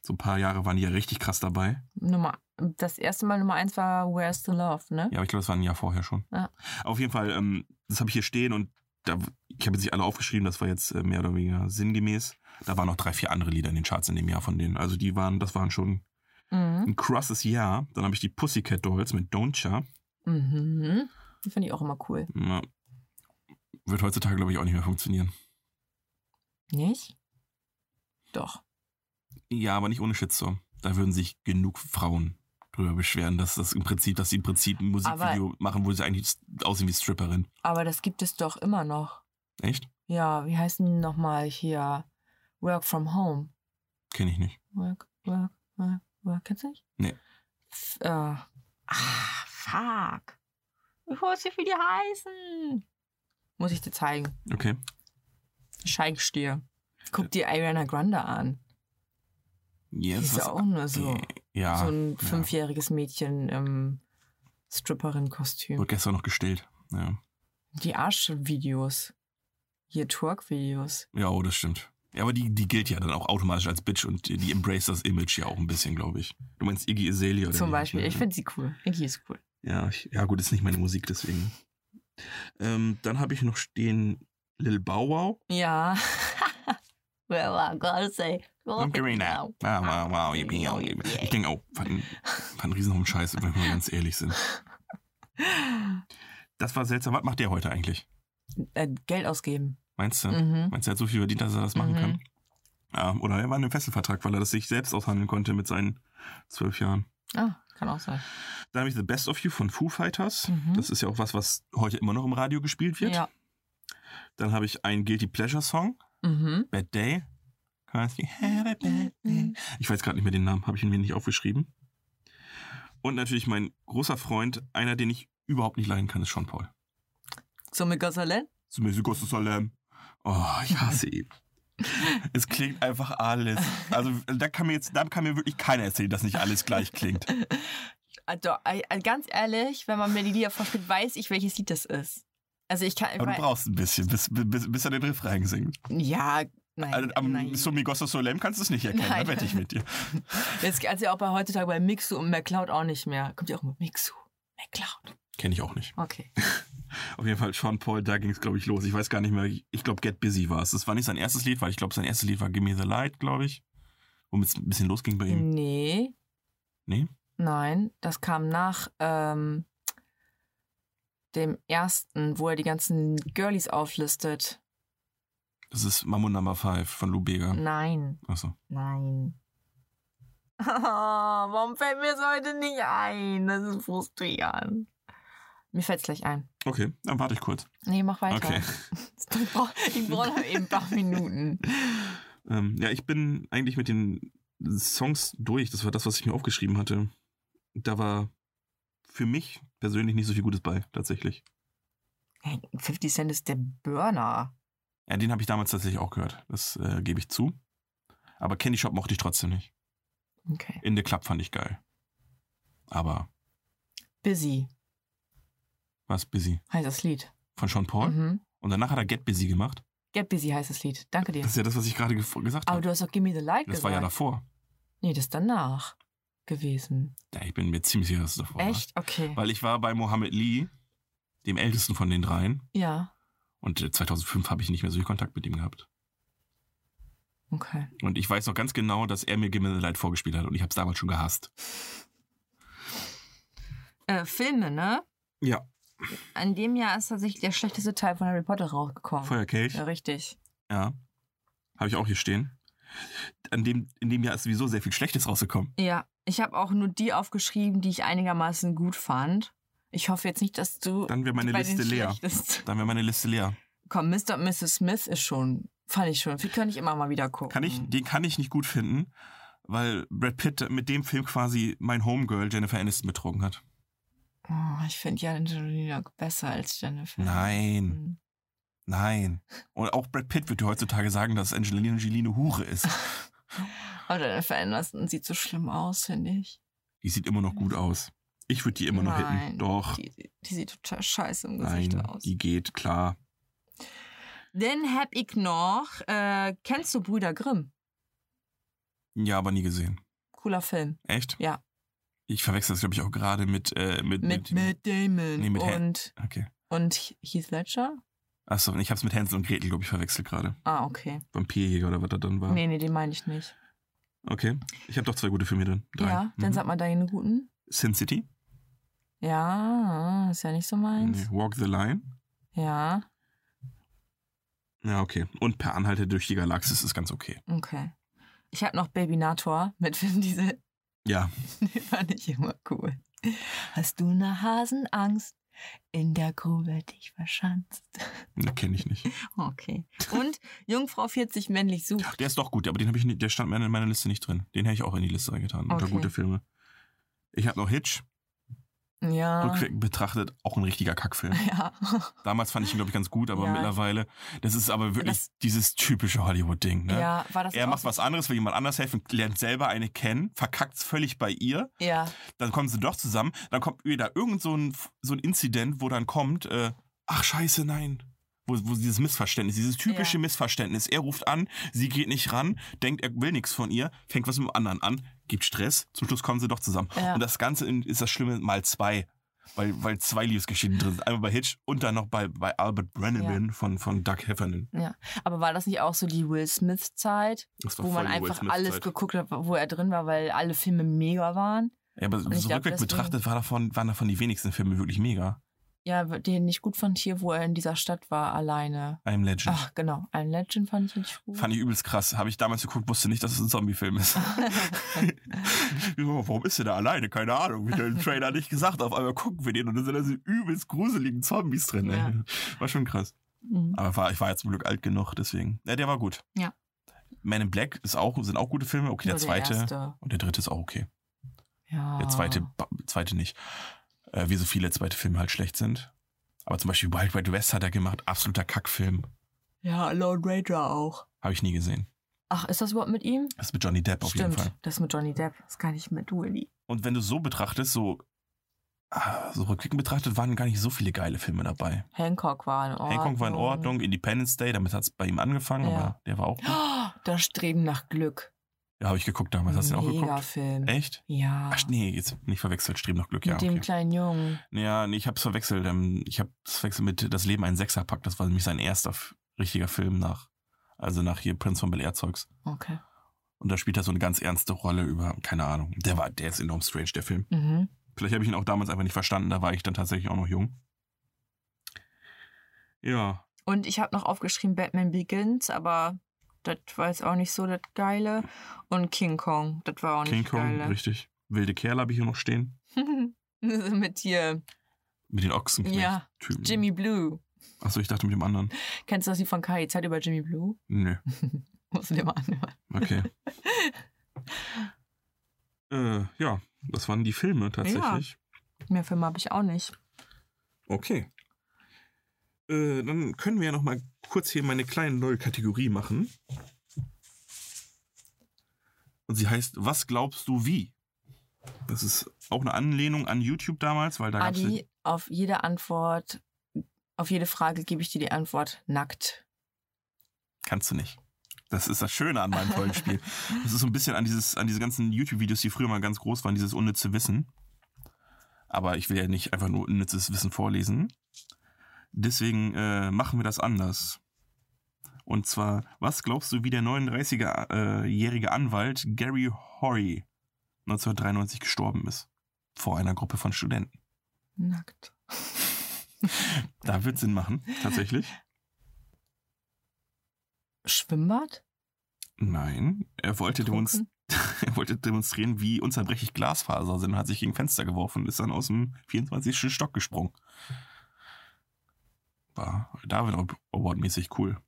[SPEAKER 4] So ein paar Jahre waren die ja richtig krass dabei.
[SPEAKER 5] Nummer, das erste Mal Nummer eins war Where's the Love, ne?
[SPEAKER 4] Ja, aber ich glaube, das war ein Jahr vorher schon.
[SPEAKER 5] Ja.
[SPEAKER 4] Auf jeden Fall, ähm, das habe ich hier stehen und da, ich habe jetzt nicht alle aufgeschrieben, das war jetzt äh, mehr oder weniger sinngemäß. Da waren noch drei, vier andere Lieder in den Charts in dem Jahr von denen. Also die waren, das waren schon
[SPEAKER 5] Mhm.
[SPEAKER 4] ein krasses Jahr. Dann habe ich die Pussycat Dolls mit Don't Cha.
[SPEAKER 5] Mhm. Die fand ich auch immer cool.
[SPEAKER 4] Ja. Wird heutzutage, glaube ich, auch nicht mehr funktionieren.
[SPEAKER 5] Nicht? Doch.
[SPEAKER 4] Ja, aber nicht ohne Shitstorm. Da würden sich genug Frauen drüber beschweren, dass das im Prinzip, dass sie im Prinzip ein Musikvideo machen, wo sie eigentlich s- aussehen wie Stripperin.
[SPEAKER 5] Aber das gibt es doch immer noch.
[SPEAKER 4] Echt?
[SPEAKER 5] Ja, wie heißen die nochmal hier? Work from Home.
[SPEAKER 4] Kenne ich nicht.
[SPEAKER 5] Work, work, work, work. Kennst du nicht?
[SPEAKER 4] Nee.
[SPEAKER 5] F äh, ah, fuck. Ich weiß nicht, wie die heißen. Muss ich dir zeigen.
[SPEAKER 4] Okay.
[SPEAKER 5] Scheig stehe. Guck dir Ariana Grande an. Die
[SPEAKER 4] Yes,
[SPEAKER 5] ist ja
[SPEAKER 4] was,
[SPEAKER 5] auch nur so,
[SPEAKER 4] ja.
[SPEAKER 5] so ein
[SPEAKER 4] Ah, ja.
[SPEAKER 5] fünfjähriges Mädchen im Stripperin-Kostüm.
[SPEAKER 4] Wurde gestern noch gestillt. Ja,
[SPEAKER 5] Die Arschvideos. Hier Twerk-Videos.
[SPEAKER 4] ja oh, das stimmt. Ja, aber die, die gilt ja dann auch automatisch als Bitch und die embrace das Image ja auch ein bisschen, glaube ich. Du meinst Iggy Azalea? oder
[SPEAKER 5] Zum
[SPEAKER 4] wie? ne?
[SPEAKER 5] Beispiel.
[SPEAKER 4] Ja.
[SPEAKER 5] Ich finde sie cool. Iggy ist cool.
[SPEAKER 4] Ja, ich, ja gut, ist nicht meine Musik, deswegen. Ähm, dann habe ich noch stehen Lil Bow Wow.
[SPEAKER 5] Ja. (laughs) (laughs) well, I gotta say.
[SPEAKER 4] I'm Karina. Wow, Ah, wow, wow, yippie, oh, yippie. Ich denke, oh, was ein, was ein Riesenhaufen Scheiße, wenn wir ganz
[SPEAKER 5] (laughs)
[SPEAKER 4] ehrlich sind. Das war seltsam. Was macht der heute eigentlich?
[SPEAKER 5] Äh, Geld ausgeben.
[SPEAKER 4] Meinst du?
[SPEAKER 5] Mhm.
[SPEAKER 4] Meinst du, er hat so viel verdient, dass er das machen
[SPEAKER 5] Mhm.
[SPEAKER 4] kann? Ähm, oder er war in einem Fesselvertrag, weil er das sich selbst aushandeln konnte mit seinen zwölf Jahren.
[SPEAKER 5] Ah, kann auch sein.
[SPEAKER 4] Dann habe ich The Best of You von Foo Fighters.
[SPEAKER 5] Mhm.
[SPEAKER 4] Das ist ja auch was, was heute immer noch im Radio gespielt wird.
[SPEAKER 5] Ja.
[SPEAKER 4] Dann habe ich einen Guilty Pleasure Song,
[SPEAKER 5] Mhm.
[SPEAKER 4] Bad Day. Quasi, have a bad
[SPEAKER 5] mm,
[SPEAKER 4] day. Ich weiß gerade nicht mehr den Namen, habe ich ihn mir nicht aufgeschrieben. Und natürlich mein großer Freund, einer, den ich überhaupt nicht leiden kann, ist Sean Paul.
[SPEAKER 5] So mit Gosselin?
[SPEAKER 4] Zumindest Gottes Salam. Oh, ich hasse ihn. Es klingt einfach alles. Also da kann mir jetzt, da kann mir wirklich keiner erzählen, dass nicht alles gleich klingt.
[SPEAKER 5] Also, äh, äh, ganz ehrlich, wenn man mir die Lieder vorspielt, weiß ich, welches Lied das ist. Also ich kann.
[SPEAKER 4] Aber du
[SPEAKER 5] weil-
[SPEAKER 4] brauchst ein bisschen, bis, bis, bis er den Refrain singt.
[SPEAKER 5] ja, nein.
[SPEAKER 4] Also, am
[SPEAKER 5] nein.
[SPEAKER 4] Sumi Gosso Solem kannst du es nicht erkennen,
[SPEAKER 5] Nein.
[SPEAKER 4] da wette ich mit dir.
[SPEAKER 5] Jetzt, also auch bei heutzutage bei Mixu und McCloud auch nicht mehr. Kommt ja auch immer Mixu, McCloud.
[SPEAKER 4] Kenne ich auch nicht.
[SPEAKER 5] Okay.
[SPEAKER 4] Auf jeden Fall, Sean Paul, da ging es, glaube ich, los. Ich weiß gar nicht mehr, ich glaube, Get Busy war es. Das war nicht sein erstes Lied, weil ich glaube, sein erstes Lied war Give Me the Light, glaube ich. Womit es ein bisschen losging bei
[SPEAKER 5] Mhm.
[SPEAKER 4] ihm.
[SPEAKER 5] Nee.
[SPEAKER 4] Hm. Nee?
[SPEAKER 5] Nein, das kam nach ähm, dem ersten, wo er die ganzen Girlies auflistet.
[SPEAKER 4] Das ist Mammon Number 5 von Lou Bega.
[SPEAKER 5] Mhm. Nein,
[SPEAKER 4] Achso.
[SPEAKER 5] nein. (laughs) warum fällt mir es heute nicht ein? Das ist frustrierend. Mir fällt es gleich ein.
[SPEAKER 4] Okay, dann warte ich kurz.
[SPEAKER 5] Nee, mach weiter. (laughs)
[SPEAKER 4] Okay.
[SPEAKER 5] Ich brauche brauch noch eben ein paar Minuten.
[SPEAKER 4] Ähm, ja, ich bin eigentlich mit den Songs durch. Das war das, was ich mir aufgeschrieben hatte. Da war für mich persönlich nicht so viel Gutes bei, tatsächlich.
[SPEAKER 5] Hey, 50 Cent ist der Burner.
[SPEAKER 4] Ja, den habe ich damals tatsächlich auch gehört. Das äh, gebe ich zu. Aber Candy Shop mochte ich trotzdem nicht.
[SPEAKER 5] Okay.
[SPEAKER 4] In the Club fand ich geil. Aber
[SPEAKER 5] Busy
[SPEAKER 4] was Busy
[SPEAKER 5] heißt das Lied.
[SPEAKER 4] von Sean Paul.
[SPEAKER 5] Mhm.
[SPEAKER 4] Und danach hat er Get Busy gemacht.
[SPEAKER 5] Get Busy heißt das Lied. Danke dir.
[SPEAKER 4] Das ist ja das, was ich gerade ge- gesagt
[SPEAKER 5] Aber
[SPEAKER 4] habe.
[SPEAKER 5] du hast doch Give Me the Light
[SPEAKER 4] Das
[SPEAKER 5] gesagt.
[SPEAKER 4] war ja davor.
[SPEAKER 5] Nee, das ist danach gewesen.
[SPEAKER 4] Ja, ich bin mir ziemlich sicher, dass es davor
[SPEAKER 5] Echt? Okay.
[SPEAKER 4] war. Weil ich war bei Mohammed Lee, dem ältesten von den dreien.
[SPEAKER 5] Ja.
[SPEAKER 4] Und äh, 2005 habe ich nicht mehr so viel Kontakt mit ihm gehabt.
[SPEAKER 5] Okay.
[SPEAKER 4] Und ich weiß noch ganz genau, dass er mir Give Me the Light vorgespielt hat und ich habe es damals schon gehasst.
[SPEAKER 5] Äh, Filme, ne?
[SPEAKER 4] Ja.
[SPEAKER 5] An dem Jahr ist tatsächlich der schlechteste Teil von Harry Potter rausgekommen.
[SPEAKER 4] Feuerkelch.
[SPEAKER 5] Oh. Ja, richtig.
[SPEAKER 4] Ja. Habe ich auch hier stehen. An dem, in dem Jahr ist sowieso sehr viel Schlechtes rausgekommen.
[SPEAKER 5] Ja, ich habe auch nur die aufgeschrieben, die ich einigermaßen gut fand. Ich hoffe jetzt nicht, dass du
[SPEAKER 4] Dann wäre meine
[SPEAKER 5] bei
[SPEAKER 4] Liste
[SPEAKER 5] den
[SPEAKER 4] leer.
[SPEAKER 5] schlechtesten-
[SPEAKER 4] Dann wäre meine Liste leer.
[SPEAKER 5] Komm, Mr. und Mrs. Smith ist schon, fand ich schon. Die kann ich immer mal wieder gucken.
[SPEAKER 4] Kann ich, den kann ich nicht gut finden, weil Brad Pitt mit dem Film quasi mein Homegirl Jennifer Aniston betrogen hat.
[SPEAKER 5] Oh, ich finde ja Angelina besser als Jennifer.
[SPEAKER 4] Nein.
[SPEAKER 5] Hm.
[SPEAKER 4] Nein. Und auch Brad Pitt würde heutzutage sagen, dass Angelina Jolie eine Hure ist.
[SPEAKER 5] Aber Jennifer Aniston sieht so schlimm aus, finde ich.
[SPEAKER 4] Die sieht immer noch gut aus. Ich würde die immer noch
[SPEAKER 5] Nein,
[SPEAKER 4] hitten. Doch.
[SPEAKER 5] Die, die, die sieht total scheiße im Gesicht
[SPEAKER 4] Nein,
[SPEAKER 5] aus.
[SPEAKER 4] die geht, klar.
[SPEAKER 5] Dann hab ich noch, äh, kennst du Brüder Grimm?
[SPEAKER 4] Ja, aber nie gesehen.
[SPEAKER 5] Cooler Film.
[SPEAKER 4] Echt?
[SPEAKER 5] Ja.
[SPEAKER 4] Ich verwechsel das, glaube ich, auch gerade mit, äh, mit,
[SPEAKER 5] Mit Matt Damon
[SPEAKER 4] Nee, mit Hel-
[SPEAKER 5] und,
[SPEAKER 4] Okay.
[SPEAKER 5] und Heath Ledger?
[SPEAKER 4] Achso, ich habe es mit Hänsel und Gretel, glaube ich, verwechselt gerade.
[SPEAKER 5] Ah, okay.
[SPEAKER 4] Vampirjäger oder was da dann war.
[SPEAKER 5] Nee, nee, den meine ich nicht.
[SPEAKER 4] Okay. Ich habe doch zwei gute Filme drin. Drei.
[SPEAKER 5] Ja, dann
[SPEAKER 4] Mhm.
[SPEAKER 5] sag mal deine guten.
[SPEAKER 4] Sin City.
[SPEAKER 5] Ja, ist ja nicht so meins.
[SPEAKER 4] Nee, Walk the Line.
[SPEAKER 5] Ja,
[SPEAKER 4] Ja, okay. Und Per Anhalter durch die Galaxis ist ganz okay.
[SPEAKER 5] okay. Ich hab noch Baby Nator mit (laughs) Vin Diesel.
[SPEAKER 4] Ja.
[SPEAKER 5] (laughs) Den fand ich immer cool. Hast du eine Hasenangst? In der Grube dich verschanzt. (laughs)
[SPEAKER 4] Ne, kenne ich nicht.
[SPEAKER 5] Okay. Und Jungfrau 40 männlich sucht.
[SPEAKER 4] Der ist doch gut, aber den habe ich nicht, der stand in meiner Liste nicht drin. Den hätte ich auch in die Liste reingetan. Unter
[SPEAKER 5] Okay.
[SPEAKER 4] gute Filme. Ich habe noch Hitch,
[SPEAKER 5] Ja.
[SPEAKER 4] rückwirkend betrachtet, auch ein richtiger Kackfilm.
[SPEAKER 5] (laughs) Ja.
[SPEAKER 4] Damals fand ich ihn, glaube ich, ganz gut, aber
[SPEAKER 5] Ja.
[SPEAKER 4] mittlerweile, das ist aber wirklich
[SPEAKER 5] Das-
[SPEAKER 4] dieses typische Hollywood-Ding. Ne?
[SPEAKER 5] ja, war das
[SPEAKER 4] Er
[SPEAKER 5] auch
[SPEAKER 4] macht
[SPEAKER 5] so?
[SPEAKER 4] was anderes, will jemand anders helfen, lernt selber eine kennen, verkackt's völlig bei ihr,
[SPEAKER 5] Ja,
[SPEAKER 4] dann kommen sie doch zusammen, dann kommt wieder irgend so ein, so ein Inzident, wo dann kommt, äh, ach scheiße, nein. Wo, wo dieses Missverständnis, dieses typische
[SPEAKER 5] Ja.
[SPEAKER 4] Missverständnis. Er ruft an, sie geht nicht ran, denkt, er will nichts von ihr, fängt was mit dem anderen an, gibt Stress, zum Schluss kommen sie doch zusammen.
[SPEAKER 5] Ja.
[SPEAKER 4] Und das Ganze in- ist das Schlimme mal zwei. Weil, weil zwei Liebesgeschichten drin sind. Einmal bei Hitch und dann noch bei, bei Albert Brenneman von, von Doug Heffernan.
[SPEAKER 5] aber war das nicht auch so die Will Smith-Zeit,
[SPEAKER 4] Das war
[SPEAKER 5] wo man
[SPEAKER 4] voll die Will
[SPEAKER 5] einfach
[SPEAKER 4] Smith-Zeit.
[SPEAKER 5] alles geguckt hat, wo er drin war, weil alle Filme mega waren?
[SPEAKER 4] Ja, aber so
[SPEAKER 5] ich glaub,
[SPEAKER 4] rückwärts
[SPEAKER 5] deswegen-
[SPEAKER 4] betrachtet war davon, waren davon die wenigsten Filme wirklich mega.
[SPEAKER 5] Ja, den ich gut fand hier, wo er in dieser Stadt war, alleine.
[SPEAKER 4] I'm Legend.
[SPEAKER 5] Ach, genau. Ein Legend fand ich richtig gut. (laughs)
[SPEAKER 4] Fand ich übelst krass. Habe ich damals geguckt, wusste nicht, dass es ein Zombie-Film ist. so, warum ist der da alleine? Keine Ahnung. Wird im Trailer nicht gesagt. Auf einmal gucken wir den und dann sind da so übelst gruseligen Zombies drin. ey.
[SPEAKER 5] Ja.
[SPEAKER 4] War schon krass.
[SPEAKER 5] Mhm.
[SPEAKER 4] Aber war, ich war jetzt zum Glück alt genug, deswegen. Ja, der war gut.
[SPEAKER 5] Ja.
[SPEAKER 4] Man in Black ist auch, sind auch gute Filme. Okay, der
[SPEAKER 5] Nur der
[SPEAKER 4] zweite.
[SPEAKER 5] erste. Ah.
[SPEAKER 4] und der dritte ist auch okay.
[SPEAKER 5] Ja.
[SPEAKER 4] Der zweite, ba- zweite nicht. Äh, wie so viele zweite Filme halt schlecht sind. Aber zum Beispiel Wild Wild West hat er gemacht. Absoluter Kackfilm.
[SPEAKER 5] Ja, Lord Ranger auch.
[SPEAKER 4] Habe ich nie gesehen.
[SPEAKER 5] Ach, ist das überhaupt mit ihm?
[SPEAKER 4] Das ist mit Johnny Depp auf jeden
[SPEAKER 5] Stimmt,
[SPEAKER 4] Fall.
[SPEAKER 5] das mit Johnny Depp. Das kann ich mit Willy.
[SPEAKER 4] Und wenn du so betrachtest, so, ah, so rückblickend betrachtet, waren gar nicht so viele geile Filme dabei.
[SPEAKER 5] Hancock war in Ordnung.
[SPEAKER 4] Hancock war
[SPEAKER 5] (gasps)
[SPEAKER 4] in Ordnung, Independence Day, damit hat es bei ihm angefangen,
[SPEAKER 5] Oh, Ja.
[SPEAKER 4] aber der war auch.
[SPEAKER 5] Oh, Das Streben nach Glück.
[SPEAKER 4] Ja, habe ich geguckt damals. Hast du den auch
[SPEAKER 5] mega
[SPEAKER 4] geguckt?
[SPEAKER 5] Film.
[SPEAKER 4] Echt?
[SPEAKER 5] Ja.
[SPEAKER 4] Ach nee, jetzt nicht verwechselt, Streben nach Glück,
[SPEAKER 5] mit
[SPEAKER 4] ja.
[SPEAKER 5] dem
[SPEAKER 4] Okay.
[SPEAKER 5] kleinen Jungen.
[SPEAKER 4] Ja, nee, ich hab's verwechselt. ähm, Ich hab's verwechselt mit Das Leben ein Sechserpack. Das war nämlich sein erster f- richtiger Film nach, also nach hier Prince von Bel Air Zeugs.
[SPEAKER 5] Okay.
[SPEAKER 4] Und da spielt er so eine ganz ernste Rolle über, keine Ahnung. Der war, der ist enorm strange, der Film.
[SPEAKER 5] Mhm.
[SPEAKER 4] Vielleicht habe ich ihn auch damals einfach nicht verstanden, da war ich dann tatsächlich auch noch jung. Ja,
[SPEAKER 5] Und ich habe noch aufgeschrieben Batman Begins, aber das war jetzt auch nicht so das Geile. Und King Kong, das war auch
[SPEAKER 4] King
[SPEAKER 5] nicht ne?
[SPEAKER 4] Kong,
[SPEAKER 5] geile.
[SPEAKER 4] richtig. Wilde Kerle habe ich hier noch stehen.
[SPEAKER 5] (laughs) mit hier
[SPEAKER 4] Mhm. Mit den Ochsenknecht.
[SPEAKER 5] Ja,
[SPEAKER 4] Typen.
[SPEAKER 5] Jimmy Blue.
[SPEAKER 4] Achso, ich dachte mit dem anderen.
[SPEAKER 5] Kennst du das Lied von Kai? Zeit über Jimmy Blue? (laughs)
[SPEAKER 4] Nö,
[SPEAKER 5] Musst du dir mal anhören. (laughs)
[SPEAKER 4] okay. äh, ja, das waren die Filme tatsächlich.
[SPEAKER 5] Mehr Filme habe ich auch nicht.
[SPEAKER 4] Okay. Äh, dann können wir ja noch mal kurz hier meine kleine neue Kategorie machen. Und sie heißt Was glaubst du wie? Das ist auch eine Anlehnung an YouTube damals, weil da gab es
[SPEAKER 5] Adi, auf jede Antwort, auf jede Frage gebe ich dir die Antwort nackt.
[SPEAKER 4] Kannst du nicht. Das ist das Schöne an meinem tollen Spiel. Das ist so ein bisschen an, dieses, an diese ganzen YouTube-Videos, die früher mal ganz groß waren, dieses unnütze Wissen. Aber ich will ja nicht einfach nur unnützes Wissen vorlesen. Deswegen äh, machen wir das anders. Und zwar, was glaubst du, wie der 39-jährige Anwalt Gary Horry 1993 gestorben ist? Vor einer Gruppe von Studenten.
[SPEAKER 5] Nackt.
[SPEAKER 4] Da wird Sinn machen, tatsächlich.
[SPEAKER 5] (laughs) Schwimmbad?
[SPEAKER 4] Nein, er wollte, demonst
[SPEAKER 5] Trunken?
[SPEAKER 4] (laughs) er wollte demonstrieren, wie unzerbrechlich Glasfaser sind, hat sich gegen Fenster geworfen und ist dann aus dem 24. Stock gesprungen. War David Award-mäßig cool.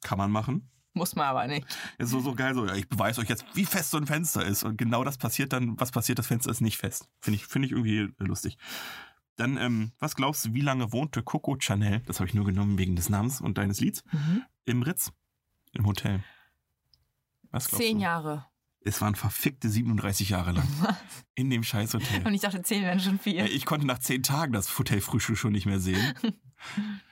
[SPEAKER 4] Kann man machen.
[SPEAKER 5] Muss man aber nicht.
[SPEAKER 4] Ist so, so geil, so, ja, ich beweise euch jetzt, wie fest so ein Fenster ist. Und genau das passiert dann, was passiert, das Fenster ist nicht fest. Finde ich, finde ich irgendwie äh, lustig. Dann, ähm, was glaubst du, wie lange wohnte Coco Chanel, das habe ich nur genommen wegen des Namens und deines Lieds,
[SPEAKER 5] Mhm.
[SPEAKER 4] im Ritz, im Hotel? Was glaubst
[SPEAKER 5] Zehn
[SPEAKER 4] du?
[SPEAKER 5] Jahre.
[SPEAKER 4] Es waren verfickte 37 Jahre lang in dem scheiß Hotel.
[SPEAKER 5] Und ich dachte, zehn wären schon
[SPEAKER 4] Ja,
[SPEAKER 5] viel.
[SPEAKER 4] ich konnte nach zehn Tagen das Hotelfrühstück schon nicht
[SPEAKER 5] (laughs)
[SPEAKER 4] mehr sehen.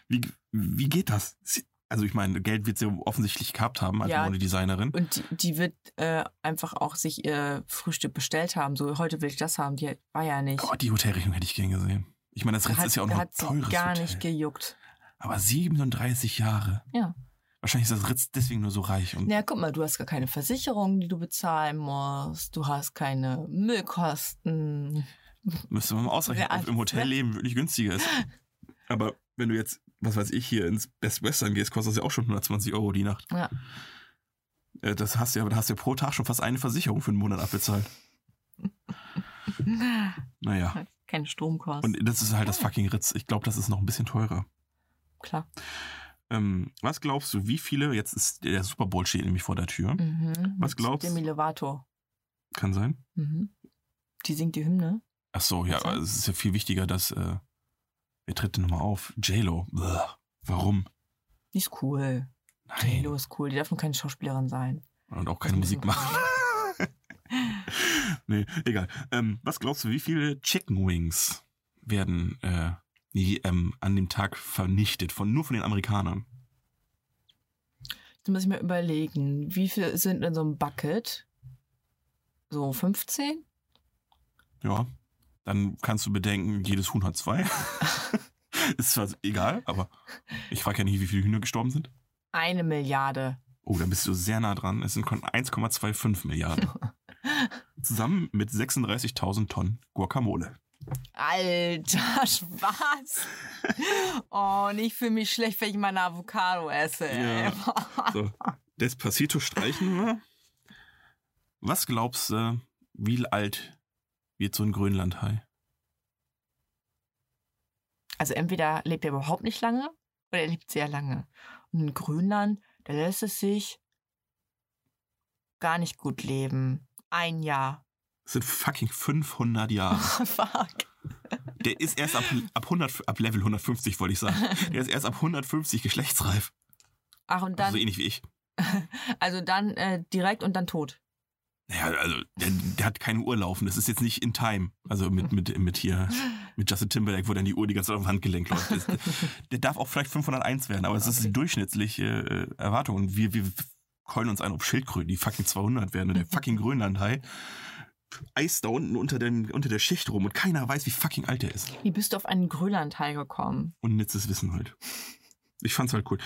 [SPEAKER 4] Wie, wie geht das? Sie- Also ich meine, Geld wird sie offensichtlich gehabt haben also als
[SPEAKER 5] Ja.
[SPEAKER 4] Modedesignerin.
[SPEAKER 5] Und die, die wird äh, einfach auch sich ihr Frühstück bestellt haben. So, heute will ich das haben. Die war ja nicht.
[SPEAKER 4] Gott, die Hotelrechnung hätte ich gern gesehen. Ich meine, das Ritz
[SPEAKER 5] hat,
[SPEAKER 4] ist ja auch noch ein
[SPEAKER 5] hat sie
[SPEAKER 4] teures
[SPEAKER 5] gar
[SPEAKER 4] Hotel.
[SPEAKER 5] nicht gejuckt.
[SPEAKER 4] Aber 37 Jahre.
[SPEAKER 5] Ja.
[SPEAKER 4] Wahrscheinlich ist das Ritz deswegen nur so reich. um Und
[SPEAKER 5] Na, guck mal, du hast gar keine Versicherung, die du bezahlen musst. Du hast keine Müllkosten.
[SPEAKER 4] müsste man mal ausrechnen,
[SPEAKER 5] Wer
[SPEAKER 4] ob im
[SPEAKER 5] alles-
[SPEAKER 4] Hotel leben wirklich günstiger
[SPEAKER 5] (laughs)
[SPEAKER 4] ist. Aber wenn du jetzt, was weiß ich, hier ins Best Western gehst, kostet das ja auch schon 120 Euro die Nacht.
[SPEAKER 5] Ja.
[SPEAKER 4] Äh, Das hast du ja, da hast du ja pro Tag schon fast eine Versicherung für einen
[SPEAKER 5] (laughs)
[SPEAKER 4] Monat abbezahlt. Naja.
[SPEAKER 5] Keine Stromkosten.
[SPEAKER 4] Und das ist halt das fucking Ritz. Ich glaube, das ist noch ein bisschen teurer.
[SPEAKER 5] Klar.
[SPEAKER 4] Ähm, was glaubst du, wie viele, jetzt ist der Super Bowl steht nämlich vor der Tür.
[SPEAKER 5] Mhm.
[SPEAKER 4] Was
[SPEAKER 5] Mit
[SPEAKER 4] glaubst-
[SPEAKER 5] Demi Lovato.
[SPEAKER 4] Kann sein.
[SPEAKER 5] Mhm. Die singt die Hymne.
[SPEAKER 4] Ach so, ja,
[SPEAKER 5] Kann sein.
[SPEAKER 4] aber es ist ja viel wichtiger, dass, äh, wer tritt denn nochmal auf? J-Lo. Bäh. Warum?
[SPEAKER 5] Die ist cool.
[SPEAKER 4] Nein.
[SPEAKER 5] J-Lo ist cool. Die darf nur keine Schauspielerin sein.
[SPEAKER 4] Und auch keine
[SPEAKER 5] Das
[SPEAKER 4] Musik
[SPEAKER 5] müssen wir
[SPEAKER 4] machen. (laughs) nee, egal. Ähm, was glaubst du, wie viele Chicken Wings werden äh, die, ähm, an dem Tag vernichtet? Von, nur von den Amerikanern?
[SPEAKER 5] Jetzt muss ich mir überlegen, wie viel sind in so einem Bucket? So 15?
[SPEAKER 4] Ja. Dann kannst du bedenken, jedes Huhn hat zwei. (laughs) ist zwar egal, aber ich frage ja nicht, wie viele Hühner gestorben sind.
[SPEAKER 5] Eine Milliarde.
[SPEAKER 4] Oh, da bist du sehr nah dran. Es sind kon- 1,25 Milliarden. Zusammen mit 36.000 Tonnen Guacamole.
[SPEAKER 5] Alter (laughs) Schwarz. Oh, und ich fühle mich schlecht, wenn ich meine Avocado esse. ey.
[SPEAKER 4] So, Despacito streichen wir. Was glaubst du, wie alt wird so ein Grönlandhai?
[SPEAKER 5] Also entweder lebt er überhaupt nicht lange oder er lebt sehr lange. Und in Grönland, da lässt es sich gar nicht gut leben. Ein Jahr. (laughs)
[SPEAKER 4] Das sind fucking 500 Jahre.
[SPEAKER 5] Fuck.
[SPEAKER 4] Der ist erst ab, ab, 100, ab Level 150, wollte ich sagen. Der ist erst ab 150 geschlechtsreif.
[SPEAKER 5] Ach, und
[SPEAKER 4] Also so
[SPEAKER 5] dann,
[SPEAKER 4] ähnlich wie ich.
[SPEAKER 5] also dann äh, direkt und dann tot.
[SPEAKER 4] Naja, also der, der hat keine Uhr laufen. Das ist jetzt nicht in Time. Also mit, mit, mit hier, mit Justin Timberlake, wo dann die Uhr die ganze Zeit auf dem Handgelenk läuft. Das, der darf auch vielleicht 501 werden, aber es ist die durchschnittliche äh, Erwartung. Und wir, wir keulen uns ein, ob Schildkröten die fucking 200 werden und der fucking Grönlandhai eist da unten unter, den, unter der Schicht rum und keiner weiß, wie fucking alt er ist.
[SPEAKER 5] Wie bist du auf einen Grönlandteil gekommen?
[SPEAKER 4] Unnützes Wissen halt. Ich fand's halt cool.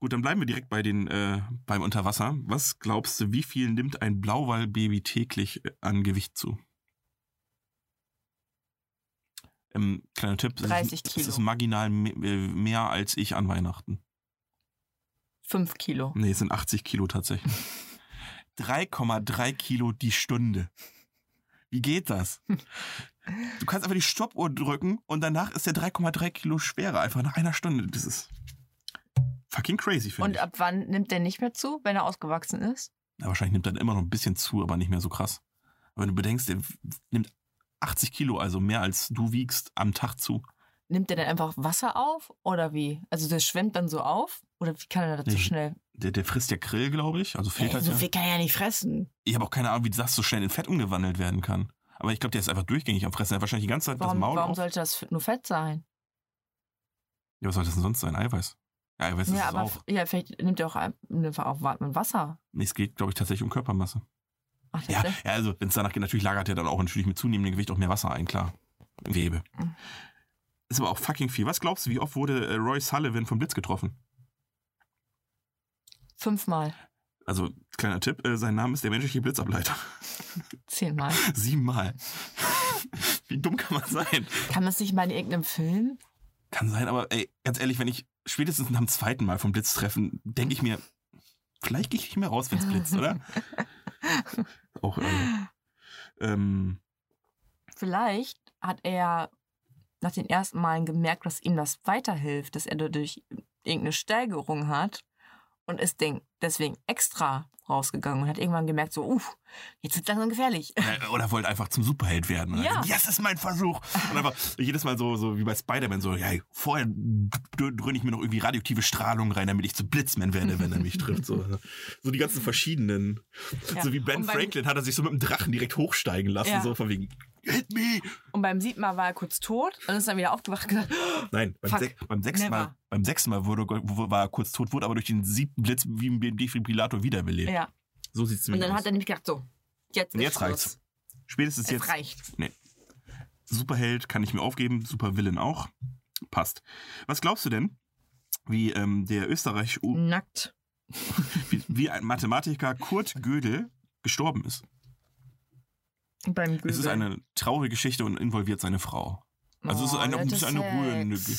[SPEAKER 4] Gut, dann bleiben wir direkt bei den, äh, beim Unterwasser. Was glaubst du, wie viel nimmt ein Blauwallbaby täglich äh, an Gewicht zu? Ähm, kleiner Tipp,
[SPEAKER 5] 30
[SPEAKER 4] es ist, es
[SPEAKER 5] Kilo.
[SPEAKER 4] ist marginal me- äh, mehr als ich an Weihnachten.
[SPEAKER 5] Fünf Kilo.
[SPEAKER 4] Nee, es sind 80 Kilo tatsächlich. 3,3 Kilo die Stunde. Wie geht das? Du kannst einfach die Stoppuhr drücken und danach ist der 3,3 Kilo schwerer. Einfach nach einer Stunde. Das ist fucking crazy, finde
[SPEAKER 5] Und
[SPEAKER 4] ich.
[SPEAKER 5] ab wann nimmt der nicht mehr zu, wenn er ausgewachsen ist?
[SPEAKER 4] Na, wahrscheinlich nimmt er dann immer noch ein bisschen zu, aber nicht mehr so krass. Aber wenn du bedenkst, der nimmt 80 Kilo, also mehr als du wiegst, am Tag zu.
[SPEAKER 5] Nimmt der dann einfach Wasser auf oder wie? Also der schwimmt dann so auf? Oder wie kann er das so
[SPEAKER 4] Nee.
[SPEAKER 5] schnell?
[SPEAKER 4] Der, der frisst ja Grill, glaube ich. Also
[SPEAKER 5] Ey,
[SPEAKER 4] filtert
[SPEAKER 5] so
[SPEAKER 4] Mhm. ja.
[SPEAKER 5] viel kann er ja nicht fressen.
[SPEAKER 4] Ich habe auch keine Ahnung, wie das so schnell in Fett umgewandelt werden kann. Aber ich glaube, der ist einfach durchgängig am Fressen. Er hat wahrscheinlich die ganze Zeit das
[SPEAKER 5] Warum,
[SPEAKER 4] Maul
[SPEAKER 5] warum
[SPEAKER 4] auf.
[SPEAKER 5] sollte das nur Fett sein?
[SPEAKER 4] Ja, was soll das denn sonst sein? Eiweiß. Ja, Eiweiß ist
[SPEAKER 5] ja,
[SPEAKER 4] es
[SPEAKER 5] aber
[SPEAKER 4] auch.
[SPEAKER 5] ja, vielleicht nimmt er auch ein- nimmt er auch Wa- mit Wasser.
[SPEAKER 4] Nee, es geht, glaube ich, tatsächlich um Körpermasse.
[SPEAKER 5] Ach,
[SPEAKER 4] Ja,
[SPEAKER 5] das-
[SPEAKER 4] ja also wenn es danach geht, natürlich lagert er dann auch natürlich mit zunehmendem Gewicht auch mehr Wasser ein, klar. Gewebe. Ist aber auch fucking viel. Was glaubst du, wie oft wurde äh, Roy Sullivan vom Blitz getroffen?
[SPEAKER 5] fünfmal,
[SPEAKER 4] Also, kleiner Tipp, äh, sein Name ist der menschliche Blitzableiter. (laughs)
[SPEAKER 5] zehnmal.
[SPEAKER 4] Siebenmal. (laughs) wie dumm kann man sein?
[SPEAKER 5] Kann man es nicht mal in irgendeinem Film?
[SPEAKER 4] Kann sein, aber ey, ganz ehrlich, wenn ich spätestens nach dem zweiten Mal vom Blitz treffen, denke ich mir, vielleicht gehe ich nicht mehr raus, wenn es blitzt, oder? Auch, äh, ähm,
[SPEAKER 5] Vielleicht hat er nach den ersten Malen gemerkt, dass ihm das weiterhilft, dass er dadurch irgendeine Steigerung hat und ist Ding deswegen extra rausgegangen und hat irgendwann gemerkt, so, uff, jetzt wird langsam gefährlich.
[SPEAKER 4] Ja, Oder wollte einfach zum Superheld werden. Und
[SPEAKER 5] Ja.
[SPEAKER 4] dann, yes, ist mein Versuch. Und einfach jedes Mal so, so wie bei Spider-Man, so, ja, vorher dr- dröhne ich mir noch irgendwie radioaktive Strahlung rein, damit ich zu Blitzman werde, wenn er mich trifft. So, so die ganzen verschiedenen.
[SPEAKER 5] Ja.
[SPEAKER 4] So wie Ben
[SPEAKER 5] Und beim-
[SPEAKER 4] Franklin hat er sich so mit dem Drachen direkt hochsteigen lassen,
[SPEAKER 5] Ja.
[SPEAKER 4] so von wegen, hit me.
[SPEAKER 5] Und beim siebten Mal war er kurz tot und ist dann wieder aufgewacht und gesagt,
[SPEAKER 4] Nein, beim,
[SPEAKER 5] Fuck.
[SPEAKER 4] sech, beim sechsten
[SPEAKER 5] Never.
[SPEAKER 4] Mal, beim sechsten Mal wurde, war er kurz tot, wurde aber durch den siebten Blitz wie ein Defibrillator wiederbelebt.
[SPEAKER 5] ja.
[SPEAKER 4] So sieht es
[SPEAKER 5] Und dann
[SPEAKER 4] aus.
[SPEAKER 5] hat er nämlich gedacht, so, jetzt,
[SPEAKER 4] Und
[SPEAKER 5] ist
[SPEAKER 4] jetzt reicht's.
[SPEAKER 5] Schluss.
[SPEAKER 4] Spätestens
[SPEAKER 5] Es
[SPEAKER 4] jetzt.
[SPEAKER 5] reicht.
[SPEAKER 4] Superheld kann ich mir aufgeben, Supervillain auch. Passt. Was glaubst du denn, wie ähm, der Österreich,
[SPEAKER 5] Mhm. Nackt.
[SPEAKER 4] wie, wie ein Mathematiker Kurt Gödel gestorben ist?
[SPEAKER 5] Beim
[SPEAKER 4] Es ist eine traurige Geschichte und involviert seine Frau. Also es ist
[SPEAKER 5] Oh,
[SPEAKER 4] eine, es ist eine rührende Ge-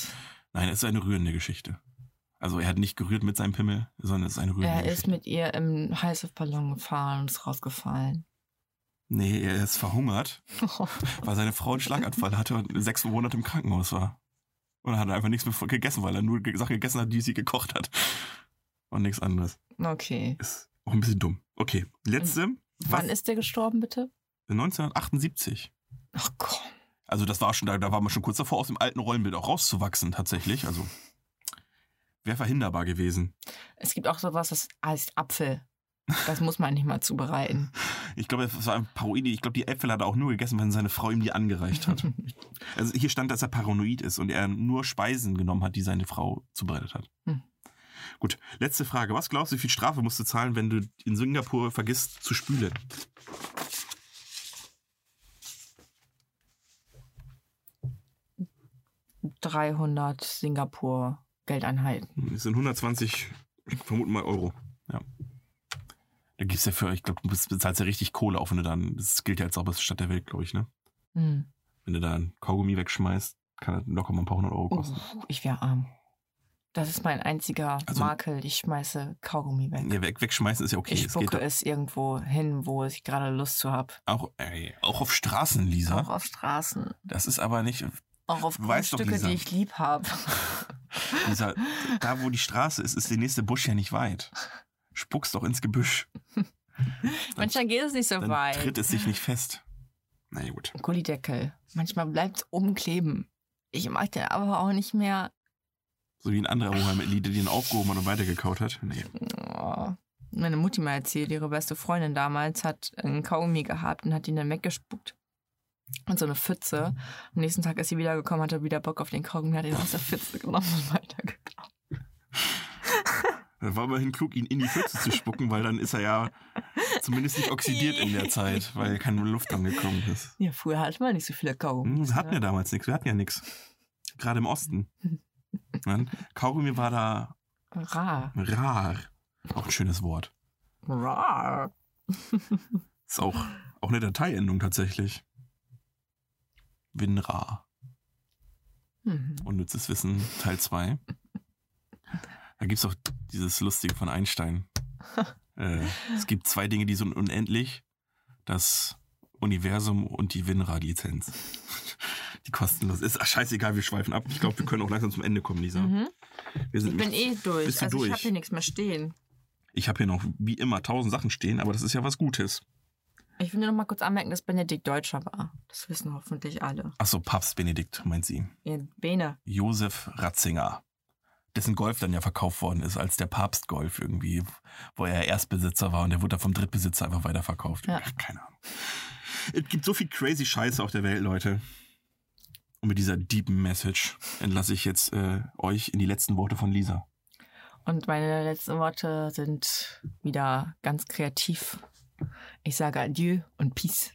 [SPEAKER 4] Nein, es ist eine rührende Geschichte. Also er hat nicht gerührt mit seinem Pimmel, sondern es ist eine rührende
[SPEAKER 5] Er ist
[SPEAKER 4] Geschichte.
[SPEAKER 5] mit ihr im Heißluftballon gefahren und ist rausgefallen.
[SPEAKER 4] nee, er ist verhungert, weil seine Frau einen Schlaganfall hatte und sechs Monate im Krankenhaus war. Und er hat einfach nichts mehr gegessen, weil er nur ge- Sachen gegessen hat, die sie gekocht hat. Und nichts anderes.
[SPEAKER 5] Okay.
[SPEAKER 4] Ist auch ein bisschen dumm. Okay, letzte. Was?
[SPEAKER 5] Wann ist der gestorben, bitte?
[SPEAKER 4] 1978.
[SPEAKER 5] Ach komm.
[SPEAKER 4] Also das war schon, da, da war man schon kurz davor, aus dem alten Rollenbild auch rauszuwachsen tatsächlich. Also wäre verhinderbar gewesen.
[SPEAKER 5] Es gibt auch sowas, das heißt Apfel. Das muss man nicht mal
[SPEAKER 4] (laughs)
[SPEAKER 5] zubereiten.
[SPEAKER 4] Ich glaube, das war eine Parodie. Ich glaube, die Äpfel hat er auch nur gegessen, wenn seine Frau ihm die
[SPEAKER 5] (laughs)
[SPEAKER 4] angereicht hat. Also hier stand, dass er paranoid ist und er nur Speisen genommen hat, die seine Frau zubereitet hat.
[SPEAKER 5] Hm.
[SPEAKER 4] Gut, letzte Frage. Was glaubst du, wie viel Strafe musst du zahlen, wenn du in Singapur vergisst zu spülen?
[SPEAKER 5] Hm. 300 Singapur Geldeinheiten.
[SPEAKER 4] Das sind 120, ich vermute mal Euro. Ja. Da gibt's ja für, ich glaube, du bist- bezahlst ja richtig Kohle, auch wenn du dann, das gilt ja als sauberste Stadt der Welt, glaube ich, ne?
[SPEAKER 5] Hm.
[SPEAKER 4] Wenn du da ein Kaugummi wegschmeißt, kann das locker mal ein paar hundert Euro
[SPEAKER 5] Oh,
[SPEAKER 4] kosten.
[SPEAKER 5] (laughs) ich wäre arm. Das ist mein einziger
[SPEAKER 4] Also-
[SPEAKER 5] Makel. Ich schmeiße Kaugummi weg.
[SPEAKER 4] Ja, weg, wegschmeißen ist ja okay.
[SPEAKER 5] ich
[SPEAKER 4] es geht
[SPEAKER 5] spucke es irgendwo hin, wo ich gerade Lust zu habe.
[SPEAKER 4] auch, ey, auch auf Straßen, Lisa.
[SPEAKER 5] Auch auf Straßen.
[SPEAKER 4] Das ist aber nicht,
[SPEAKER 5] Auch auf
[SPEAKER 4] Du weißt doch,
[SPEAKER 5] Grundstücke,
[SPEAKER 4] Lisa.
[SPEAKER 5] die ich lieb
[SPEAKER 4] (laughs)
[SPEAKER 5] habe.
[SPEAKER 4] Lisa, da wo die Straße ist, ist der nächste Busch ja nicht weit. Spuck's doch ins Gebüsch.
[SPEAKER 5] (laughs) (laughs) Manchmal geht es nicht so
[SPEAKER 4] Dann
[SPEAKER 5] weit.
[SPEAKER 4] tritt es sich nicht fest. Na ja, gut.
[SPEAKER 5] Gullideckel. Manchmal bleibt es oben kleben. Ich mag den aber auch nicht mehr.
[SPEAKER 4] So wie ein anderer Oheim-Lied, der den aufgehoben hat und weitergekaut hat. Nee.
[SPEAKER 5] Oh. Meine Mutti mal erzählt, ihre beste Freundin damals hat einen Kaugummi gehabt und hat ihn dann weggespuckt. Und so eine Pfütze. Am nächsten Tag ist sie wiedergekommen, hatte wieder Bock auf den Kaugummi, hat ihn aus der Pfütze genommen und (laughs) weitergegangen.
[SPEAKER 4] Das war immerhin klug, ihn in die Pfütze zu spucken, weil dann ist er ja zumindest nicht oxidiert in der Zeit, weil keine Luft angekommen ist.
[SPEAKER 5] Ja, früher hatte man nicht so viele
[SPEAKER 4] Hm,
[SPEAKER 5] Kaugummis.
[SPEAKER 4] Wir hatten ja
[SPEAKER 5] ne?
[SPEAKER 4] damals nichts, wir hatten ja nichts. Gerade
[SPEAKER 5] (laughs)
[SPEAKER 4] im Osten. Nein, Kaugummi war da
[SPEAKER 5] Rar.
[SPEAKER 4] rar. Auch ein schönes Wort.
[SPEAKER 5] Rar.
[SPEAKER 4] Ist auch, auch eine Dateiendung tatsächlich. WinRAR.
[SPEAKER 5] Mhm.
[SPEAKER 4] Unnützes Wissen, Teil 2. Da gibt es auch dieses Lustige von Einstein.
[SPEAKER 5] (laughs)
[SPEAKER 4] äh, es gibt zwei Dinge, die sind unendlich. Das Universum und die WinRAR-Lizenz. Die kostenlos ist. Ach, scheißegal, wir schweifen ab. Ich glaube, wir können auch langsam zum Ende kommen, Lisa.
[SPEAKER 5] Mhm.
[SPEAKER 4] Wir sind
[SPEAKER 5] Ich bin eh
[SPEAKER 4] nämlich-
[SPEAKER 5] durch.
[SPEAKER 4] Bist du
[SPEAKER 5] also ich
[SPEAKER 4] durch?
[SPEAKER 5] habe hier nichts mehr stehen.
[SPEAKER 4] ich habe hier noch, wie immer, tausend Sachen stehen, aber das ist ja was Gutes.
[SPEAKER 5] Ich will nur noch mal kurz anmerken, dass Benedikt Deutscher war. Das wissen hoffentlich alle.
[SPEAKER 4] Achso, Papst Benedikt, meint sie.
[SPEAKER 5] Ihr Bene.
[SPEAKER 4] Josef Ratzinger, dessen Golf dann ja verkauft worden ist als der Papst Golf irgendwie, wo er Erstbesitzer war und der wurde dann vom Drittbesitzer einfach weiterverkauft.
[SPEAKER 5] Ja.
[SPEAKER 4] Ach, keine Ahnung. Es gibt so viel crazy Scheiße auf der Welt, Leute. Und mit dieser deepen Message entlasse ich jetzt äh, euch in die letzten Worte von Lisa.
[SPEAKER 5] Und meine letzten Worte sind wieder ganz kreativ. Ich sage Adieu und Peace.